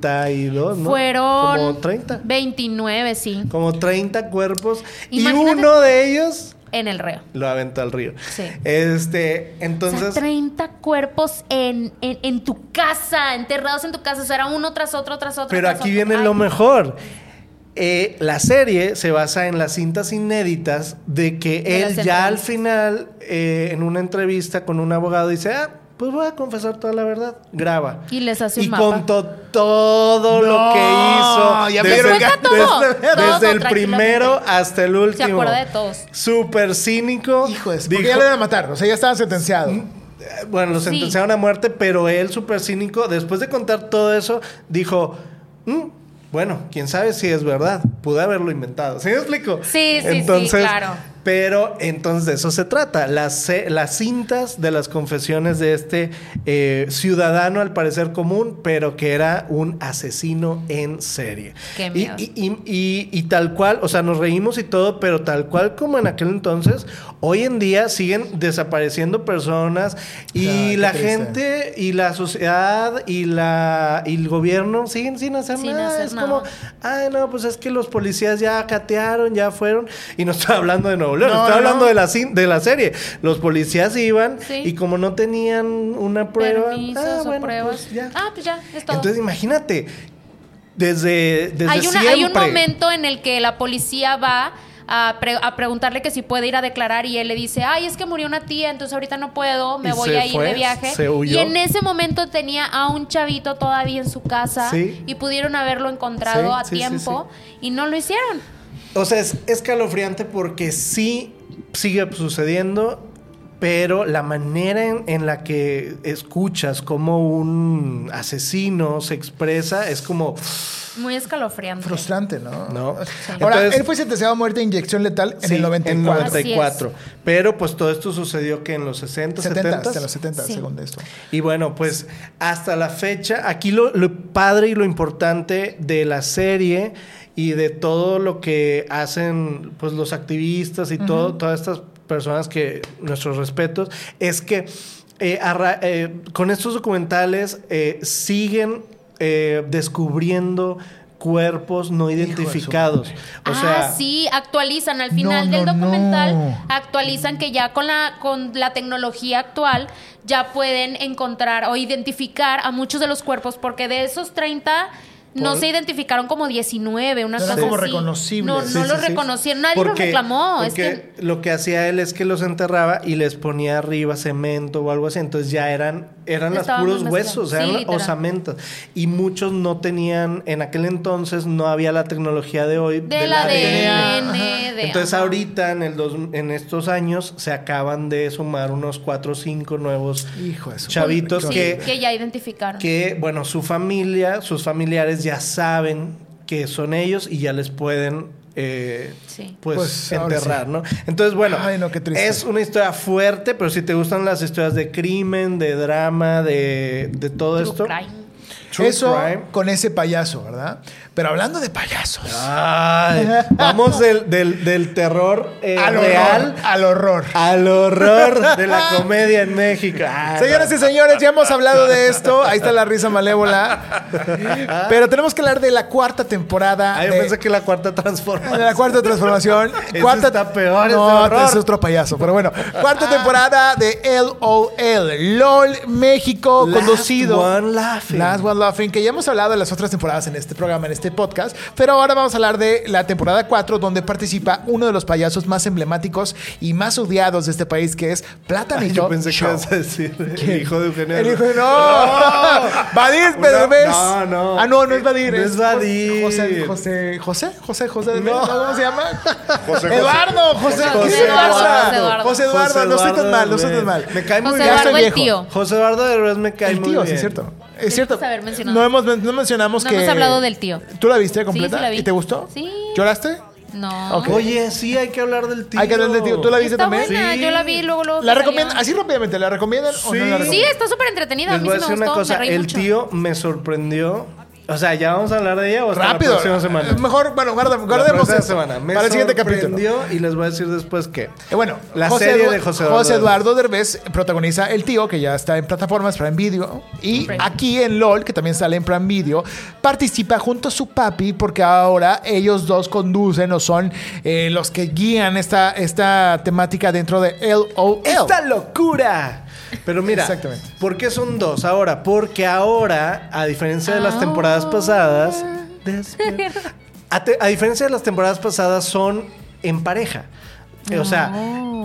F: 32, ¿no?
E: Fueron
F: Como 30.
E: 29, sí,
F: Como 30 cuerpos y
E: Imagínate-
F: uno de ellos
E: en el reo.
F: lo aventó al río.
E: Sí.
F: Este,
E: o
F: entonces
E: sea, 30 cuerpos en, en, en tu casa, enterrados en tu casa. O sea, era uno tras otro, tras otro.
F: Pero
E: tras
F: aquí
E: otro.
F: viene
E: Ay,
F: lo mejor. Eh, la serie se basa en las cintas inéditas de que
E: De
F: él
E: las
F: ya al
E: entrevistas.
F: final, eh, en una entrevista con un abogado, dice, ah, pues voy a confesar toda la verdad. Graba.
E: Y les hace un
F: Y
E: mapa.
F: contó todo lo que hizo,
D: no, ya
E: Nos cuenta todo.
F: desde-
E: Todo,
F: desde el
E: tranquilamente.
F: primero hasta el
E: Se
F: último.
E: acuerda de todos.
F: Súper cínico. Hijo de
D: Porque ya lo iban a matar, o sea, ya estaba sentenciado.
F: Mm. Bueno, lo
E: Sí.
F: sentenciaron a muerte, pero él, súper cínico, después de contar todo eso, dijo: "Mm, Bueno, quién sabe si es verdad. Pude haberlo inventado. ¿Sí me explico?
E: Sí, sí, sí, claro.
F: Pero entonces de eso se trata. Las, ce- las cintas de las confesiones de este eh, ciudadano, al parecer común, pero que era un asesino en serie.
E: Qué
F: Y-
E: miedo.
F: Y, y- y- y tal cual, o sea, nos reímos y todo, pero tal cual como en aquel entonces, hoy en día siguen desapareciendo personas y
D: Ah, qué
F: la
D: triste.
F: gente y la sociedad y la y el gobierno siguen sin hacer
E: Sin
F: nada.
E: hacer
F: es
E: nada.
F: como, ay, no, pues es que los policías ya catearon, ya fueron. Y no estoy hablando de Nuevo León,
D: No,
F: estoy
D: no,
F: hablando
D: no.
F: De, la, cin- de la serie. Los policías iban
E: Sí.
F: y como no tenían una prueba.
E: Permisos
F: ah,
E: o
F: bueno,
E: pruebas.
F: pues ya.
E: Ah, pues ya, es todo.
F: Entonces imagínate, desde, desde
E: hay, una-
F: siempre.
E: hay un momento en el que la policía va a, pre- a preguntarle que si puede ir a declarar y él le dice, ay, es que murió una tía, entonces ahorita no puedo, me
F: Y
E: voy
F: se
E: a ir
F: fue,
E: de viaje.
F: se huyó.
E: Y en ese momento tenía a un chavito todavía en su casa
F: Sí.
E: y pudieron haberlo encontrado
F: Sí,
E: a
F: sí, sí,
E: tiempo y no lo hicieron.
F: O sea, es escalofriante porque sí sigue sucediendo, pero la manera en, en la que escuchas cómo un asesino se expresa es como...
E: Muy escalofriante.
D: Frustrante, ¿no?
F: No.
D: Ahora,
F: Entonces-
D: él fue sentenciado a muerte de inyección letal en
F: Sí,
D: el 94.
F: 94. Pero pues todo esto sucedió que en los 60, 70,
D: 70, hasta los 70,
E: Sí.
D: según esto.
F: Y bueno, pues hasta la fecha, aquí lo, lo padre y lo importante de la serie y de todo lo que hacen pues los activistas y todo, todas estas personas que nuestros respetos, es que eh, arra- eh, con estos documentales eh, siguen eh, descubriendo cuerpos no identificados. O sea,
E: ah, sí, actualizan al final
D: No,
E: del
D: no,
E: documental,
D: no.
E: actualizan que ya con la con la tecnología actual ya pueden encontrar o identificar a muchos de los cuerpos porque de esos 30 no
F: Por-
E: se identificaron como 19, una
D: No eran
E: cosa
D: como
E: así.
D: reconocibles.
E: No, no
D: Sí,
E: los reconocieron, nadie los reclamó, es
F: porque
E: que
F: lo que hacía él es que los enterraba y les ponía arriba cemento o algo así. Entonces ya eran, eran los
E: Estaban
F: puros
E: muy
F: huesos,
E: mezclados. Sí,
F: eran
E: literal.
F: osamentas. Y muchos no tenían, en aquel entonces no había la tecnología de hoy.
E: del
F: la
E: ADN, E, de
F: Entonces ahorita en, el dos- en estos años se acaban de sumar unos 4 o 5 nuevos
D: Hijo de su-
F: chavitos
E: Sí,
F: que,
E: que ya identificaron.
F: que bueno, su familia, sus familiares ya saben que son ellos y ya les pueden eh,
E: Sí.
F: pues,
D: Pues, ahora
F: enterrar,
D: sí.
F: ¿no? Entonces, bueno,
D: Ay, no, qué triste.
F: es una historia fuerte, pero si te gustan las historias de crimen, de drama, de, de todo
E: True
F: esto.
E: crime.
F: True
D: Eso
F: crime.
D: con ese payaso, ¿verdad? Pero hablando de payasos.
F: Ay, vamos del, del- del terror eh,
D: al
F: real
D: horror. Al horror.
F: al horror de la comedia en México. Ah,
D: Señoras y señores, ya hemos hablado de esto. Ahí está la risa malévola. Pero tenemos que hablar de la cuarta temporada.
F: Ah, yo
D: de-
F: pensé que la cuarta
D: de
F: transformación.
D: eh, la cuarta transformación.
F: Eso
D: cuarta
F: está peor, es de
D: No,
F: horror. Ah.
D: es otro payaso. Pero bueno, cuarta temporada de LOL. LOL México,
F: Last
D: conducido.
F: One Laughing.
D: Last One Laughing, que ya hemos hablado de las otras temporadas en este programa, en este podcast. Pero ahora vamos a hablar de la temporada 4, donde participa uno de los payasos más emblemáticos y más odiados de este país, que es
F: Ay,
D: Platanito.
F: yo pensé que
D: Show.
F: ibas
D: *laughs*
F: a decir el hijo de Eugenio.
D: El hijo de-
F: Derbez.
D: no.
F: *laughs*
D: Badir Derbez.
F: No, no. Eh,
D: Ah, no, no es Badir.
F: No es Badir.
D: José, José, José, José, José Derbez,
F: No.
D: ¿Cómo se llama?
G: José, José.
D: Eduardo, José,
F: José,
D: ¿qué
F: José
D: se
E: Eduardo,
D: pasa?
E: José Eduardo.
D: José Eduardo,
F: José
D: no estoy tan
F: Eduardo
D: mal, no estoy tan mal.
F: Derbez. Me cae muy
E: José
D: Ya
F: bien.
D: estoy
E: Eduardo, el
D: viejo.
E: tío.
F: José Eduardo Derbez me cae
D: El
F: muy
D: tío,
F: bien.
D: sí, es cierto. Es cierto.
E: haber mencionado.
D: No, hemos, men- no mencionamos
E: No
D: que.
E: hemos hablado del tío.
D: ¿Tú la viste
E: Sí,
D: completa?
E: sí la vi.
D: ¿Y te gustó?
E: Sí.
D: ¿Lloraste?
E: No.
D: Ok.
F: Oye, sí, hay que hablar del tío.
D: Hay que hablar del tío. ¿Tú la viste
E: Está
D: también?
E: buena,
F: Sí. Ah,
E: yo la vi luego luego.
D: ¿La
E: que
D: recomiendan?
E: salió.
D: Así rápidamente, ¿la recomiendan o
F: Sí.
D: no la recomiendan?
E: Sí, está súper entretenida, a
F: Les
E: mí
F: voy a
E: sí me
F: decir una
E: gustó, me
F: cosa.
E: reí
F: El
E: mucho.
F: tío me sorprendió. O sea, ya vamos a hablar de ella o hasta
D: Rápido. Eh,
F: la próxima semana.
D: Mejor, bueno, guarda-
F: La
D: guardemos
F: próxima
D: eso
F: semana. Me
D: para el siguiente capítulo.
F: sorprendió y les voy a decir después que.
D: Eh, bueno,
F: la serie
D: Edu-
F: de José Eduardo.
D: Eduardo Derbez protagoniza El Tío, que ya está en plataformas Prime Video. Y aquí en LOL, que también sale en Prime Video, participa junto a su papi, porque ahora ellos dos conducen o son eh, los que guían esta, esta temática dentro de LOL.
F: ¡Esta locura! Pero mira,
D: Exactamente.
F: ¿por qué son dos ahora? Porque ahora, a diferencia de las
E: Ahora.
F: temporadas pasadas,
E: Ah.
F: a, te- a diferencia de las temporadas pasadas, son en pareja.
E: Oh.
F: O sea,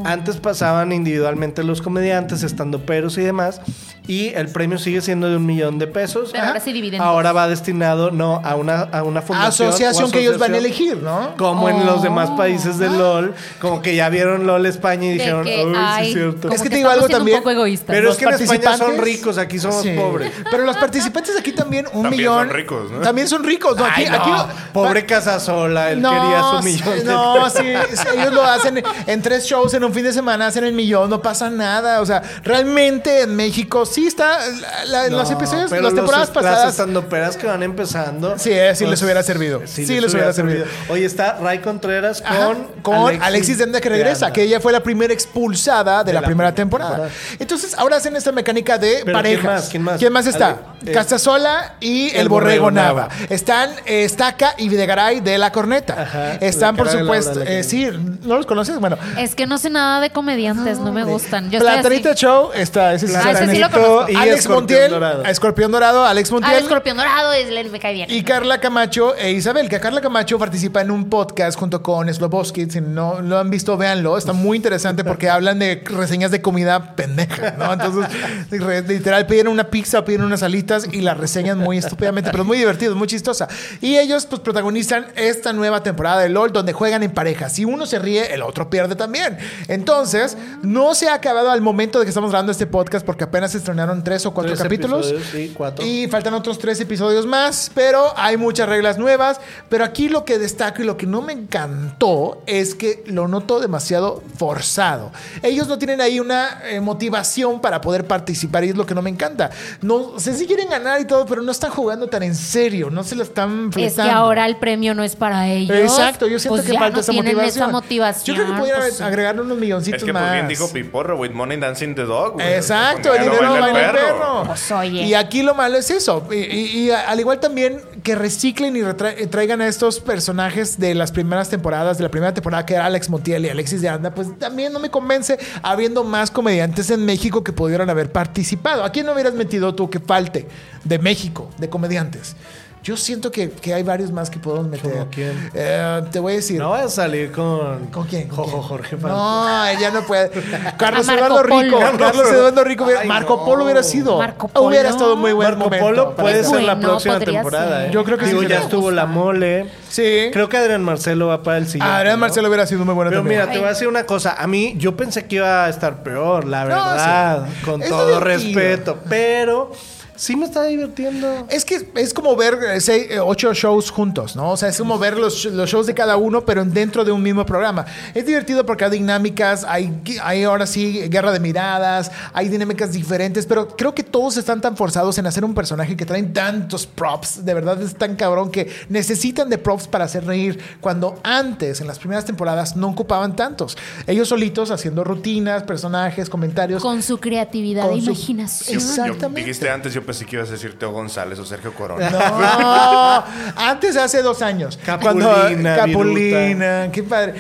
F: antes pasaban individualmente los comediantes, estando peros y demás, Y el premio sigue siendo de un millón de pesos. Ah,
E: Pero ahora sí dividen.
F: Ahora va destinado, no, a una, a una fundación. o
D: Asociación que ellos van a elegir, ¿no?
F: Como en los
D: Oh.
F: demás países de LOL, como que ya vieron LOL España y
E: De
F: dijeron,
E: que,
F: "Uy, sí
E: ay,
F: es cierto.
E: como Es que que te digo estamos algo siendo un también. poco egoístas.
F: Pero
D: Los
F: es que en España son
D: participantes-
F: ricos, aquí somos
D: Sí.
F: pobres.
D: Pero los participantes aquí también, un
G: También
D: millón.
G: son ricos, ¿no?
D: También son ricos, ¿no? Aquí,
F: Ay, no,
D: aquí-
F: pobre Casasola, él quería su
D: sí,
F: millón. de-
D: No, sí, sí, ellos lo hacen en tres shows en un fin de semana, hacen el millón, no pasa nada. O sea, realmente en México sí está. la- la- en
F: No,
D: los episodios, pues
F: pero
D: las temporadas
F: los- Las
D: pasadas.
F: estandoperas que van empezando. pues,
D: Sí, eh, sí les hubiera servido. Sí les hubiera servido.
F: Hoy está Ray Contreras
D: Ajá,
F: con,
D: con Alexis, Denda que regresa,
F: Aranda.
D: que ella fue la primera expulsada de, la,
F: la
D: primera temporada. Entonces, ahora hacen esta mecánica de
F: Pero,
D: parejas.
F: ¿quién más? ¿Quién más?
D: está?
F: Ale- eh,
D: Casasola y el,
F: el
D: Borrego,
F: Borrego
D: Nava.
F: Nava.
D: Están eh, Estaca y Videgaray de La Corneta.
F: Ajá,
D: Están,
F: la
D: por
F: cara de Laura,
D: supuesto,
F: la que-
D: eh, sí, ¿no los conoces? Bueno,
E: Es que no sé nada de comediantes, no,
D: Ah,
E: me gustan. Yo estoy así.
D: Platanito Show está. Ese sí
E: Ah,
D: está
E: ese
D: en
E: sí lo
D: el-
E: conozco.
F: Y
D: Alex
F: Escorpión
D: Montiel,
F: Dorado.
D: Escorpión Dorado, Alex
E: Al
D: Montiel.
E: escorpión dorado es el me cae bien.
D: Y Carla Camacho e Isabel, que Carla Camacho participa en un podcast junto con Sloboski. Si no lo han visto, véanlo. Está muy interesante porque hablan de reseñas de comida pendeja, ¿no? Entonces, re- literal, piden una pizza, piden unas alitas y la reseñan muy estúpidamente, pero es muy divertido, es muy chistosa. Y ellos, pues, protagonizan esta nueva temporada de LOL donde juegan en pareja. Si uno se ríe, el otro pierde también. Entonces, no se ha acabado al momento de que estamos grabando este podcast porque apenas se estrenaron tres o cuatro
F: Tres
D: capítulos.
F: episodios, sí, cuatro.
D: Y faltan otros tres episodios más, pero hay muchas reglas nuevas. Pero aquí lo que destaco y lo que no me encantó es que lo noto demasiado forzado. Ellos no tienen ahí una eh, motivación para poder participar y es lo que no me encanta. No sé si quieren ganar y todo, pero no están jugando tan en serio, no se la están
E: Es que
D: fletando.
E: ahora el premio no es para ellos.
D: Exacto, yo siento
E: Pues
D: que
E: ya
D: falta
E: no
D: esa,
E: tienen
D: motivación.
E: esa motivación.
D: Yo creo que pudieran
E: pues,
D: agregarle unos milloncitos
G: Es que
D: más.
G: pues bien dijo Piporro, with money dancing the dog. güey.
D: Exacto,
G: Con
D: el dinero baila el perro.
E: Pues, oye.
D: Y aquí lo malo es eso. Y, y- y a- al igual también que reciclen y retra- eh, traigan a estos personajes de las primeras temporadas, de la primera temporada que era Alex Montiel y Alexis de Anda, pues también no me convence habiendo más comediantes en México que pudieran haber participado. ¿A quién no hubieras metido tú que falte de México, de comediantes? Yo siento que, que hay varios más que podemos meter.
F: ¿Cómo quién?
D: Eh, te voy a decir.
F: No vas a salir con.
D: ¿Con quién? ¿Con
F: Jojo
D: quién?
F: Jorge Falcón.
D: No, ella no
F: *laughs*
D: puede. Carlos
E: A Marco
D: Eduardo Rico.
E: Polo.
D: Carlos Eduardo Rico. hubiera-
F: Ay,
D: Marco
F: no.
D: Polo hubiera sido.
E: Marco Polo.
D: Hubiera estado muy buen
F: Marco
D: momento
F: Polo
D: para
F: puede
D: eso.
F: ser la
E: Bueno,
F: próxima
E: podría
F: temporada.
E: ser.
F: ¿eh?
D: Yo creo que sí
F: Digo,
D: se
F: ya
D: le-
F: estuvo la mole.
D: Sí.
F: Creo que Adrián Marcelo va para el siguiente.
D: Ah, Adrián
F: ¿no?
D: Marcelo hubiera sido muy bueno
F: Pero
D: también.
F: mira, te voy a decir una cosa. A mí, yo pensé que iba a estar peor, la verdad.
D: sí.
F: Con
D: Está
F: todo
D: divertido. Eh,
F: respeto. Pero sí me está divirtiendo.
D: es que es como ver eh, seis, eh, ocho shows juntos, ¿no? O sea, es como ver los, los shows de cada uno, pero dentro de un mismo programa. Es divertido porque hay dinámicas, hay, hay ahora sí guerra de miradas, hay dinámicas diferentes, pero creo que todos están tan forzados en hacer un personaje que traen tantos props. De verdad es tan cabrón que necesitan de props para hacer reír, cuando antes, en las primeras temporadas, no ocupaban tantos. Ellos solitos haciendo rutinas, personajes, comentarios.
E: Con su creatividad
D: Con
E: e
D: su-
E: imaginación.
G: Yo-
D: Exactamente.
G: dijiste antes, yo pensé que ibas a decir Teo González o Sergio Corona.
D: No, antes hace dos años.
F: Capulina,
D: Cuando- Capulina,
F: Viruta.
D: qué padre.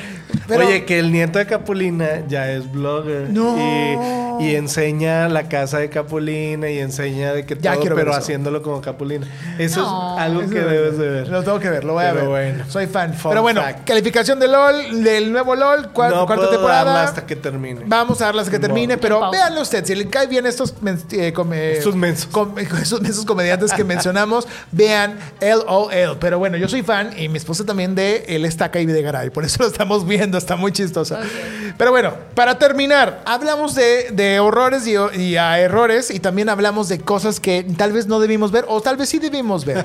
D: Pero-
F: Oye, que el nieto de Capulina ya es blogger.
D: No.
F: Y, y enseña la casa de Capulina y enseña de que
D: Ya
F: todo,
D: quiero ver
F: pero
D: eso.
F: haciéndolo como Capulina. Eso
E: No.
F: es algo
D: Eso
F: que
D: lo-
F: debes de ver.
D: Lo tengo que ver, lo voy a ver.
F: Pero bueno.
D: Soy fan.
F: Fun
D: Pero bueno,
F: fact.
D: calificación de LOL, del nuevo LOL, cua- cuarta
F: No puedo darla
D: temporada.
F: hasta que termine.
D: Vamos a darlas que
F: Ni modo.
D: termine, pero
E: Pausa.
D: véanlo usted. Si le cae bien estos, men- eh, come-
F: Estos mensos.
D: com- *laughs* esos mensos comediantes que mencionamos, vean LOL. Pero bueno, yo soy fan y mi esposa también de El Estaca y Videgaray. Por eso lo estamos viendo, está muy chistosa. Pero bueno, para terminar, hablamos de, de horrores y, y a errores y también hablamos de cosas que tal vez no debimos ver o tal vez sí debimos
E: *laughs*
D: ver.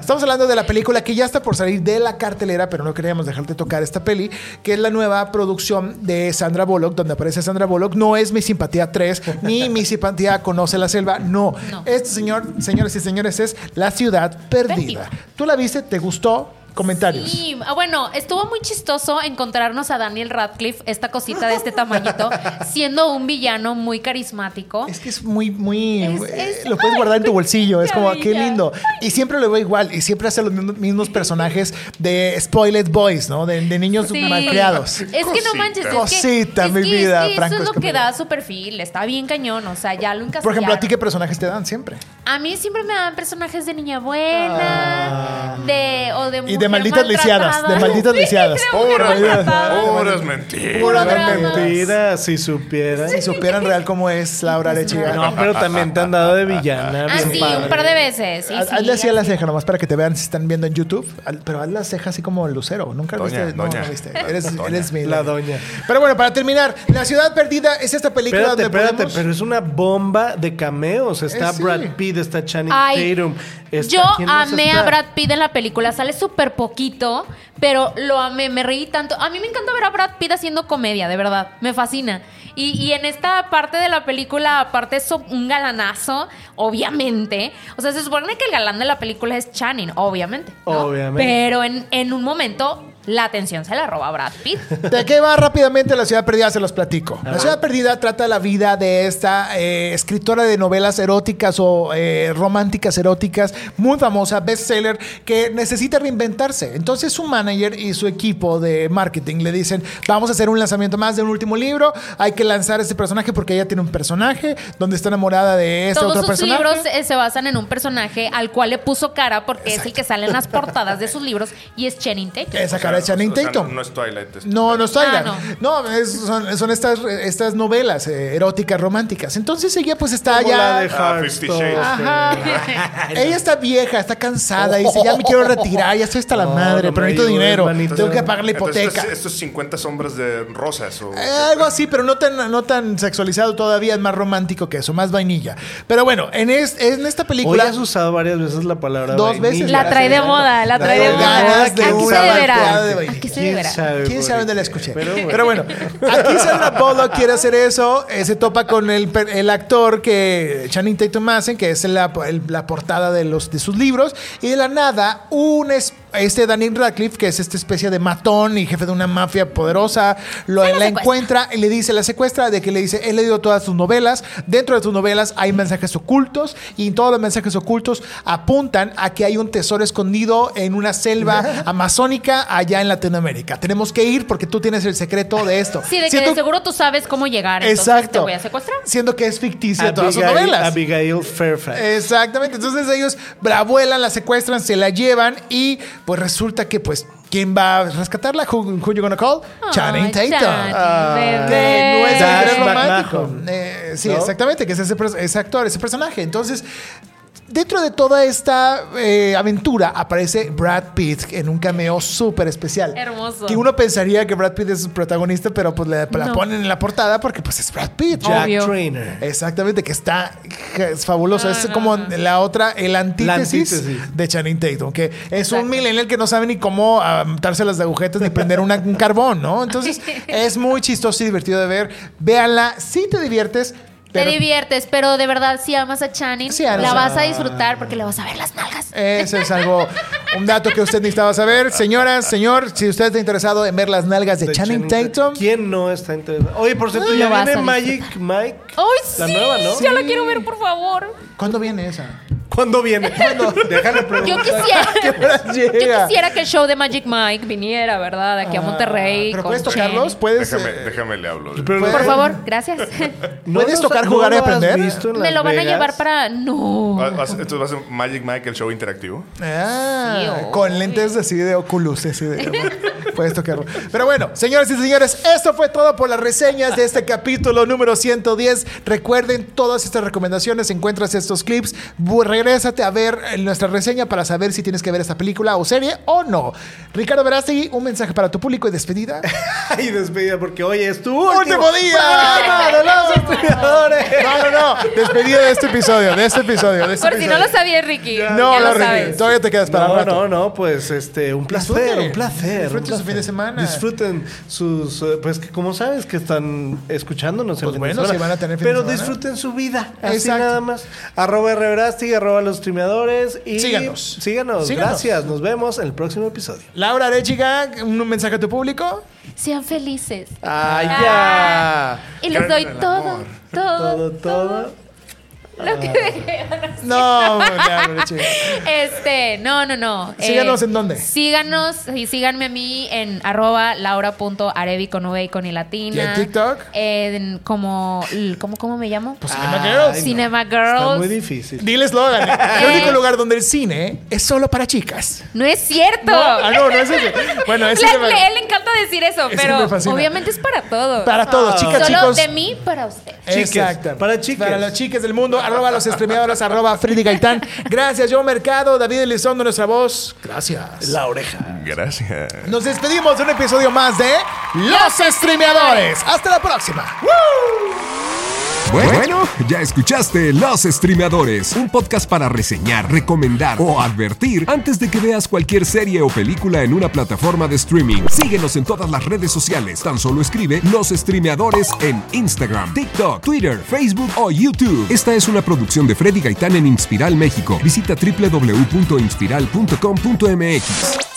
D: Estamos hablando de la película que ya está por salir de la cartelera, pero no queríamos dejarte tocar esta peli, que es la nueva producción de Sandra Bullock, donde aparece Sandra Bullock. No es Mi Simpatía 3,
E: *laughs*
D: ni Mi Simpatía Conoce la Selva, no.
E: No.
D: Este señor, señores y señores, es La Ciudad Perdida.
E: Perdida.
D: ¿Tú la viste? ¿Te gustó? Comentarios.
E: Sí, ah, bueno, estuvo muy chistoso encontrarnos a Daniel Radcliffe, esta cosita de este
D: *laughs*
E: tamañito, siendo un villano muy carismático.
D: Es que es muy, muy.
E: Es-
D: eh,
E: es-
D: lo puedes
E: ¡ay,
D: guardar en tu
E: qué
D: bolsillo. Es como, ah, qué
E: maravilla!
D: lindo. Y siempre lo veo igual. Y siempre hace los mismos- mismos personajes de Spoiled Boys, ¿no? De, de niños
E: Sí.
D: malcriados.
E: *laughs* Es que no
G: Cosita.
E: manches. es que-
D: Cosita,
E: es
D: mi
E: que-
D: vida,
E: es que
D: Franco
E: Eso es lo que
D: Escamilla.
E: da su perfil. Está bien cañón. O sea, ya lo encastillaron.
D: Por ejemplo, ¿a ti qué personajes te dan siempre?
E: A mí siempre me dan personajes de niña buena, de, o o de
D: Ah. Y de malditas lisiadas, de malditas lisiadas.
G: Puras, puras
E: Eh,
G: mentiras.
F: Pura mentira, si supieran.
D: Si supieran real cómo es Laura
E: Pues
D: Lechiga.
F: Ah, No, pero también te han dado de villana.
E: Ah,
F: bien
E: sí,
F: padre.
E: un par de veces. Sí,
D: Haz-
E: sí,
D: Ah, Hazle así a
E: así.
D: la ceja, nomás para que te vean si están viendo en YouTube. Al- Pero haz la ceja así como lucero. Nunca
G: Doña,
D: viste. No,
G: doña.
D: no viste.
G: La-
D: Eres,
G: doña.
D: eres mi.
F: La doña.
D: Pero bueno, para terminar, La Ciudad Perdida es esta película
F: Espérate,
D: donde
F: espérate,
D: podemos-
F: pero es una bomba de cameos. Está
D: Eh, sí.
F: Brad Pitt, está Channing
E: Ay,
F: Tatum. está-
E: Yo
F: ¿quién más
E: amé
F: está?
E: a Brad Pitt en la película, sale súper poquito, pero lo amé, me reí tanto. A mí me encanta ver a Brad Pitt haciendo comedia, de verdad, me fascina. Y, y en esta parte de la película, aparte es un galanazo, obviamente. O sea, se supone que el galán de la película es Channing, obviamente. ¿no?
F: Obviamente.
E: Pero en, en un momento, la atención se la roba a Brad Pitt.
D: *laughs* ¿De qué va rápidamente La Ciudad Perdida? Se los platico. La Ciudad Perdida trata la vida de esta eh, escritora de novelas eróticas o eh, románticas eróticas, muy famosa, bestseller, que necesita reinventarse. Entonces su manager y su equipo de marketing le dicen, vamos a hacer un lanzamiento más de un último libro, hay que lanzar este personaje porque ella tiene un personaje donde está enamorada de este
E: Todos
D: otro
E: sus
D: personaje.
E: libros eh, se basan en un personaje al cual le puso cara porque es el que sale en las portadas de sus libros y es Channing Tatum.
D: Esa cara de Channing
G: O sea,
D: Tatum.
G: No es Twilight. es-
D: No, no es Twilight.
E: Ah,
D: no, es- son, son estas, estas novelas eh, eróticas románticas. Entonces ella pues está
F: Como la de
D: ya...
G: Ah, Fifty
F: Hearthstone.
G: Shades.
D: Ajá. *laughs* Ella está vieja, está cansada. y Dice, ya me quiero retirar, ya estoy hasta la
F: No,
D: madre,
F: no
D: pero
F: me
D: necesito
F: digas,
D: dinero.
F: manito.
D: Tengo que pagar la
G: Entonces,
D: hipoteca.
G: estos- estos 50 sombras de rosas. O,
D: Eh, Algo así, pero no tan, no tan sexualizado todavía, es más romántico que eso, más vainilla. Pero bueno, en, es- en esta
F: Hoy
D: película.
F: has usado varias veces la palabra
D: Dos veces.
E: La trae de moda, la trae de
D: Traigo
E: moda.
D: ganas
E: Aquí
D: de
E: se
D: una
E: deberá.
D: malteada de vainilla.
E: Aquí se
F: ¿Quién
E: deberá.
F: sabe?
D: ¿Quién
F: por
D: sabe dónde la
F: qué?
D: escuché?
F: Pero bueno.
D: Pero bueno, aquí Sandra Bullock quiere hacer eso, eh, se topa con el, per- el actor que Channing Tatum hacen, que es la, el- la portada de, los, de sus libros, y de la nada, un es- este Daniel Radcliffe, que es esta especie de matón y jefe de una mafia poderosa, lo, la encuentra y le dice, la secuestra, de que le dice, he leído todas sus novelas, dentro de tus novelas hay mensajes ocultos, y todos los mensajes ocultos apuntan a que hay un tesoro escondido en una selva amazónica allá en Latinoamérica. Tenemos que ir porque tú tienes el secreto de esto.
E: Sí, de que
D: Siento-
E: de seguro tú sabes cómo llegar. Entonces
D: Exacto.
E: Te voy a secuestrar.
D: Siendo que es ficticia todas sus
F: Abigail,
D: novelas.
F: Abigail Fairfax.
E: Eh,
D: Exactamente. Entonces ellos la abuelan, la secuestran, se la llevan y pues resulta que pues ¿quién va a rescatarla? Who, who you gonna call? Channing
E: Ay,
D: Tatum. Ah,
E: Channing,
D: Que no es
E: bebé.
F: Dash
D: el héroe
F: Back
D: romántico.
F: Mahone.
D: Eh, sí,
F: ¿No?
D: exactamente, que es ese, pers- ese actor, ese personaje. Entonces, dentro de toda esta eh, aventura aparece Brad Pitt en un cameo súper especial.
E: Hermoso.
D: Que uno pensaría que Brad Pitt es el protagonista, pero pues le- la
E: No.
D: ponen en la portada porque pues es Brad Pitt.
F: Jack
E: Obvio. Eh,
F: Trainer.
D: Exactamente, que está es fabuloso.
E: No,
D: es
E: no,
D: como
E: no.
D: la otra, el
F: La
D: antítesis,
F: antítesis.
D: de Channing Tatum, que es
E: Exacto.
D: un millennial que no sabe ni cómo aventarse las agujetas ni prender una- un carbón, ¿no? Entonces,
E: *laughs*
D: es muy chistoso y divertido de ver. Véanla, si te diviertes,
E: Te
D: pero-
E: diviertes, pero de verdad, si amas a Channing,
D: Sí, amas
E: la
D: a- Eh,
E: vas a disfrutar porque le vas a ver las nalgas.
D: Eso es
E: *laughs*
D: algo, un dato que usted necesitaba saber. Señoras, señor, si usted está interesado en ver las nalgas de,
F: De
D: Channing,
F: Channing
D: Tatum,
F: ¿Quién no está interesado? Oye, por cierto,
E: Lo
F: ya
E: vas
F: viene
E: a Oh.
F: Magic Mike.
E: ¡Ay,
F: La
E: sí!
F: nueva, ¿no?
E: Yo la quiero ver,
D: *laughs*
E: por favor.
D: ¿cuándo viene esa?
E: *laughs*
F: ¿Cuándo viene? ¿Cuándo? Déjale preguntar.
E: Yo
D: *laughs*
E: quisiera. Yo
D: Llega.
E: quisiera que el show de Magic Mike viniera, ¿verdad? Aquí a Monterrey.
D: Ah, ¿Pero
E: con
D: puedes
E: Channing.
D: tocarlos? ¿Puedes,
G: déjame,
D: eh,
G: déjame le hablo.
F: Pero no- eh,
E: Por favor,
D: *laughs*
E: gracias.
F: ¿no
D: ¿Puedes
F: los-
D: tocar,
F: no
D: jugar y
F: lo has
D: aprender?
F: visto en
E: *laughs* Me
F: Las
E: lo van a
F: Vegas?
E: llevar para. No.
G: Va- va- Entonces va a ser Magic Mike el show interactivo.
D: Ah,
E: Sí,
D: con
E: obvio.
D: lentes así de Oculus, así de- puedes tocarlo. Pero bueno, señoras y señores, esto fue todo por las reseñas de este capítulo número 110. Recuerden todas estas recomendaciones, encuentras estos clips, bu- regrésate a ver eh, nuestra reseña para saber si tienes que ver esta película o serie o no. Ricardo Verástegui, un mensaje para tu público y despedida.
F: Ay, despedida, porque hoy es tu
D: ¡Último día! ¡Programa de
F: *laughs*
D: los estudiadores! No, no, no. Despedida de este episodio, de este episodio, de este
E: Por si no
D: episodio.
E: lo sabías, Ricky.
D: No,
E: ya
D: no,
E: lo
D: Ricky,
E: sabes.
D: todavía te quedas para
F: no,
D: rato.
F: No, no, pues este, un placer,
D: Disfruten.
F: un placer. un
D: Disfruten su
F: placer.
D: fin de semana.
F: Disfruten sus, eh, pues que como sabes que están escuchándonos el
D: Pues
F: fin de
D: bueno,
F: semana,
D: si van a tener fin de
F: Pero
D: semana.
F: disfruten su vida, así
D: Exacto.
F: nada más. Arroba Reverasti, arroba los streameadores y
D: Síganos.
F: Síganos,
D: Síganos.
F: gracias. Nos vemos en el próximo episodio.
D: Laura Arechiga, un mensaje a tu público.
E: Sean felices.
F: Ay,
E: Ah,
F: ya.
E: Y les doy todo, todo,
F: Todo,
E: todo,
F: todo.
E: Lo
D: Ah.
E: que dijeron.
D: No, hombre, ya, hombre, chido.
E: *laughs* Este, no, no, no. Eh,
D: Síganos, ¿en dónde?
E: Síganos y síganme a mí en arroba laura.arevi con V y con y latina. Eh,
D: ¿Y en TikTok?
E: En como, ¿cómo, cómo me llamo?
D: Pues Cinema Girls.
E: Cinema
F: Está muy
E: Girls.
F: difícil.
D: Dile eslogan. *laughs* El
E: Eh.
D: único lugar donde el cine es solo para chicas.
E: No es cierto.
D: No, ah, no, no es ese. Bueno, ese
E: Le-
D: tema-
E: le- él le encanta decir eso,
D: Ese
E: pero
D: me fascina.
E: obviamente es para todos.
D: Para todos, chicas,
E: Solo
D: chicos.
E: de mí para usted.
F: Chiques,
D: Exacto.
F: para chiques.
D: Para las chicas del mundo. Arroba los estremeadores, arroba Freddy Gaitán. Gracias, Joe Mercado, David Elizondo, nuestra voz. Gracias.
F: La oreja.
G: Gracias.
D: Nos despedimos de un episodio más de Los Streameadores. Hasta la próxima.
C: Bueno, ya escuchaste Los Streamadores, un podcast para reseñar, recomendar o advertir antes de que veas cualquier serie o película en una plataforma de streaming. Síguenos en todas las redes sociales. Tan solo escribe Los Streamadores en Instagram, TikTok, Twitter, Facebook o YouTube. Esta es una producción de Freddy Gaitán en Inspiral México. Visita www.inspiral.com.mx.